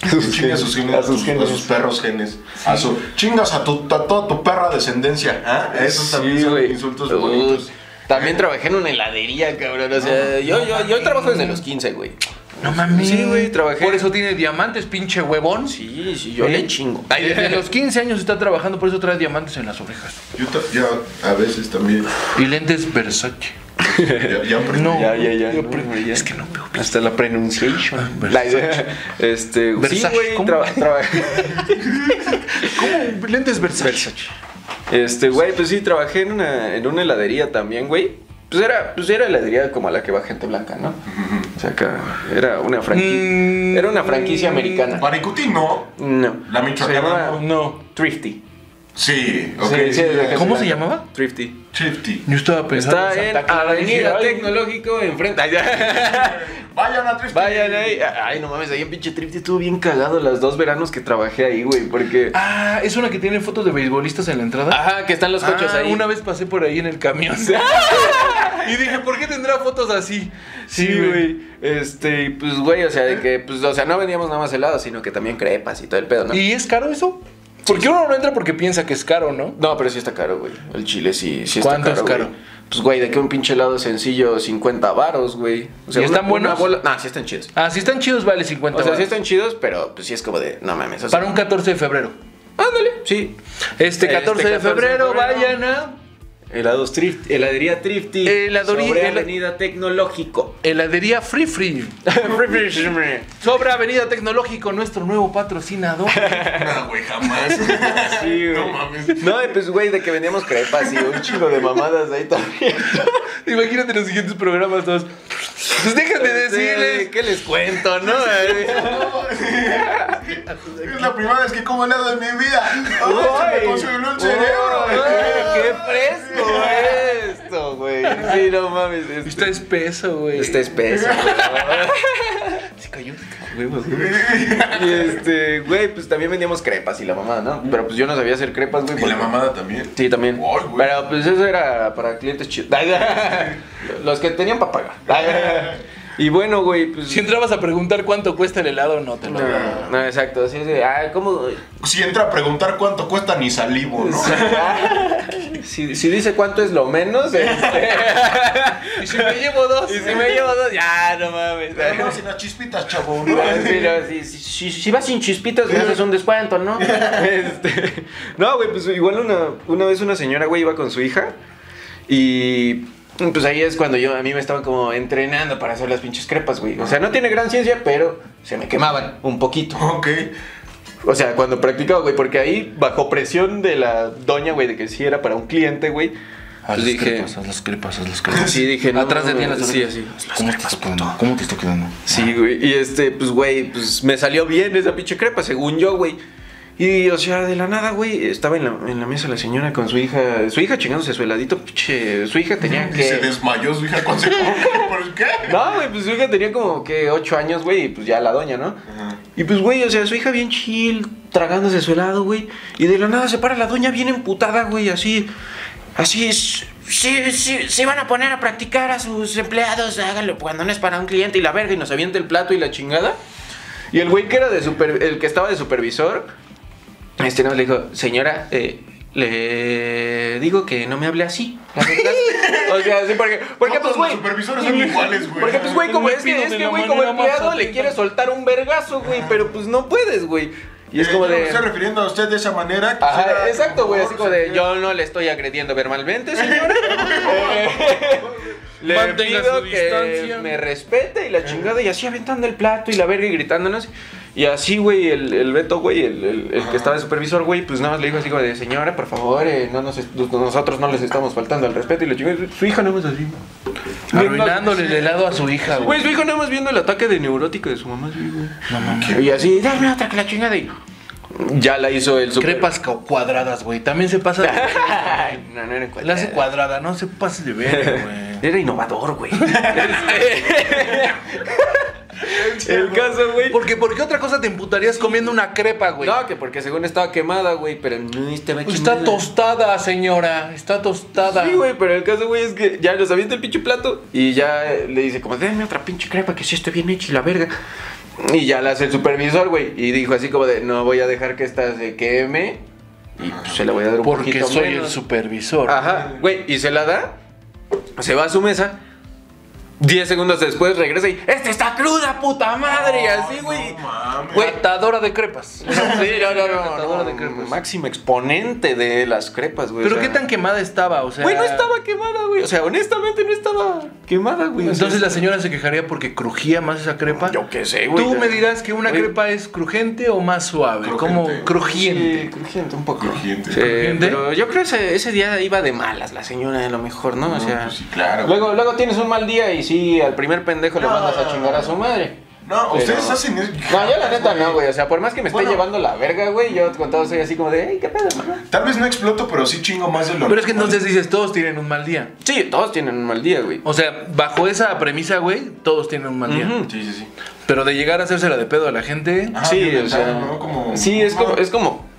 [SPEAKER 5] Que chingue a sus genes, a sus, a sus perros genes. A su, chingas a, tu, a toda tu perra descendencia. ¿Ah? Esos también
[SPEAKER 3] Sí,
[SPEAKER 5] son
[SPEAKER 3] güey.
[SPEAKER 5] insultos
[SPEAKER 3] Uy,
[SPEAKER 5] bonitos.
[SPEAKER 3] También trabajé en una heladería, cabrón, o sea, yo, yo, yo trabajo desde los 15, güey.
[SPEAKER 4] No mames.
[SPEAKER 3] Sí, güey, trabajé.
[SPEAKER 4] Por eso tiene diamantes, pinche huevón.
[SPEAKER 3] Sí, sí, yo
[SPEAKER 4] ¿Eh?
[SPEAKER 3] le chingo.
[SPEAKER 4] Ay, desde los 15 años está trabajando, por eso trae diamantes en las orejas.
[SPEAKER 5] Yo ta- ya a veces también.
[SPEAKER 4] Y lentes Versace.
[SPEAKER 5] Ya, ya aprendí.
[SPEAKER 4] No.
[SPEAKER 3] Ya, ya, ya.
[SPEAKER 4] Yo
[SPEAKER 3] No,
[SPEAKER 4] pre-
[SPEAKER 3] hombre, ya.
[SPEAKER 4] Es que no veo bien.
[SPEAKER 3] Hasta la pronunciation. La idea. Este, sí,
[SPEAKER 4] Versace,
[SPEAKER 3] güey,
[SPEAKER 4] ¿cómo?
[SPEAKER 3] traba- traba-
[SPEAKER 4] ¿Cómo? Lentes Versace.
[SPEAKER 3] Este, güey, pues sí, trabajé en una, en una heladería también, güey. Pues era, pues era heladería como a la que va gente blanca, ¿no? O sea, acá era una franquicia.
[SPEAKER 4] Mm.
[SPEAKER 3] Era una franquicia americana.
[SPEAKER 5] Paricutí no.
[SPEAKER 3] No.
[SPEAKER 5] La
[SPEAKER 3] Se
[SPEAKER 5] michoacana.
[SPEAKER 3] llamaba
[SPEAKER 4] No.
[SPEAKER 3] Thrifty.
[SPEAKER 5] Sí, ok.
[SPEAKER 3] Sí, sí, era de gente
[SPEAKER 4] ¿Cómo se
[SPEAKER 3] blanca.
[SPEAKER 4] llamaba?
[SPEAKER 3] Thrifty.
[SPEAKER 5] Shifty.
[SPEAKER 4] Yo estaba pensando.
[SPEAKER 3] Está en
[SPEAKER 4] Santa Clara.
[SPEAKER 3] Avenida
[SPEAKER 4] Dije, ay,
[SPEAKER 3] Tecnológico enfrente. Ay, ya.
[SPEAKER 5] Vayan a Thrifty.
[SPEAKER 3] Vayan ahí. Ay, no mames, ahí en pinche Thrifty estuvo bien cagado los dos veranos que trabajé ahí, güey, porque...
[SPEAKER 4] Ah, es una que tiene fotos de beisbolistas en la entrada.
[SPEAKER 3] Ajá, que están los coches
[SPEAKER 4] Ah,
[SPEAKER 3] ahí.
[SPEAKER 4] Una vez pasé por ahí en el camión. y dije, ¿por qué tendrá fotos así?
[SPEAKER 3] Sí, güey. Este, pues, güey, o sea, de que, pues, o sea, no vendíamos nada más helados, sino que también crepas y todo el pedo, ¿no?
[SPEAKER 4] ¿Y es caro eso? Porque uno no entra porque piensa que es caro, ¿no?
[SPEAKER 3] No, pero sí está caro, güey. El chile sí, sí está
[SPEAKER 4] ¿Cuánto es
[SPEAKER 3] caro.
[SPEAKER 4] caro?
[SPEAKER 3] güey. Pues, güey, de que un pinche helado sencillo, 50 varos, güey. O
[SPEAKER 4] ¿Y están
[SPEAKER 3] una- una
[SPEAKER 4] buenos?
[SPEAKER 3] bola- No, sí están chidos.
[SPEAKER 4] Ah, si están chidos, vale 50
[SPEAKER 3] O sea, sí
[SPEAKER 4] varos.
[SPEAKER 3] están chidos, pero pues sí es como de, no mames. o sea-
[SPEAKER 4] Para un 14 de febrero.
[SPEAKER 3] Ándale, sí.
[SPEAKER 4] Este 14,
[SPEAKER 3] 14
[SPEAKER 4] de,
[SPEAKER 3] de
[SPEAKER 4] febrero,
[SPEAKER 3] febrero.
[SPEAKER 4] vayan a
[SPEAKER 3] Helados Thrift, heladería Thrifty.
[SPEAKER 4] Heladorí-
[SPEAKER 3] sobre
[SPEAKER 4] hela-
[SPEAKER 3] Avenida Tecnológico.
[SPEAKER 4] heladería Free Free. Sobre Avenida Tecnológico, nuestro nuevo patrocinador.
[SPEAKER 5] No, güey, jamás.
[SPEAKER 3] Sí, güey.
[SPEAKER 5] No mames.
[SPEAKER 3] No, y pues, güey, de que vendíamos crepas y un chingo de mamadas ahí también.
[SPEAKER 4] Imagínate los siguientes programas todos. Pues déjate decirles.
[SPEAKER 3] ¿Qué les cuento, no?
[SPEAKER 5] Es la primera vez que como helado en mi vida. Ay, se me consumió el cerebro.
[SPEAKER 3] Ay, ¡Qué fresco esto, güey! Sí, no mames. este-
[SPEAKER 4] Está espeso, güey.
[SPEAKER 3] Está espeso.
[SPEAKER 4] Se cayó.
[SPEAKER 3] Y este, güey, pues también vendíamos crepas y la mamada, ¿no? Pero pues yo no sabía hacer crepas, güey.
[SPEAKER 5] Y la
[SPEAKER 3] porque-
[SPEAKER 5] mamada también.
[SPEAKER 3] Sí, también.
[SPEAKER 5] Ay, güey.
[SPEAKER 3] Pero pues eso era para clientes chidos. Los que tenían para pagar. Y bueno, güey, pues.
[SPEAKER 4] Si entrabas a preguntar cuánto cuesta el helado, no te lo
[SPEAKER 3] No, no, exacto. Así es de, ah, ¿cómo?
[SPEAKER 5] Si entra a preguntar cuánto cuesta ni salivo, ¿no?
[SPEAKER 3] Si, si dice cuánto es lo menos, este,
[SPEAKER 4] Y si me llevo dos.
[SPEAKER 3] y si me llevo dos, ya, no mames.
[SPEAKER 5] Pero No, sin las chispitas, chavo. ¿no?
[SPEAKER 3] Sí, no, sí, sí, sí, Pues, si, vas sin chispitas, me haces un descuento, ¿no? Este, no, güey, pues igual una, una vez una señora, güey, iba con su hija y pues ahí es cuando yo, a mí me estaban como entrenando para hacer las pinches crepas, güey. O sea, no tiene gran ciencia, pero se me quemaban un poquito.
[SPEAKER 5] Ok.
[SPEAKER 3] O sea, cuando practicaba, güey, porque ahí bajo presión de la doña, güey, de que sí era para un cliente, güey.
[SPEAKER 4] A
[SPEAKER 3] Pues
[SPEAKER 4] las
[SPEAKER 3] dije-
[SPEAKER 4] crepas, a las crepas, a las crepas.
[SPEAKER 3] Sí, dije, no,
[SPEAKER 4] Atrás de ti en las
[SPEAKER 3] sí,
[SPEAKER 4] orejas.
[SPEAKER 3] así.
[SPEAKER 4] ¿Cómo te está quedando? ¿Cómo te está quedando?
[SPEAKER 3] Sí, güey. Y este, pues, güey, pues me salió bien esa pinche crepa, según yo, güey. Y, o sea, de la nada, güey, estaba en la, en la mesa la señora con su hija, su hija chingándose su heladito, pinche, su hija tenía
[SPEAKER 5] Y se
[SPEAKER 3] que...
[SPEAKER 5] desmayó su hija cuando se ¿Por qué?
[SPEAKER 3] No, güey, pues su hija tenía como que 8 años, güey, y pues ya la doña, ¿no? Y pues, güey, o sea, su hija bien chill, tragándose su helado, güey. Y de la nada se para la doña bien emputada, güey, así. Así es.
[SPEAKER 6] Sí, sí, sí van a poner a practicar a sus empleados, háganlo cuando no es para un cliente y la verga y no
[SPEAKER 3] Nos avienta el plato y la chingada. Y el güey que era de super, el que estaba de supervisor, este no le dijo, señora, eh, le digo que no me hable así. la verdad". o sea, sí, porque, porque
[SPEAKER 5] Todos
[SPEAKER 3] pues, güey.
[SPEAKER 5] los supervisores son iguales, güey.
[SPEAKER 3] Porque, pues, güey, como
[SPEAKER 4] Le
[SPEAKER 3] es que,
[SPEAKER 4] pido
[SPEAKER 3] es
[SPEAKER 4] de
[SPEAKER 3] que,
[SPEAKER 4] la
[SPEAKER 3] güey, como
[SPEAKER 4] manera más
[SPEAKER 3] empleado le
[SPEAKER 4] atenta.
[SPEAKER 3] quiere soltar un vergazo, güey, pero pues no puedes, güey. Y es
[SPEAKER 5] Eh,
[SPEAKER 3] como
[SPEAKER 5] yo me
[SPEAKER 3] de.
[SPEAKER 5] estoy refiriendo a usted de esa manera. que
[SPEAKER 3] Ajá,
[SPEAKER 5] será-
[SPEAKER 3] exacto, güey. Es
[SPEAKER 5] por
[SPEAKER 3] como de,
[SPEAKER 5] favor,
[SPEAKER 3] yo no le estoy agrediendo verbalmente, señora. Eh, le
[SPEAKER 4] Mantenga
[SPEAKER 3] pido
[SPEAKER 4] su
[SPEAKER 3] que
[SPEAKER 4] distancia. Eh.
[SPEAKER 3] me respete y la chingada y así aventando el plato y la verga y gritándonos. Y así, güey, el, el Beto, güey, el, el- el que estaba de supervisor, güey, pues nada más le dijo así como de, señora, por favor, eh, no nos, est- nosotros no les estamos faltando al respeto. Y la chingada, su hija no más así.
[SPEAKER 4] Arruinándole el helado a su hija,
[SPEAKER 3] Güey,
[SPEAKER 4] güey.
[SPEAKER 3] su hija nada más viendo el ataque de neurótico de su mamá, sí, güey.
[SPEAKER 4] No mames.
[SPEAKER 3] Y así, dame otra que la chingada y... Ya la hizo el super...
[SPEAKER 4] Crepas ca- cuadradas, güey. También se pasa de...
[SPEAKER 3] Ay, no, no era
[SPEAKER 4] La hace cuadrada, no se pase de ver, güey.
[SPEAKER 3] Era innovador, güey. Este- el caso, güey.
[SPEAKER 4] Porque, ¿por qué otra cosa te emputarías comiendo una crepa, güey? Pues
[SPEAKER 3] No, que porque según estaba quemada, güey, pero no estaba
[SPEAKER 4] Está
[SPEAKER 3] quemada.
[SPEAKER 4] tostada, señora. Está tostada.
[SPEAKER 3] Sí, güey, pero el caso, güey, es que ya nos avienta el pinche plato y ya eh, le dice como, denme otra pinche crepa que sí esté bien hecha y la verga. Y ya la hace el supervisor, güey, y dijo así como de, no voy a dejar que esta se queme y pues, se la voy a dar un
[SPEAKER 4] Porque
[SPEAKER 3] poquito
[SPEAKER 4] soy el
[SPEAKER 3] menos".
[SPEAKER 4] supervisor.
[SPEAKER 3] Ajá, güey, y se la da, se va a su mesa. 10 segundos después regresa y ¡Esta está cruda, puta madre! Y así, güey.
[SPEAKER 5] mames.
[SPEAKER 3] Güey,
[SPEAKER 4] Matadora de crepas.
[SPEAKER 3] sí, no, no,
[SPEAKER 4] Catadora
[SPEAKER 3] no.
[SPEAKER 4] de
[SPEAKER 3] no,
[SPEAKER 4] crepas.
[SPEAKER 3] máximo exponente de las crepas, güey.
[SPEAKER 4] Pero
[SPEAKER 3] o
[SPEAKER 4] qué
[SPEAKER 3] sea.
[SPEAKER 4] tan quemada estaba, o sea.
[SPEAKER 3] Güey, no estaba quemada, güey. O sea, honestamente no estaba quemada, güey.
[SPEAKER 4] Entonces la señora se quejaría porque crujía más esa crepa.
[SPEAKER 3] Yo qué sé, güey.
[SPEAKER 4] Tú me dirás que una
[SPEAKER 3] Güey.
[SPEAKER 4] crepa es crujente o más suave, como
[SPEAKER 5] Crujiente.
[SPEAKER 4] crujiente.
[SPEAKER 3] Sí, crujiente, un poco.
[SPEAKER 5] Crujiente.
[SPEAKER 3] Sí,
[SPEAKER 4] Crujiente.
[SPEAKER 3] pero yo creo que ese, ese día iba de malas la señora, a lo mejor, ¿no? O
[SPEAKER 5] No,
[SPEAKER 3] sea.
[SPEAKER 5] pues sí, claro.
[SPEAKER 3] Luego, luego tienes un mal día y sí, al primer pendejo le
[SPEAKER 5] No.
[SPEAKER 3] mandas a chingar a su madre.
[SPEAKER 5] No,
[SPEAKER 3] Pero-
[SPEAKER 5] ustedes hacen eso.
[SPEAKER 3] No, yo la neta no, güey. O sea, por más que me esté
[SPEAKER 5] Bueno.
[SPEAKER 3] llevando la verga, güey, yo con todo soy así como de, ¡ay, qué pedo, mamá!
[SPEAKER 5] Tal vez no exploto, pero sí chingo más de lo
[SPEAKER 4] Pero es que
[SPEAKER 5] normal.
[SPEAKER 4] entonces dices, todos tienen un mal día.
[SPEAKER 3] Sí, todos tienen un mal día, güey.
[SPEAKER 4] O sea, bajo esa premisa, güey, todos tienen un mal día.
[SPEAKER 3] Ujú.
[SPEAKER 5] Sí, sí, sí.
[SPEAKER 4] Pero de llegar a hacérsela de pedo a la gente.
[SPEAKER 5] Ah,
[SPEAKER 3] sí,
[SPEAKER 5] bien
[SPEAKER 3] o sea.
[SPEAKER 5] mental, ¿no? Como-
[SPEAKER 3] sí, es como,
[SPEAKER 5] Ajá.
[SPEAKER 3] es como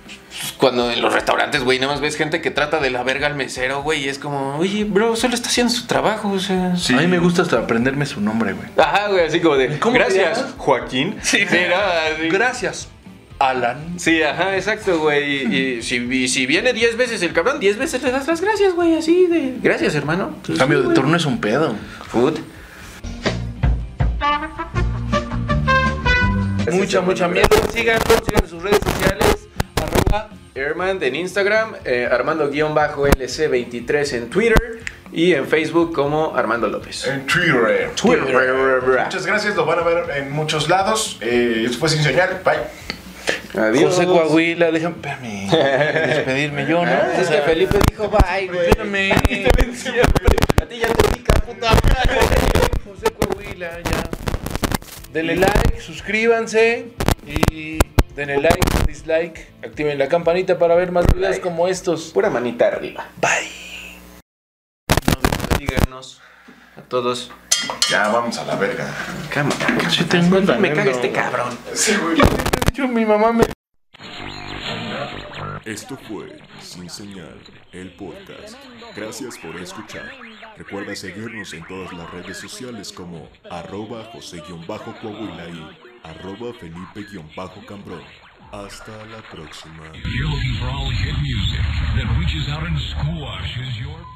[SPEAKER 3] cuando en los restaurantes, güey, nada más ves gente que trata de la verga al mesero, güey, y es como, oye, bro, solo está haciendo su trabajo, o sea.
[SPEAKER 5] Sí.
[SPEAKER 4] A mí me gusta hasta aprenderme su nombre, güey.
[SPEAKER 3] Ajá, güey, así como de.
[SPEAKER 4] ¿Cómo te
[SPEAKER 3] Gracias,
[SPEAKER 4] llamas?
[SPEAKER 3] Joaquín. Sí, no, así.
[SPEAKER 4] Gracias, Alan.
[SPEAKER 3] Sí, ajá, exacto, güey. Y, y si, y si viene 10 veces el cabrón, 10 veces le das las gracias, güey, así de. Gracias, hermano. Pues,
[SPEAKER 4] Cambio
[SPEAKER 3] sí,
[SPEAKER 4] de
[SPEAKER 3] güey.
[SPEAKER 4] turno es un pedo.
[SPEAKER 3] Food.
[SPEAKER 4] Mucha, mucha mierda. Síganos, sigan en sus redes sociales. Arroba.
[SPEAKER 3] Herman en Instagram, eh, Armando-LC23 en Twitter y en Facebook como Armando López.
[SPEAKER 5] En Twitter.
[SPEAKER 3] Twitter.
[SPEAKER 5] Muchas gracias, lo van a ver en muchos lados. Eh, esto fue sin señal. Bye.
[SPEAKER 3] Adiós.
[SPEAKER 4] José Coahuila, déjame, espérame, despedirme yo, ¿no?
[SPEAKER 3] Ah,
[SPEAKER 4] O
[SPEAKER 3] es que
[SPEAKER 4] sea,
[SPEAKER 3] Felipe dijo bye, güey.
[SPEAKER 4] Espérame.
[SPEAKER 3] A ti ya te pica, puta madre.
[SPEAKER 4] José Coahuila, ya. Denle like, suscríbanse y denle like, dislike, activen la campanita para ver más videos como estos.
[SPEAKER 3] Pura manita arriba.
[SPEAKER 4] Bye.
[SPEAKER 3] Díganos a todos.
[SPEAKER 5] Ya, vamos a la verga.
[SPEAKER 3] Cámara. Me caga este cabrón.
[SPEAKER 5] Sí, güey.
[SPEAKER 4] Yo, mi mamá me
[SPEAKER 2] Esto fue Sin Señal, el podcast. Gracias por escuchar. Recuerda seguirnos en todas las redes sociales como arroba José-Coahuila y arroba Felipe-Cambrón. Hasta la próxima.
[SPEAKER 1] If you're looking for all hit music that reaches out and squashes your...